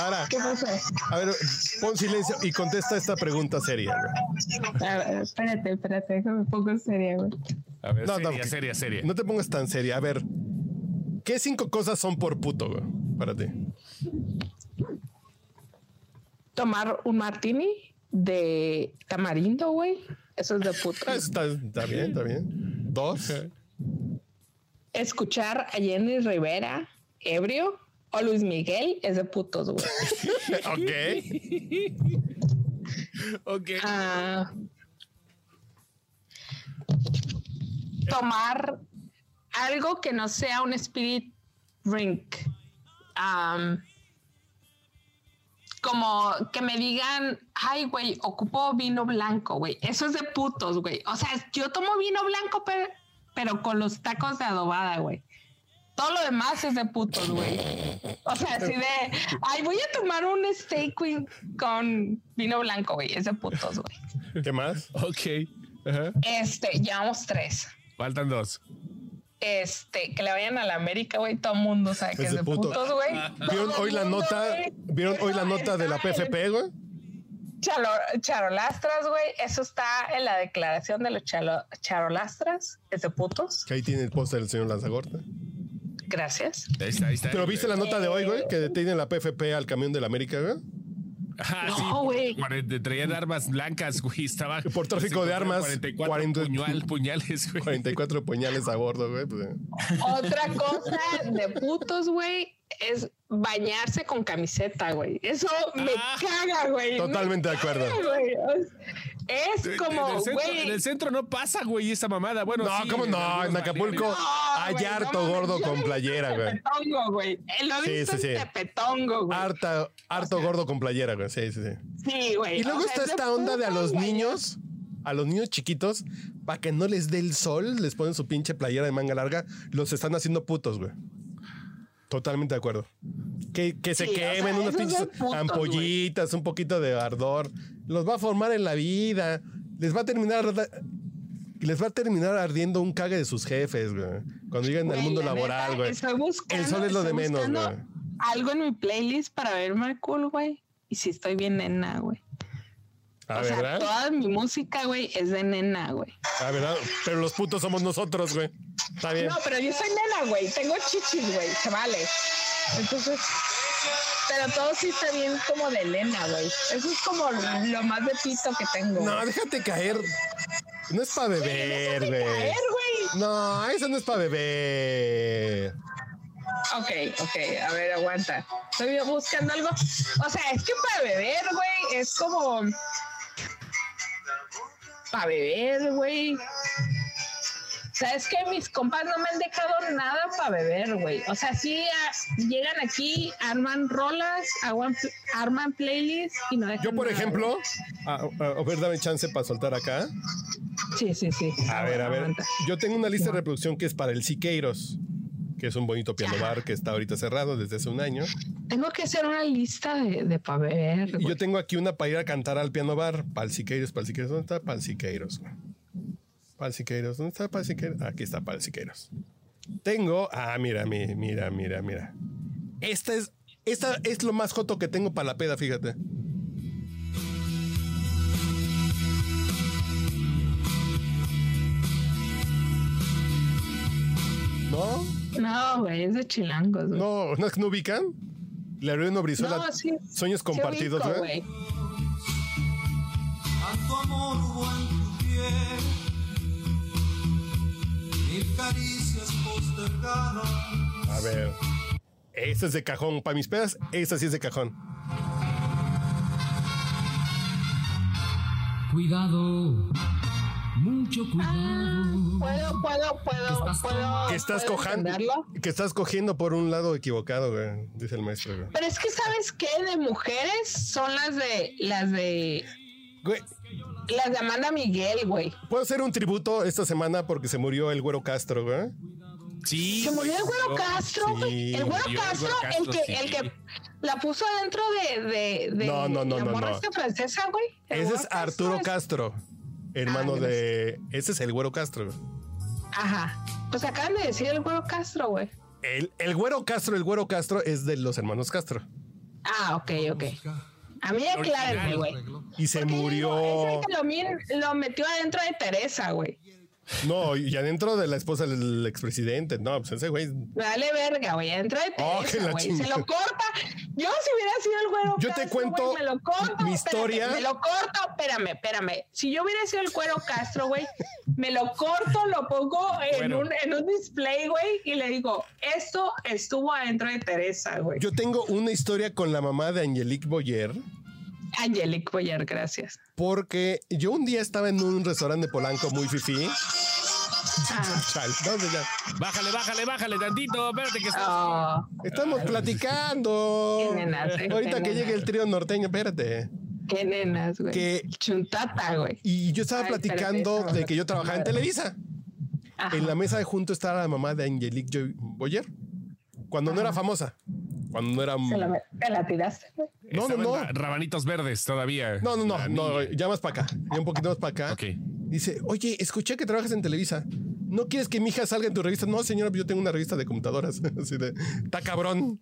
[SPEAKER 1] Ara,
[SPEAKER 6] ¿Qué pasó?
[SPEAKER 1] a ver, pon silencio y contesta esta pregunta seria, güey.
[SPEAKER 3] A ver, espérate, espérate, déjame poco seria, güey.
[SPEAKER 2] A ver,
[SPEAKER 1] No, no,
[SPEAKER 2] seria,
[SPEAKER 1] que-
[SPEAKER 2] seria, seria.
[SPEAKER 1] No te pongas tan seria. A ver, ¿qué cinco cosas son por puto, güey? Para ti.
[SPEAKER 3] Tomar un martini de tamarindo, güey. Eso es de puto.
[SPEAKER 1] Ah, eso Está, está bien, está bien. Dos.
[SPEAKER 3] Escuchar a Jenny Rivera, ebrio, o Luis Miguel, es de putos, güey.
[SPEAKER 1] (laughs) Ok.
[SPEAKER 2] Ok.
[SPEAKER 3] Ah. tomar algo que no sea un spirit drink. Am, como que me digan, ay, güey, ocupo vino blanco, güey. Eso es de putos, güey. O sea, yo tomo vino blanco, pero, pero con los tacos de adobada, güey. Todo lo demás es de putos, güey. O sea, así de, ay, voy a tomar un steak con- con vino blanco, güey. Es de putos, güey.
[SPEAKER 1] ¿Qué más?
[SPEAKER 2] Ok. Ajá.
[SPEAKER 3] Este, llevamos tres.
[SPEAKER 2] Faltan dos.
[SPEAKER 3] Este, que le vayan a la América, güey, todo el mundo sabe que
[SPEAKER 1] Es
[SPEAKER 3] es
[SPEAKER 1] de
[SPEAKER 3] de
[SPEAKER 1] puto.
[SPEAKER 3] putos, güey.
[SPEAKER 1] ¿Vieron
[SPEAKER 3] Todo
[SPEAKER 1] hoy la
[SPEAKER 3] mundo,
[SPEAKER 1] nota?
[SPEAKER 3] güey.
[SPEAKER 1] ¿Vieron hoy la
[SPEAKER 3] Eso
[SPEAKER 1] nota de la
[SPEAKER 3] está en
[SPEAKER 1] PFP, güey?
[SPEAKER 3] chalo- charolastras, güey. Eso está en la declaración de los chalo- charolastras. Es de putos.
[SPEAKER 1] Que ahí tiene el póster del señor Lanzagorta.
[SPEAKER 3] Gracias.
[SPEAKER 2] Ahí está, ahí está.
[SPEAKER 1] ¿Pero viste la nota de hoy, güey? Que detienen la PFP al camión de la América, güey.
[SPEAKER 2] Ah, sí,
[SPEAKER 3] No, güey.
[SPEAKER 2] cuarenta- traían armas blancas, güey. Estaba.
[SPEAKER 1] Por tráfico de armas,
[SPEAKER 2] 44
[SPEAKER 1] cuarenta-
[SPEAKER 2] puñal- puñales, güey.
[SPEAKER 1] 44 puñales a bordo, güey. pues, eh.
[SPEAKER 3] Otra cosa de putos, güey, es bañarse con camiseta, güey. Eso me
[SPEAKER 2] Ah,
[SPEAKER 3] caga, güey.
[SPEAKER 1] totalmente de
[SPEAKER 3] (laughs)
[SPEAKER 1] acuerdo.
[SPEAKER 3] Me caga, güey. O sea, Es
[SPEAKER 2] en,
[SPEAKER 3] como,
[SPEAKER 2] el centro, en
[SPEAKER 3] güey.
[SPEAKER 2] el centro no pasa, güey, esa mamada. Bueno,
[SPEAKER 1] No,
[SPEAKER 2] sí,
[SPEAKER 1] ¿cómo no?
[SPEAKER 2] algunos
[SPEAKER 1] En Acapulco
[SPEAKER 2] balnearios.
[SPEAKER 1] hay
[SPEAKER 3] güey,
[SPEAKER 1] harto
[SPEAKER 3] no mames,
[SPEAKER 1] gordo
[SPEAKER 3] yo lo
[SPEAKER 1] con
[SPEAKER 3] he
[SPEAKER 1] playera, güey.
[SPEAKER 3] Tepetongo, güey. Eh, Lo he
[SPEAKER 1] Sí,
[SPEAKER 3] visto
[SPEAKER 1] sí, sí.
[SPEAKER 3] en
[SPEAKER 1] Ah,
[SPEAKER 3] Tepetongo, güey.
[SPEAKER 1] Harta, harto gordo con playera, güey. Sí, sí, sí.
[SPEAKER 3] Sí, güey.
[SPEAKER 1] Y
[SPEAKER 3] O
[SPEAKER 1] luego
[SPEAKER 3] sea,
[SPEAKER 1] está
[SPEAKER 3] es
[SPEAKER 1] esta onda de a
[SPEAKER 3] puto
[SPEAKER 1] los
[SPEAKER 3] bañar-
[SPEAKER 1] niños, a los niños chiquitos, para que no les dé el sol, les ponen su pinche playera de manga larga, los están haciendo putos, güey. Totalmente de acuerdo. Que, que se
[SPEAKER 3] Sí, o sea,
[SPEAKER 1] quemen unas
[SPEAKER 3] esos
[SPEAKER 1] pinches
[SPEAKER 3] son putos,
[SPEAKER 1] ampollitas, un poquito de ardor. Los va a formar en la vida. Les va a terminar. arda- Les va a terminar ardiendo un cague de sus jefes, güey. Cuando lleguen al
[SPEAKER 3] Güey,
[SPEAKER 1] mundo
[SPEAKER 3] la
[SPEAKER 1] laboral,
[SPEAKER 3] neta,
[SPEAKER 1] güey.
[SPEAKER 3] estoy buscando-
[SPEAKER 1] El sol es lo de
[SPEAKER 3] estoy
[SPEAKER 1] menos,
[SPEAKER 3] buscando
[SPEAKER 1] güey.
[SPEAKER 3] Algo en mi playlist para verme cool, güey. Y si estoy bien nena, güey.
[SPEAKER 1] A
[SPEAKER 3] o
[SPEAKER 1] ver,
[SPEAKER 3] sea,
[SPEAKER 1] ¿verdad?
[SPEAKER 3] toda mi música, güey, es de nena, güey.
[SPEAKER 1] A ver, ¿verdad? Pero los putos somos nosotros, güey. Está bien.
[SPEAKER 6] No, pero yo soy nena, güey. Tengo chichis, güey. Se vale. Entonces. Pero todo sí está bien como de nena, güey. Eso es como lo más de pito que tengo.
[SPEAKER 1] No, déjate caer. No es para beber, güey.
[SPEAKER 6] Ver, güey.
[SPEAKER 1] No, eso no es para beber.
[SPEAKER 6] Ok, ok. A ver, aguanta. Estoy buscando algo. O sea, es que para beber, güey, es como. Para beber, güey. ¿Sabes que Mis compas no me han dejado nada para beber, güey. O sea, sí ah, llegan aquí, arman rolas, aguan- arman playlists y no dejan
[SPEAKER 1] Yo, por
[SPEAKER 6] nada,
[SPEAKER 1] ejemplo, a, a- a ver, dame chance para soltar acá.
[SPEAKER 6] güey. Sí, sí, sí.
[SPEAKER 1] A ver, a ver.
[SPEAKER 6] Ah, Aguanta.
[SPEAKER 1] Yo tengo una lista de reproducción que es para el Siqueiros, que es un bonito piano bar que está ahorita cerrado desde hace un año.
[SPEAKER 3] Tengo que hacer una lista de, de pa' ver,
[SPEAKER 1] Y
[SPEAKER 3] güey.
[SPEAKER 1] yo tengo aquí una para ir a cantar al piano bar. Para el Siqueiros, para el Siqueiros. ¿Dónde está? Para el Siqueiros. güey. Para el Siqueiros. ¿Dónde está? Para el Siqueiros. Aquí está para el Siqueiros. Tengo. Ah, mira, mi- mira, mira, mira. Esta es, esta es lo más joto que tengo para la peda, fíjate. ¿No?
[SPEAKER 3] No, güey, es de chilangos, güey.
[SPEAKER 1] No, ¿no, no ubican? Le abrió una brisola.
[SPEAKER 3] No, sí,
[SPEAKER 1] Sueños
[SPEAKER 3] sí
[SPEAKER 1] compartidos,
[SPEAKER 3] ubico,
[SPEAKER 1] güey.
[SPEAKER 3] güey.
[SPEAKER 8] Tanto amor hubo en tu piel, mil caricias postergadas.
[SPEAKER 1] A ver. Esta es de cajón. Para mis pedas, esta sí es de cajón.
[SPEAKER 9] Cuidado, mucho cuidado.
[SPEAKER 3] Puedo, puedo, puedo,
[SPEAKER 9] Estás-
[SPEAKER 3] puedo.
[SPEAKER 1] Que estás
[SPEAKER 3] puedo
[SPEAKER 1] cojando.
[SPEAKER 3] entenderlo.
[SPEAKER 1] Que estás cogiendo por un lado equivocado, güey. Dice el maestro, güey.
[SPEAKER 3] Pero es que, ¿sabes qué? De mujeres son las de, las de,
[SPEAKER 1] Güey,
[SPEAKER 3] las de Amanda Miguel, güey.
[SPEAKER 1] Puedo hacer un tributo esta semana porque se murió el güero Castro, güey.
[SPEAKER 2] Sí.
[SPEAKER 3] Se murió el güero
[SPEAKER 2] güey.
[SPEAKER 3] Castro,
[SPEAKER 1] sí,
[SPEAKER 3] güey. El güero
[SPEAKER 2] murió el
[SPEAKER 3] Castro,
[SPEAKER 2] güero
[SPEAKER 3] el
[SPEAKER 2] Castro,
[SPEAKER 3] que,
[SPEAKER 2] sí.
[SPEAKER 3] el que la puso adentro de, de, de
[SPEAKER 1] No, no, no,
[SPEAKER 3] la
[SPEAKER 1] no,
[SPEAKER 3] morra
[SPEAKER 1] no.
[SPEAKER 3] esta francesa, güey. El
[SPEAKER 1] Ese
[SPEAKER 3] güero
[SPEAKER 1] es Arturo
[SPEAKER 3] es-
[SPEAKER 1] Castro, hermano
[SPEAKER 3] Ah,
[SPEAKER 1] de. Ese es el güero Castro. güey.
[SPEAKER 3] Ajá. Pues acaban de decir el güero Castro, güey.
[SPEAKER 1] El, el güero Castro, el güero Castro es de los hermanos Castro.
[SPEAKER 3] Ah, ok, ok. A mí aclárenme, güey.
[SPEAKER 1] Y se
[SPEAKER 3] Porque yo digo,
[SPEAKER 1] murió.
[SPEAKER 3] ese que lo, min- lo metió adentro de Teresa, güey.
[SPEAKER 1] No, y adentro de la esposa del expresidente. No, pues ese güey.
[SPEAKER 3] Dale verga, güey. Adentro de
[SPEAKER 1] Oh, que
[SPEAKER 3] Teresa,
[SPEAKER 1] la
[SPEAKER 3] güey.
[SPEAKER 1] chingada.
[SPEAKER 3] Se lo corta. Yo si hubiera sido el güero
[SPEAKER 1] Yo te
[SPEAKER 3] Castro,
[SPEAKER 1] cuento
[SPEAKER 3] güey, me lo corto,
[SPEAKER 1] mi
[SPEAKER 3] espérate,
[SPEAKER 1] historia.
[SPEAKER 3] me lo corto, espérame, espérame. Si yo hubiera sido el cuero Castro, güey, me lo corto, lo pongo en,
[SPEAKER 2] Bueno.
[SPEAKER 3] un, en un display, güey, y le digo, esto estuvo adentro de Teresa, güey.
[SPEAKER 1] Yo tengo una historia con la mamá de Angelique Boyer.
[SPEAKER 3] Angelique Boyer, gracias.
[SPEAKER 1] Porque yo un día estaba en un restaurante de Polanco muy fifí.
[SPEAKER 3] Ah,
[SPEAKER 1] Chal, no, pues ya, ya.
[SPEAKER 2] Bájale, bájale, bájale tantito. Espérate que está.
[SPEAKER 3] oh,
[SPEAKER 1] Estamos platicando.
[SPEAKER 3] Qué nenas, eh,
[SPEAKER 1] Ahorita
[SPEAKER 3] qué
[SPEAKER 1] que
[SPEAKER 3] nenas.
[SPEAKER 1] llegue el trío norteño, espérate.
[SPEAKER 3] qué nenas, güey.
[SPEAKER 1] Que-
[SPEAKER 3] Chuntata, güey.
[SPEAKER 1] Y yo estaba
[SPEAKER 3] Ay,
[SPEAKER 1] platicando
[SPEAKER 3] espérate,
[SPEAKER 1] de que yo trabajaba en
[SPEAKER 3] madre.
[SPEAKER 1] Televisa.
[SPEAKER 3] Ajá.
[SPEAKER 1] En la mesa de junto estaba la mamá de Angelique Joy- Boyer. Cuando no era famosa. Cuando no era.
[SPEAKER 3] Se la, me la tiraste, güey.
[SPEAKER 1] No, no,
[SPEAKER 2] Estaban
[SPEAKER 1] no.
[SPEAKER 2] ra- Rabanitos verdes todavía.
[SPEAKER 1] No, no, no,
[SPEAKER 2] La
[SPEAKER 1] no,
[SPEAKER 2] niña.
[SPEAKER 1] ya más para acá, ya un poquito más para acá.
[SPEAKER 2] Ok.
[SPEAKER 1] Dice, oye, escuché que trabajas en Televisa. ¿No quieres que mi hija salga en tu revista? No, señora, yo tengo una revista de computadoras. (laughs) Así de, está cabrón.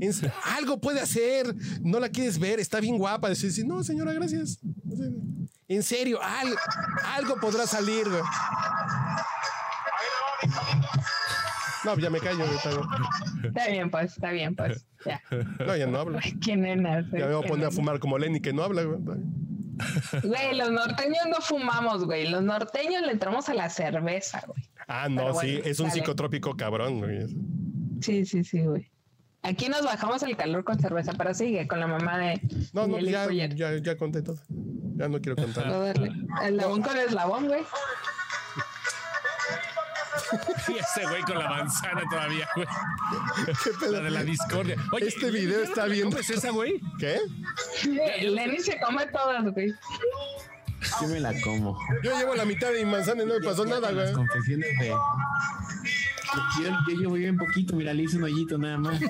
[SPEAKER 1] Es- Algo puede hacer. No la quieres ver, está bien guapa. Dice, sí, no, señora, gracias. Así de, En serio, al- algo podrá salir, güey. No, ya me callo. ya está bien.
[SPEAKER 3] Está bien, pues, está bien, pues. Ya.
[SPEAKER 1] No, ya no hablo.
[SPEAKER 3] Ay, qué nenas.
[SPEAKER 1] Ya
[SPEAKER 3] güey,
[SPEAKER 1] me voy a
[SPEAKER 3] qué
[SPEAKER 1] poner a
[SPEAKER 3] nenas.
[SPEAKER 1] fumar como Lenny, que no habla. güey.
[SPEAKER 3] Güey, los norteños no fumamos, güey. Los norteños le entramos a la cerveza, güey.
[SPEAKER 1] Ah, no,
[SPEAKER 3] Pero
[SPEAKER 1] sí,
[SPEAKER 3] bueno,
[SPEAKER 1] es un
[SPEAKER 3] dale.
[SPEAKER 1] psicotrópico cabrón. güey.
[SPEAKER 3] Sí, sí, sí, güey. Aquí nos bajamos el calor con cerveza, pero sigue con la mamá de.
[SPEAKER 1] No, no, pues
[SPEAKER 3] Nelly
[SPEAKER 1] ya,
[SPEAKER 3] Foller.
[SPEAKER 1] ya, ya conté todo. Ya no quiero contar.
[SPEAKER 3] Todo el- el labón con eslabón, güey.
[SPEAKER 2] Y ese güey con la manzana todavía, güey.
[SPEAKER 1] ¿Qué
[SPEAKER 2] La de la discordia. Oye,
[SPEAKER 1] Este video
[SPEAKER 2] ¿ya no
[SPEAKER 1] está
[SPEAKER 2] te la
[SPEAKER 1] bien-
[SPEAKER 2] comes esa, güey?
[SPEAKER 1] ¿Qué?
[SPEAKER 3] Lenny se come todas, güey.
[SPEAKER 7] Yo me la como.
[SPEAKER 1] Yo llevo la mitad de mi manzana y no me pasó nada, güey.
[SPEAKER 7] Las confesiones de. Yo, yo llevo bien poquito, mira, le hice un hoyito nada más.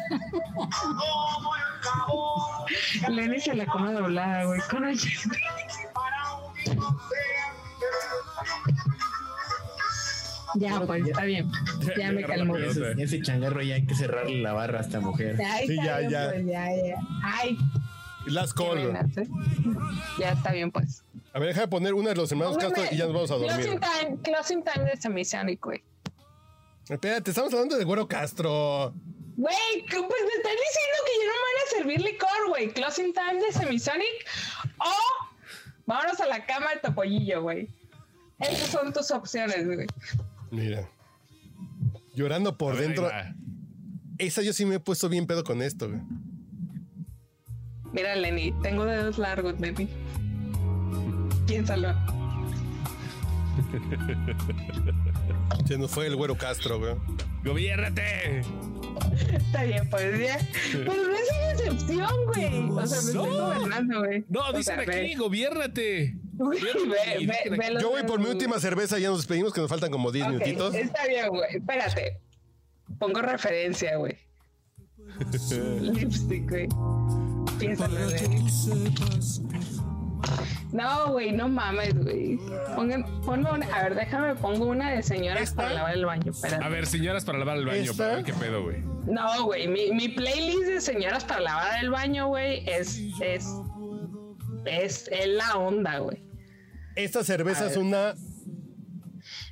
[SPEAKER 3] Lenny se la come doblada, güey. Con el- Ya, pues, está bien. Ya me calmo.
[SPEAKER 2] Ya sé.
[SPEAKER 7] Ese, ese changarro ya hay que cerrarle la barra a esta mujer.
[SPEAKER 3] Ay,
[SPEAKER 1] Sí,
[SPEAKER 3] está
[SPEAKER 1] ya,
[SPEAKER 3] bien,
[SPEAKER 1] ya.
[SPEAKER 3] pues, ya, ya. Ay,
[SPEAKER 1] Las
[SPEAKER 3] qué
[SPEAKER 1] col. güey.
[SPEAKER 3] nenas, eh. Ya está bien, pues.
[SPEAKER 1] A ver, deja de poner una de los hermanos Castro
[SPEAKER 3] Póngame
[SPEAKER 1] y ya nos vamos a
[SPEAKER 3] Closing
[SPEAKER 1] dormir.
[SPEAKER 3] time, closing time de Semisonic, güey.
[SPEAKER 1] Espérate, estamos hablando de Güero Castro.
[SPEAKER 3] Güey, que- pues me están diciendo que yo no me van a servir licor, güey. Closing time de Semisonic. O vámonos a la cama de Topollillo, güey. Esas son tus opciones, güey.
[SPEAKER 1] Mira. Llorando por
[SPEAKER 2] A ver,
[SPEAKER 1] dentro.
[SPEAKER 2] ahí va.
[SPEAKER 1] Esa yo sí me he puesto bien pedo con esto, güey.
[SPEAKER 3] Mira, Lenny, tengo dedos largos, baby. Piénsalo.
[SPEAKER 1] Se nos fue el Güero Castro, güey.
[SPEAKER 2] ¡Gobiérnate!
[SPEAKER 3] Está bien, pues ya. Pero no es una excepción, güey. O sea, me estoy
[SPEAKER 2] No.
[SPEAKER 3] gobernando, güey.
[SPEAKER 2] No,
[SPEAKER 3] O sea,
[SPEAKER 2] dicen
[SPEAKER 3] ve-
[SPEAKER 2] aquí, gobiérnate.
[SPEAKER 3] Güey, ve- ve- ve los
[SPEAKER 1] Yo voy por mi
[SPEAKER 3] dedos,
[SPEAKER 1] última cerveza y ya nos despedimos, que nos faltan como 10
[SPEAKER 3] Ok,
[SPEAKER 1] minutitos.
[SPEAKER 3] Está bien, güey. Espérate. Pongo
[SPEAKER 1] (laughs)
[SPEAKER 3] referencia, güey. Lipstick, güey. Piénsalo, güey. No, güey, no mames, güey. Pongan, ponme una. A ver, déjame, pongo una de señoras
[SPEAKER 1] ¿Esta?
[SPEAKER 3] para lavar el baño. Espérate.
[SPEAKER 2] A ver, señoras para lavar el baño.
[SPEAKER 1] ¿Esta?
[SPEAKER 2] Para ver qué pedo, güey.
[SPEAKER 3] No, güey. Mi, mi playlist de señoras para lavar el baño, güey, es, es, es, es la onda, güey.
[SPEAKER 1] Esta cerveza es una.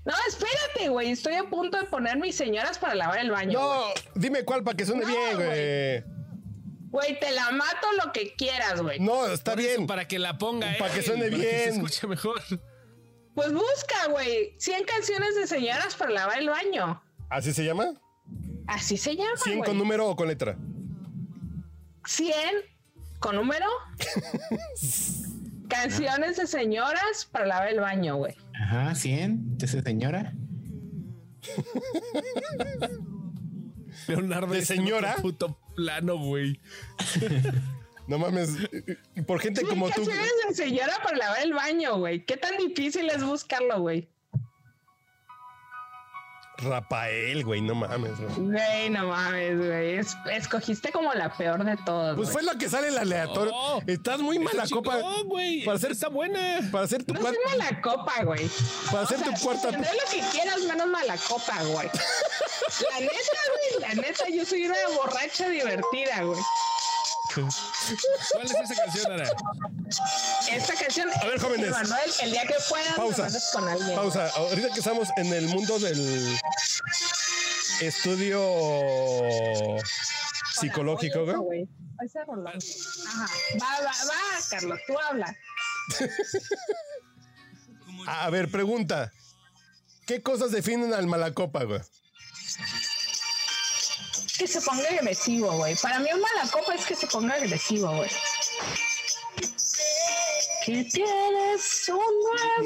[SPEAKER 3] No, espérate, güey. Estoy a punto de poner mis señoras para lavar el baño. güey.
[SPEAKER 1] No, dime cuál para que suene
[SPEAKER 3] No,
[SPEAKER 1] bien, güey.
[SPEAKER 3] Güey, te la mato lo que quieras, güey.
[SPEAKER 1] No, está
[SPEAKER 2] Por eso,
[SPEAKER 1] bien.
[SPEAKER 2] Para que la ponga,
[SPEAKER 1] Para que
[SPEAKER 2] él,
[SPEAKER 1] suene
[SPEAKER 2] Para que se
[SPEAKER 1] bien.
[SPEAKER 2] escuche mejor.
[SPEAKER 3] Pues busca, güey. 100 canciones de señoras para lavar el baño.
[SPEAKER 1] ¿Así se llama?
[SPEAKER 3] Así se llama, Ah, güey.
[SPEAKER 1] ¿100 con número o con letra?
[SPEAKER 3] 100
[SPEAKER 1] (laughs)
[SPEAKER 3] con número. canciones de señoras para lavar el baño, güey.
[SPEAKER 7] Ajá, 100. Entonces, señora.
[SPEAKER 2] Leonardo.
[SPEAKER 1] ¿De
[SPEAKER 2] está en otro
[SPEAKER 1] señora?
[SPEAKER 2] Puto plano, güey.
[SPEAKER 1] No mames. Y por gente
[SPEAKER 3] 100
[SPEAKER 1] como tú.
[SPEAKER 3] canciones de señora para lavar el baño, güey. ¿Qué tan difícil es buscarlo, güey?
[SPEAKER 1] Rafael, güey, no mames. güey.
[SPEAKER 3] Güey, no mames, güey. Es- escogiste como la peor de todas.
[SPEAKER 1] Pues
[SPEAKER 3] güey.
[SPEAKER 1] fue lo que sale en el aleatorio.
[SPEAKER 2] No.
[SPEAKER 1] Estás muy mala
[SPEAKER 2] Está
[SPEAKER 1] copa.
[SPEAKER 2] chingón, güey.
[SPEAKER 1] Para hacer-
[SPEAKER 2] Está buena.
[SPEAKER 1] Para hacer tu,
[SPEAKER 3] No
[SPEAKER 1] cuar-
[SPEAKER 3] soy mala copa, güey.
[SPEAKER 1] para hacer
[SPEAKER 3] O sea,
[SPEAKER 1] tu cuarta.
[SPEAKER 3] tendré lo que quieras, menos mala copa, güey. La neta, güey, la neta, yo soy una borracha divertida, güey.
[SPEAKER 2] ¿Cuál es esa canción, Ana?
[SPEAKER 3] Esta canción. A
[SPEAKER 1] ver, jóvenes.
[SPEAKER 3] Manuel, el día que puedas,
[SPEAKER 1] Pausa.
[SPEAKER 3] la mandas con alguien.
[SPEAKER 1] Pausa. Ahorita que estamos en el mundo del estudio
[SPEAKER 3] Con
[SPEAKER 1] psicológico,
[SPEAKER 3] apoyo,
[SPEAKER 1] güey.
[SPEAKER 3] Ese rolón. Ajá. Va, va, va, Carlos, tú habla.
[SPEAKER 1] A a ver, pregunta. ¿Qué cosas definen al malacopa, güey?
[SPEAKER 3] Que se ponga agresivo, güey. Para mí, un mala copa es que se ponga agresivo, güey. Que tienes un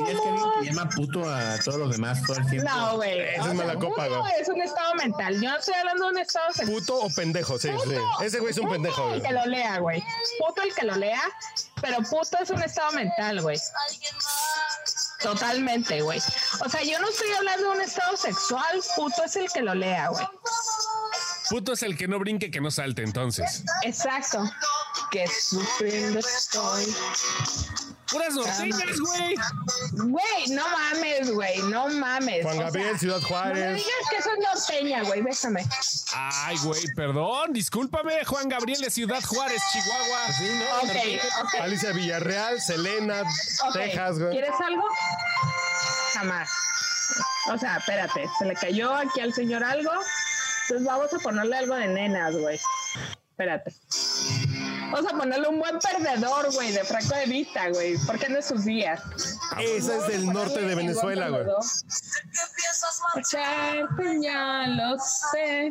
[SPEAKER 7] Dirías que
[SPEAKER 3] nuevo
[SPEAKER 7] alguien
[SPEAKER 3] amor.
[SPEAKER 7] que llama puto a todos los demás todo el tiempo.
[SPEAKER 3] No, güey.
[SPEAKER 1] Esa
[SPEAKER 3] O
[SPEAKER 1] es
[SPEAKER 3] sea,
[SPEAKER 1] mala
[SPEAKER 3] puto
[SPEAKER 1] copa, güey.
[SPEAKER 3] Es un estado mental. Yo no estoy hablando de un estado sexual.
[SPEAKER 1] Puto o pendejo, sí, sí. Ese güey es un
[SPEAKER 3] puto
[SPEAKER 1] pendejo, güey.
[SPEAKER 3] el que lo lea, güey. Puto el que lo lea, pero puto es un estado mental, güey. Totalmente, güey. O sea, yo no estoy hablando de un estado sexual, puto es el que lo lea, güey.
[SPEAKER 2] Puto es el que no brinque, que no salte, entonces.
[SPEAKER 3] Exacto. Que sufriendo estoy.
[SPEAKER 2] Puras norteñas, güey.
[SPEAKER 3] Güey, no mames, güey, no mames.
[SPEAKER 1] Juan
[SPEAKER 3] O
[SPEAKER 1] Gabriel,
[SPEAKER 3] sea,
[SPEAKER 1] Ciudad
[SPEAKER 3] No me
[SPEAKER 1] Juárez.
[SPEAKER 3] digas que eso es norteña, güey, bésame.
[SPEAKER 2] Ay, güey, perdón. Discúlpame, Juan Gabriel de Ciudad Juárez, Chihuahua.
[SPEAKER 3] Ok, ok.
[SPEAKER 1] Alicia Villarreal, Selena,
[SPEAKER 3] Ok,
[SPEAKER 1] Texas, güey.
[SPEAKER 3] ¿Quieres algo? Jamás. O sea, espérate, se le cayó aquí al señor algo.
[SPEAKER 6] Entonces vamos a ponerle algo de nenas, güey. Espérate. Vamos a ponerle un buen perdedor, güey, de Franco de Vita, güey. Porque no es sus días.
[SPEAKER 1] Esa es del norte de Venezuela, güey.
[SPEAKER 6] Echarte, ya lo
[SPEAKER 3] eh.
[SPEAKER 6] sé.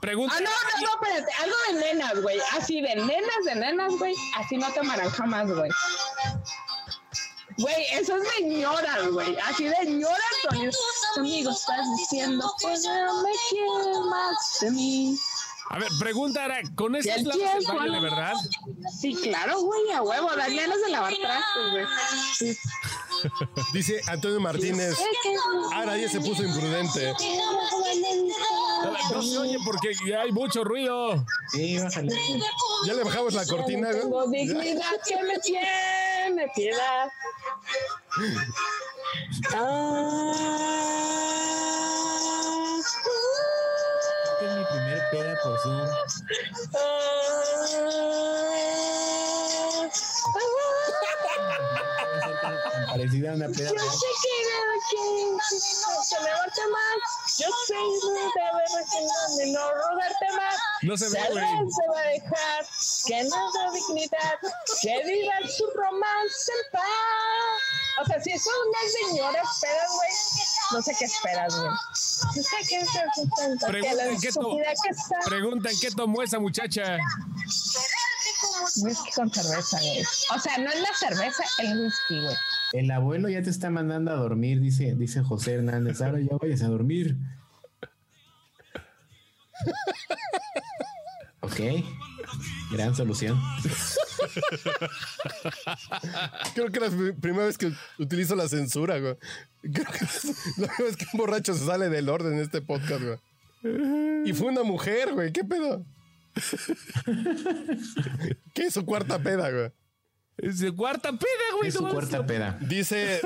[SPEAKER 2] Pregunta.
[SPEAKER 6] Ah, no, no, no, espérate. Algo de nenas, güey. Así de nenas, de nenas, güey. Así no te amarán jamás, güey. Güey, eso es de ñoras, güey. Así de ñoras, güey. Conmigo estás diciendo que no me quieres más de mí.
[SPEAKER 2] A ver, pregunta era, ¿con
[SPEAKER 6] Y
[SPEAKER 2] estos
[SPEAKER 6] el
[SPEAKER 2] labios el
[SPEAKER 6] tiempo,
[SPEAKER 2] baile,
[SPEAKER 6] ¿no?
[SPEAKER 2] verdad?
[SPEAKER 6] Sí, claro, güey, a huevo. Dan ganas de lavar trastes, güey. Sí.
[SPEAKER 1] Dice Antonio Martínez. Ahora ya Ah, se puso imprudente.
[SPEAKER 2] No se oye porque hay mucho ruido.
[SPEAKER 7] Sí, bájale.
[SPEAKER 1] Ya le bajamos la cortina,
[SPEAKER 6] Tengo
[SPEAKER 1] güey. Ya.
[SPEAKER 6] dignidad que me tiene piedad. Ah,
[SPEAKER 7] Este es mi primer peda por Zoom.
[SPEAKER 6] ah, ah.
[SPEAKER 7] Voy a hacer tan Parecida a una peda.
[SPEAKER 6] Yo sé que nada que se me va más. Yo sé que no debe resignarme, no rogarte más.
[SPEAKER 2] No se ve,
[SPEAKER 6] Tal
[SPEAKER 2] güey.
[SPEAKER 6] vez se va a dejar que no da dignidad, que vivan su romance en paz. O sea, si eso una señora esperas, güey, no sé qué esperas, güey. No sé qué se sustenta, que la
[SPEAKER 2] Preguntan qué, to-
[SPEAKER 6] estupidez que está.
[SPEAKER 2] preguntan qué tomó esa muchacha.
[SPEAKER 6] Whisky con cerveza, güey. O sea, no es la cerveza, el whisky, güey.
[SPEAKER 7] El abuelo ya te está mandando a dormir, dice, dice José Hernández. Ahora ya vayas a dormir. Ok. Gran solución.
[SPEAKER 1] Creo que es la primera vez que utilizo la censura, güey. Creo que es (laughs) la primera vez que un borracho se sale del orden en este podcast, güey. Y fue una mujer, güey. ¿Qué pedo? (laughs) ¿Qué es su cuarta peda, güey?
[SPEAKER 2] Es de cuarta peda, güey.
[SPEAKER 7] Es su
[SPEAKER 2] Pues no mames.
[SPEAKER 7] cuarta peda.
[SPEAKER 1] Dice,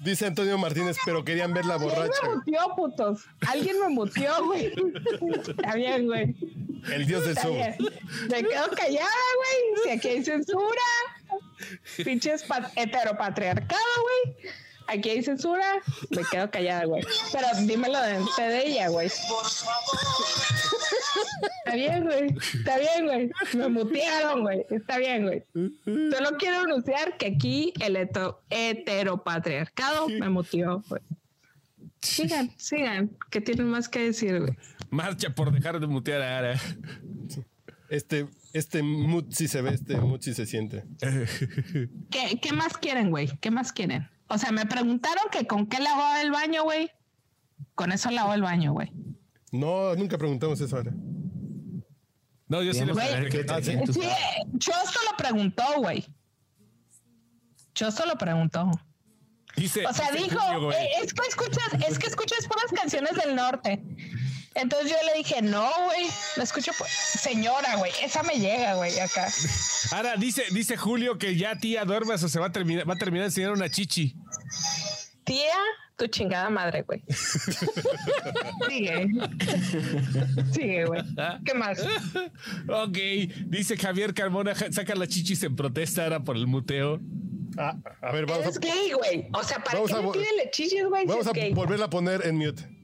[SPEAKER 1] dice Antonio Martínez, pero querían verla
[SPEAKER 6] ¿Quién
[SPEAKER 1] borracha.
[SPEAKER 6] me muteó, putos? Alguien me muteó, güey. Está bien, güey.
[SPEAKER 1] El dios del
[SPEAKER 6] Está
[SPEAKER 1] Zoom.
[SPEAKER 6] bien. Me quedo callada, güey. Si aquí hay censura. Pinches pa- heteropatriarcado, güey. Aquí hay censura. Me quedo callada, güey. Pero dímelo delante de ella, güey. Está bien, güey. Está bien, güey. Me mutearon, güey. Está bien, güey. Solo quiero anunciar que aquí el heto- heteropatriarcado me muteó, güey. Sigan, sigan, que tienen más que decir, güey.
[SPEAKER 2] Marcha por dejar de mutear a Ara.
[SPEAKER 1] Este, este mood sí se ve, este mood sí se siente.
[SPEAKER 6] ¿Qué, qué más quieren, güey? ¿Qué más quieren? O sea, me preguntaron que con qué lavaba el baño, güey. Con eso lavo el baño, güey.
[SPEAKER 1] No, nunca preguntamos eso ahora.
[SPEAKER 2] No, yo sí le
[SPEAKER 7] Queríamos saber qué
[SPEAKER 2] Ah, sí.
[SPEAKER 7] tenían tus-
[SPEAKER 6] Sí, Chosto lo preguntó, güey. Chosto lo preguntó.
[SPEAKER 2] Dice.
[SPEAKER 6] O sea,
[SPEAKER 2] dice
[SPEAKER 6] dijo,
[SPEAKER 2] Julio, güey.
[SPEAKER 6] "Eh, es que escuchas, es que escuchas puras canciones del norte. Entonces yo le dije, no, güey, la escucho, pu- señora, güey, esa me llega, güey, acá.
[SPEAKER 2] Ara, dice, dice Julio que ya tía duermas o se va a terminar, va a terminar de enseñar una chichi.
[SPEAKER 6] Tía, tu chingada madre, güey. Sigue. Sigue, güey. ¿Qué más?
[SPEAKER 2] Ok, dice Javier Carmona, ja- saca las chichis en protesta ahora por el muteo.
[SPEAKER 1] Ah, a ver, vamos a,
[SPEAKER 6] es gay, güey. O sea, ¿para
[SPEAKER 1] Vamos
[SPEAKER 6] qué
[SPEAKER 1] a
[SPEAKER 6] me
[SPEAKER 1] vo-
[SPEAKER 6] piden lechiches, güey? si
[SPEAKER 1] vamos
[SPEAKER 6] es
[SPEAKER 1] a
[SPEAKER 6] gay?
[SPEAKER 1] volverla a poner en mute. A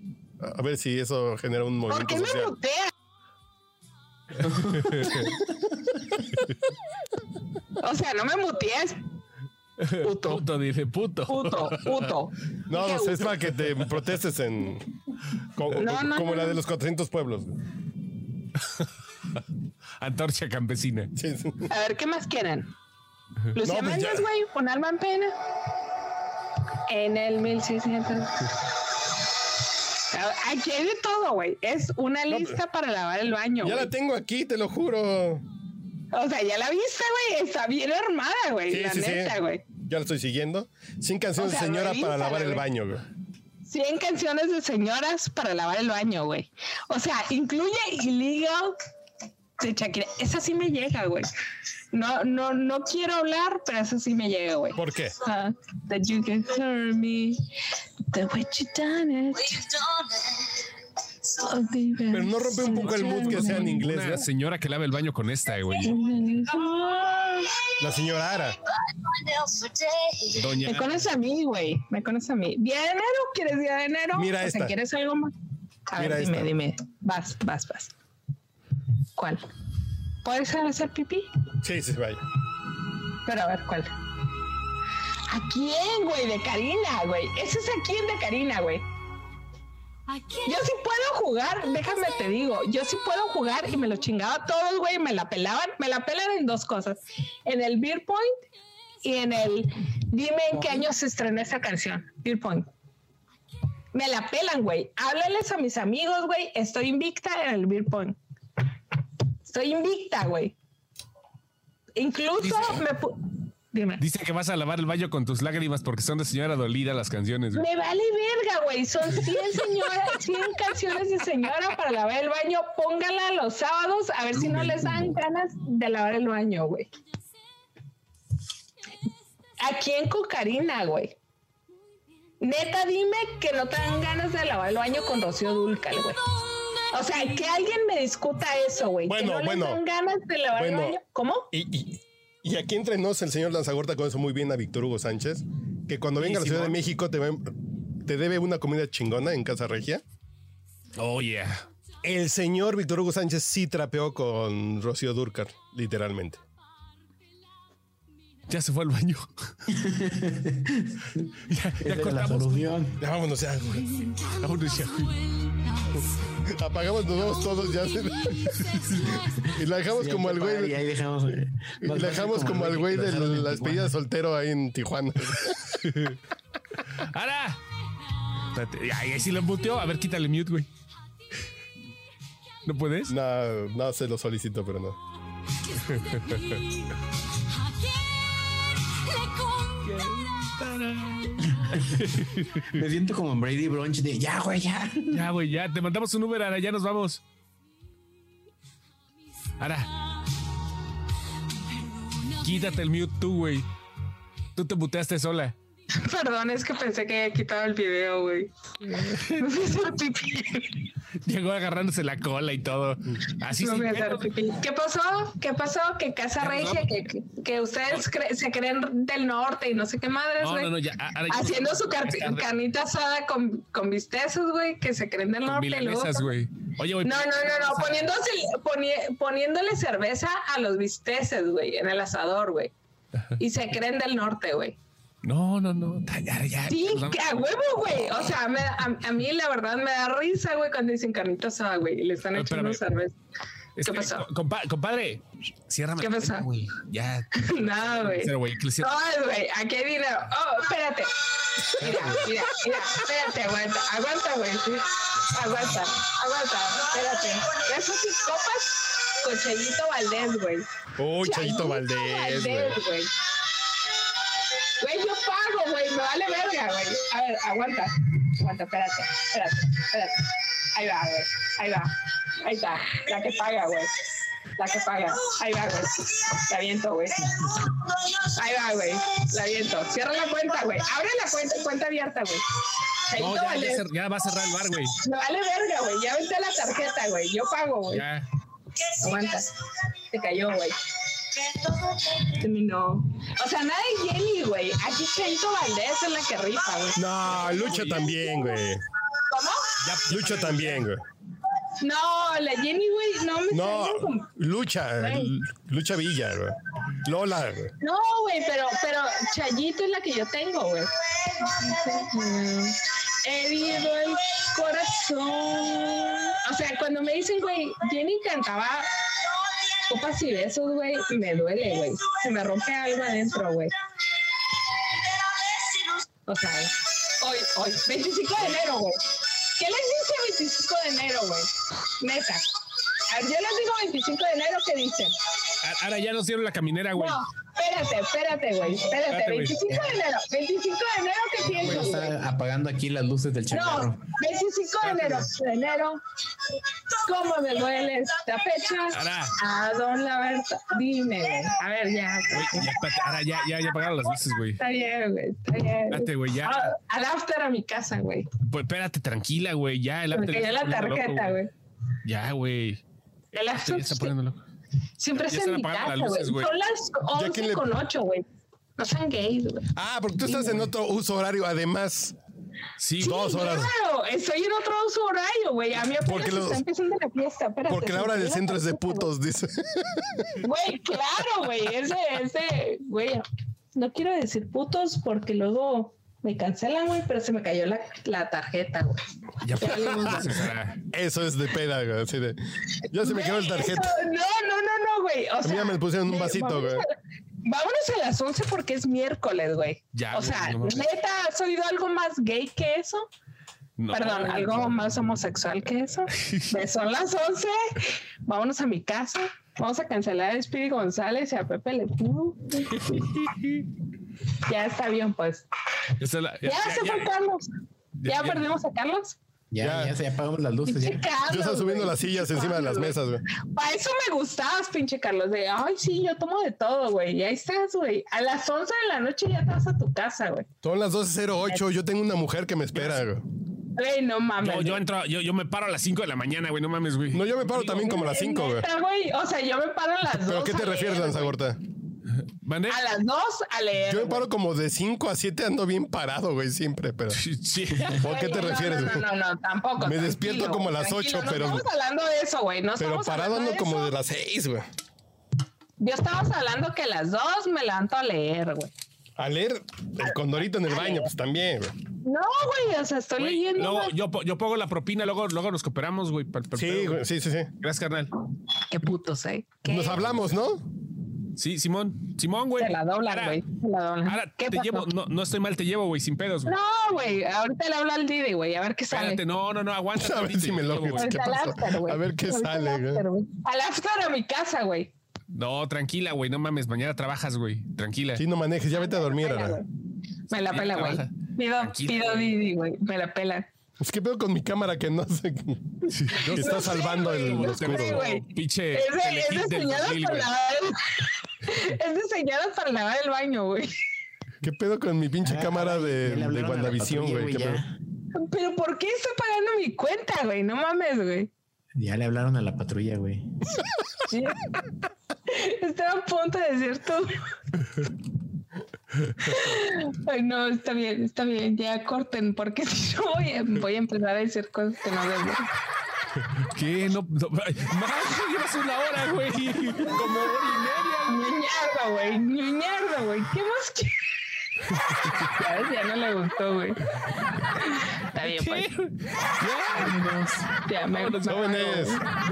[SPEAKER 1] a ver si eso genera un
[SPEAKER 6] ¿Por
[SPEAKER 1] movimiento
[SPEAKER 6] qué me
[SPEAKER 1] social.
[SPEAKER 6] mutea? o sea, no me mutees,
[SPEAKER 2] Puto. dice, puto.
[SPEAKER 6] puto, puto.
[SPEAKER 1] No,
[SPEAKER 6] Dije,
[SPEAKER 1] no, es para que te protestes en. Como,
[SPEAKER 6] No, no,
[SPEAKER 1] como
[SPEAKER 6] no,
[SPEAKER 1] la
[SPEAKER 6] no.
[SPEAKER 1] de los 400 pueblos.
[SPEAKER 2] (laughs) Antorcha campesina.
[SPEAKER 1] Sí, sí.
[SPEAKER 6] A ver, ¿qué más quieren? Lucía
[SPEAKER 1] pues ya.
[SPEAKER 6] Méndez, güey, un alma en pena. En el 1600. A- Aquí hay de todo, güey. Es una
[SPEAKER 1] No,
[SPEAKER 6] lista para lavar el baño.
[SPEAKER 1] Ya
[SPEAKER 6] güey.
[SPEAKER 1] la tengo aquí, te lo juro.
[SPEAKER 6] O sea, ya la viste, güey. Está bien armada, güey.
[SPEAKER 1] Sí,
[SPEAKER 6] la
[SPEAKER 1] sí, sí.
[SPEAKER 6] neta, güey.
[SPEAKER 1] Ya la estoy siguiendo. Sin canciones,
[SPEAKER 6] O sea,
[SPEAKER 1] señora, para
[SPEAKER 6] revísala,
[SPEAKER 1] lavar el
[SPEAKER 6] güey.
[SPEAKER 1] baño, güey.
[SPEAKER 6] 100 canciones de señoras para lavar el baño, güey. O sea, incluye Illegal de Shakira. Esa sí me llega, güey. No, no, no quiero hablar, pero esa sí me llega, güey.
[SPEAKER 1] ¿Por qué?
[SPEAKER 6] Ah, that you can hurt me, the way you done it. Oh, baby.
[SPEAKER 1] Pero no rompe un poco el mood que sea en inglés,
[SPEAKER 2] Una
[SPEAKER 1] ¿no?
[SPEAKER 2] señora que lava el baño con esta, güey.
[SPEAKER 1] La señora Ara.
[SPEAKER 2] Doña.
[SPEAKER 6] Me conoces a mí, güey. Me conoces a mí. ¿Día de enero? ¿Quieres día de enero?
[SPEAKER 1] Mira
[SPEAKER 6] O sea,
[SPEAKER 1] esta.
[SPEAKER 6] ¿Quieres algo más?
[SPEAKER 3] A
[SPEAKER 1] Mira
[SPEAKER 3] ver, dime,
[SPEAKER 1] esta.
[SPEAKER 3] dime. Vas, vas, vas. ¿Cuál? ¿Puedes hacer pipí?
[SPEAKER 1] Sí, sí, vaya.
[SPEAKER 3] Pero a ver, ¿cuál?
[SPEAKER 6] ¿A quién, güey? De Karina, güey. Ese es a quién de Karina, güey.
[SPEAKER 3] Yo sí puedo jugar, déjame te digo, yo sí puedo jugar y me lo chingaba a todos, güey, me la pelaban, me la pelan en dos cosas, en el Beer Point y en el, dime en qué año se estrenó esa canción, Beer Point. Me la pelan, güey, háblales a mis amigos, güey, estoy invicta en el Beer Point. Estoy invicta, güey. Incluso me... pu- Dime.
[SPEAKER 2] Dice que vas a lavar el baño con tus lágrimas porque son de señora dolida las canciones, güey.
[SPEAKER 3] Me vale verga, güey. Son 100, señora, 100 canciones de señora para lavar el baño. Póngala los sábados a ver si no les dan ganas de lavar el baño, güey. Aquí en Cocarina, güey. Neta, dime que no te dan ganas de lavar el baño con Rocío Dulcal, güey. O sea, que alguien me discuta eso, güey. que
[SPEAKER 1] Bueno,
[SPEAKER 3] no
[SPEAKER 1] bueno.
[SPEAKER 3] les dan ganas de lavar
[SPEAKER 1] Bueno.
[SPEAKER 3] el baño. ¿Cómo?
[SPEAKER 1] Y, y- y aquí entre nos, el señor Lanzagorta conoce muy bien a Víctor Hugo Sánchez, que cuando venga a la Ciudad de México te, va a- em, te debe una comida chingona en Casa Regia.
[SPEAKER 2] (laughs) Oh, yeah.
[SPEAKER 1] El señor Víctor Hugo Sánchez sí trapeó con Rocío Durcar, literalmente.
[SPEAKER 2] Ya se fue al (laughs) baño. ya ya
[SPEAKER 7] Es de la
[SPEAKER 2] cortamos.
[SPEAKER 7] solución.
[SPEAKER 1] Ya vámonos ya, güey.
[SPEAKER 2] Vámonos ya, güey.
[SPEAKER 1] Apagamos, nos vamos todos ya. y la dejamos como al güey.
[SPEAKER 7] Y ahí dejamos. eh,
[SPEAKER 1] Y
[SPEAKER 7] más
[SPEAKER 1] la
[SPEAKER 7] fácil
[SPEAKER 1] dejamos como al güey
[SPEAKER 7] que
[SPEAKER 1] de
[SPEAKER 7] lo dejaron en
[SPEAKER 1] la despedida
[SPEAKER 7] Tijuana.
[SPEAKER 1] de soltero ahí en Tijuana. (laughs)
[SPEAKER 2] ¡Ara! Espérate. Ay, ahí sí lo muteó. A ver, quítale mute, güey. ¿No puedes?
[SPEAKER 1] No, no se lo solicito, pero no.
[SPEAKER 7] Me siento como en Brady Brunch de ya, güey, ya.
[SPEAKER 2] Ya, güey, ya. Te mandamos un Uber, Ara. Ya nos vamos. Ara. Quítate el mute tú, güey. Tú te muteaste sola.
[SPEAKER 3] Perdón, es que pensé que había quitado el video, güey. (laughs) Me fui a hacer pipí.
[SPEAKER 2] Llegó agarrándose la cola y todo. Así
[SPEAKER 3] No
[SPEAKER 2] sin
[SPEAKER 3] voy a hacer
[SPEAKER 2] pedos.
[SPEAKER 3] pipí. ¿Qué pasó? ¿Qué pasó? Que Casa Regia, que, que- que ustedes cre- se creen del norte y no sé qué madres,
[SPEAKER 2] No,
[SPEAKER 3] güey.
[SPEAKER 2] no, no, ya. Ara, ya-
[SPEAKER 3] Haciendo su car-
[SPEAKER 2] Más tarde,
[SPEAKER 3] carnita asada con, con bistezos, güey, que se creen del
[SPEAKER 2] con
[SPEAKER 3] norte. y luego-
[SPEAKER 2] milanesas, güey. Oye, güey.
[SPEAKER 3] No, no, no, no, poniéndose, poni- poniéndole cerveza a los bisteces, güey, en el asador, güey. Y se creen del norte, güey.
[SPEAKER 2] No, no, no. Ya, ya, ya.
[SPEAKER 3] Sí,
[SPEAKER 2] Nos vamos.
[SPEAKER 3] que a huevo, güey. O sea, me da- a, a mí la verdad me da risa, güey, cuando dicen carnita asada, güey, y le están
[SPEAKER 2] No,
[SPEAKER 3] echando
[SPEAKER 2] espérame.
[SPEAKER 3] cerveza. ¿Qué pasó?
[SPEAKER 2] co- compa- compadre, ciérrame.
[SPEAKER 3] ¿Qué
[SPEAKER 2] la
[SPEAKER 3] pasó?
[SPEAKER 2] ventana, güey. Ya.
[SPEAKER 3] (laughs) Nada, güey.
[SPEAKER 2] Cero, güey. que le cier-
[SPEAKER 3] Ay, güey, aquí hay dinero. Oh, espérate. Mira, mira, mira, espérate, aguanta, aguanta, güey. sí. Aguanta, aguanta, espérate. Eso sí, copas con Chayito Valdés, güey.
[SPEAKER 1] Uy, Chayito Valdés, güey.
[SPEAKER 3] Valdés, güey. Güey, yo pago, güey, me vale verga, güey. A ver, aguanta, aguanta, espérate, espérate, espérate. Ahí va, güey, ahí va, ahí está, la que paga, güey. La que paga, ahí va, güey. La viento, güey. Ahí va, güey. La viento. Cierra la cuenta, güey. Abre la cuenta, cuenta abierta, güey.
[SPEAKER 2] No,
[SPEAKER 3] Chayito
[SPEAKER 2] ya, ya,
[SPEAKER 3] Valdés.
[SPEAKER 2] cer- ya va a cerrar el bar, güey.
[SPEAKER 3] Me vale verga, güey. Ya vente la tarjeta, güey. Yo pago, güey.
[SPEAKER 2] Ya.
[SPEAKER 3] Aguanta. Se cayó, güey. Terminó. O sea, nada de Jenny, güey. Aquí Chayito Valdés es la que rifa, güey.
[SPEAKER 1] No, Lucho también, güey.
[SPEAKER 3] ¿Cómo?
[SPEAKER 1] Lucho también, güey.
[SPEAKER 3] No, la Jenny, güey, no me
[SPEAKER 1] No,
[SPEAKER 3] salgan con-
[SPEAKER 1] Lucha,
[SPEAKER 3] Güey.
[SPEAKER 1] Lucha Villa, güey. Lola, güey.
[SPEAKER 3] No, güey, pero, pero Chayito es la que yo tengo, güey. Herido el corazón. O sea, cuando me dicen, güey, Jenny cantaba copas y besos, güey, me duele, güey. Se me rompe algo adentro, güey. O sea, hoy, hoy, 25 de enero, güey. ¿Qué les dice 25 de enero, güey? Neta. A ver, Yo les digo 25 de enero, ¿qué dicen?
[SPEAKER 2] A- Ahora ya nos dieron la caminera, güey.
[SPEAKER 3] No, espérate, espérate, güey. Espérate,
[SPEAKER 2] Espérate, güey.
[SPEAKER 3] 25 de enero. 25 de enero, ¿qué
[SPEAKER 7] Güey,
[SPEAKER 3] piensas? güey?
[SPEAKER 7] Está apagando aquí las luces del
[SPEAKER 3] No,
[SPEAKER 7] changarro.
[SPEAKER 3] 25 de enero. De enero. ¿Cómo me duele esta fecha?
[SPEAKER 2] Ara.
[SPEAKER 3] A don Laberto. Dime, güey. A ver, ya.
[SPEAKER 2] Güey, ya, espérate, ahora ya, ya, ya apagaron las luces, güey.
[SPEAKER 3] Está bien, güey. Está bien.
[SPEAKER 2] Espérate, güey, ya.
[SPEAKER 3] Ah, Al after a mi casa, güey.
[SPEAKER 2] Pues espérate, tranquila, güey. Ya, el
[SPEAKER 3] Me
[SPEAKER 2] after
[SPEAKER 3] cayó
[SPEAKER 2] se
[SPEAKER 3] la
[SPEAKER 2] está poniendo
[SPEAKER 3] tarjeta,
[SPEAKER 2] loco,
[SPEAKER 3] güey.
[SPEAKER 2] Ya, güey.
[SPEAKER 3] El
[SPEAKER 2] Sí,
[SPEAKER 3] after
[SPEAKER 2] ya está poniendo loco. ya
[SPEAKER 3] siempre es en
[SPEAKER 2] están
[SPEAKER 3] mi
[SPEAKER 2] apagando
[SPEAKER 3] casa,
[SPEAKER 2] las luces,
[SPEAKER 3] güey.
[SPEAKER 2] güey.
[SPEAKER 3] Son las
[SPEAKER 1] ¿Ya
[SPEAKER 3] 11
[SPEAKER 1] quién le-
[SPEAKER 3] con 8, güey. No sean gays, güey.
[SPEAKER 1] Ah, porque tú estás en otro uso horario, además.
[SPEAKER 2] Sí,
[SPEAKER 3] Sí,
[SPEAKER 1] dos horas.
[SPEAKER 3] Claro, estoy en otro uso horario, güey. A mí apenas
[SPEAKER 1] Porque los-
[SPEAKER 3] está empezando la fiesta. Espérate,
[SPEAKER 1] Porque la hora del centro es de putos, (laughs) dice.
[SPEAKER 3] Güey, claro, güey. Ese, ese, güey.
[SPEAKER 6] No quiero decir putos porque luego me cancelan, güey, pero se me cayó la, la tarjeta, güey.
[SPEAKER 2] Ya
[SPEAKER 3] Ah.
[SPEAKER 2] Sara.
[SPEAKER 1] Eso es de peda, güey. así de, ya se me quedó el
[SPEAKER 3] Güey,
[SPEAKER 1] tarjeta.
[SPEAKER 3] eso- No, no, no, no, güey. O
[SPEAKER 1] mí ya
[SPEAKER 3] sea,
[SPEAKER 1] me pusieron un
[SPEAKER 3] güey,
[SPEAKER 1] vasito,
[SPEAKER 3] vámonos
[SPEAKER 1] güey.
[SPEAKER 3] a la- Vámonos a las 11 porque es miércoles, güey.
[SPEAKER 2] Ya,
[SPEAKER 3] o
[SPEAKER 2] güey,
[SPEAKER 3] sea,
[SPEAKER 2] no mames.
[SPEAKER 3] neta, ¿has oído algo más gay que eso?
[SPEAKER 2] No.
[SPEAKER 3] Perdón, algo más homosexual
[SPEAKER 2] (laughs)
[SPEAKER 3] que eso. Pues Son las 11. Vámonos a mi casa. Vamos a cancelar a Speedy González y a Pepe Le
[SPEAKER 2] (laughs)
[SPEAKER 3] Pew. ya está bien, pues.
[SPEAKER 2] Esa es la-
[SPEAKER 3] Ya,
[SPEAKER 2] ya-
[SPEAKER 3] se
[SPEAKER 2] ya-
[SPEAKER 3] fue Carlos.
[SPEAKER 2] ya-
[SPEAKER 3] Ya,
[SPEAKER 2] ya-
[SPEAKER 3] perdimos a Carlos.
[SPEAKER 7] Ya,
[SPEAKER 1] Ya.
[SPEAKER 7] ya, se apagamos las luces.
[SPEAKER 3] Pinche
[SPEAKER 7] Ya.
[SPEAKER 3] Carlos,
[SPEAKER 1] Yo estaba subiendo
[SPEAKER 3] güey.
[SPEAKER 1] las sillas encima de las mesas, güey.
[SPEAKER 3] Para eso me gustabas, pinche Carlos. De ay, sí, yo tomo de todo, güey. Y ahí estás, güey. A las 11 de la noche ya te vas a tu casa, güey.
[SPEAKER 1] Son las 12.08. Yo tengo una mujer que me espera, güey.
[SPEAKER 3] Güey, no mames.
[SPEAKER 2] No, yo entro, yo, yo me paro a las 5 de la mañana, güey, no mames, güey.
[SPEAKER 1] No, yo me paro también como a las 5, güey.
[SPEAKER 3] Neta, güey. O sea, yo me paro a las 2.
[SPEAKER 1] ¿Pero qué te refieres, Lanzagorta?
[SPEAKER 2] ¿Mande?
[SPEAKER 3] A las 2 a leer.
[SPEAKER 1] Yo me
[SPEAKER 3] güey.
[SPEAKER 1] paro como de 5 a 7, ando bien parado, güey, siempre, pero.
[SPEAKER 2] Sí, (laughs)
[SPEAKER 3] (laughs)
[SPEAKER 2] sí.
[SPEAKER 1] ¿Por qué te
[SPEAKER 3] No,
[SPEAKER 1] refieres?
[SPEAKER 3] No,
[SPEAKER 1] güey?
[SPEAKER 3] no, no, no, tampoco.
[SPEAKER 1] Me
[SPEAKER 3] tranquilo,
[SPEAKER 1] despierto como a las
[SPEAKER 3] tranquilo,
[SPEAKER 1] ocho,
[SPEAKER 3] no
[SPEAKER 1] pero-
[SPEAKER 3] estamos hablando de eso, güey. No
[SPEAKER 1] Pero
[SPEAKER 3] estamos
[SPEAKER 1] parado ando
[SPEAKER 3] hablando de
[SPEAKER 1] como
[SPEAKER 3] eso.
[SPEAKER 1] de las 6, güey.
[SPEAKER 3] Yo estábamos hablando que a las 2 me levanto a leer, güey.
[SPEAKER 1] A leer el condorito en el baño, pues también, güey.
[SPEAKER 3] No, güey, o sea, estoy
[SPEAKER 2] Güey,
[SPEAKER 3] leyendo.
[SPEAKER 2] luego
[SPEAKER 3] güey.
[SPEAKER 2] yo, po- yo pongo la propina, luego, luego nos cooperamos, güey. pa'l- pa'l
[SPEAKER 1] Sí,
[SPEAKER 2] pedo,
[SPEAKER 1] güey, sí, sí, sí.
[SPEAKER 2] Gracias, carnal.
[SPEAKER 3] Qué putos, eh. ¿Qué?
[SPEAKER 1] Nos hablamos, ¿no?
[SPEAKER 2] Sí, Simón. Simón, güey.
[SPEAKER 3] Se la doblan,
[SPEAKER 2] Ahora-
[SPEAKER 3] güey. Se la doblan.
[SPEAKER 2] Ahora
[SPEAKER 3] ¿Qué
[SPEAKER 2] te
[SPEAKER 3] pasó?
[SPEAKER 2] llevo, no, no estoy mal, te llevo, güey, sin pedos, güey.
[SPEAKER 3] No, güey. Ahorita le hablo al Didi, güey. A ver qué sale.
[SPEAKER 2] Espérate, no, no, no, aguanta.
[SPEAKER 1] (laughs) A ver si me logro. ¿Qué
[SPEAKER 3] Ahorita al
[SPEAKER 1] pasó?
[SPEAKER 3] after, güey.
[SPEAKER 1] A ver qué
[SPEAKER 3] Ahorita al
[SPEAKER 1] sale, güey.
[SPEAKER 3] after, Al after a mi casa, güey.
[SPEAKER 2] No, tranquila, güey, no mames, mañana trabajas, güey. Tranquila.
[SPEAKER 1] Sí, no manejes, ya vete a dormir,
[SPEAKER 3] Pela,
[SPEAKER 1] güey.
[SPEAKER 3] güey. Me la
[SPEAKER 2] Sí,
[SPEAKER 3] pela, güey.
[SPEAKER 2] trabaja.
[SPEAKER 3] Pido,
[SPEAKER 2] Tranquila,
[SPEAKER 3] pido
[SPEAKER 2] güey.
[SPEAKER 3] Didi, güey. Me la pela.
[SPEAKER 1] Es que veo Pues, con mi cámara que no sé. Que está
[SPEAKER 3] sé,
[SPEAKER 1] salvando
[SPEAKER 3] güey,
[SPEAKER 1] el
[SPEAKER 3] no
[SPEAKER 1] oscuro. güey.
[SPEAKER 3] sé, güey.
[SPEAKER 2] Pinche
[SPEAKER 3] Es, de- es
[SPEAKER 2] telehit del
[SPEAKER 3] diseñado
[SPEAKER 2] 2000,
[SPEAKER 3] para
[SPEAKER 2] güey.
[SPEAKER 3] lavar. (laughs) es diseñado para lavar el baño, güey.
[SPEAKER 1] ¿Qué pedo con mi pinche
[SPEAKER 7] Ah,
[SPEAKER 1] cámara de,
[SPEAKER 7] ya le
[SPEAKER 1] de
[SPEAKER 7] hablaron a la
[SPEAKER 1] WandaVision,
[SPEAKER 7] patrulla,
[SPEAKER 1] güey? ¿Qué pedo?
[SPEAKER 7] Ya,
[SPEAKER 3] Pero ¿por qué está pagando mi cuenta, güey? No mames, güey.
[SPEAKER 7] Ya le hablaron a la patrulla, güey.
[SPEAKER 3] Sí. (laughs) Estaba a punto de decir todo. (laughs) Ay, no, está bien, está bien. Ya corten, porque (laughs) si no voy a, voy a empezar a decir cosas que no debo.
[SPEAKER 2] ¿Qué? No, no, ay, más, güey, llevas una hora, güey. Como hora y media, güey.
[SPEAKER 3] Ñuñardo, güey. Ñuñardo, güey. ¿Qué más quieres? (laughs) ¿Sabes? Ya no le gustó, güey. Está bien, pues. Ya me
[SPEAKER 2] Vámonos,
[SPEAKER 3] me-
[SPEAKER 1] jóvenes.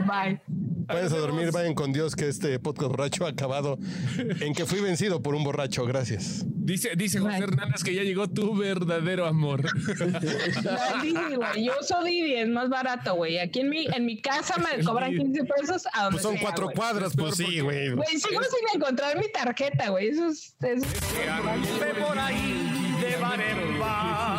[SPEAKER 3] Bye.
[SPEAKER 1] Váyanse a dormir, vayan con Dios, que este podcast borracho ha
[SPEAKER 7] (laughs)
[SPEAKER 1] acabado en que fui vencido por un borracho. Gracias.
[SPEAKER 2] Dice, dice José Hernández que ya llegó tu verdadero amor.
[SPEAKER 3] No, Didi, güey. Yo uso Didi, es más barato, güey. Aquí en mi, en mi casa me cobran 15 pesos a donde
[SPEAKER 1] Pues son
[SPEAKER 3] sea,
[SPEAKER 1] cuatro
[SPEAKER 3] güey.
[SPEAKER 1] cuadras, pues sí, güey.
[SPEAKER 3] Güey, sigo sin encontrar mi tarjeta, güey. Eso es. es-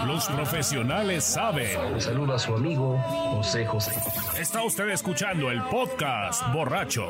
[SPEAKER 5] Los profesionales saben.
[SPEAKER 9] Un saludo a su amigo José José.
[SPEAKER 5] Está usted escuchando el podcast borracho.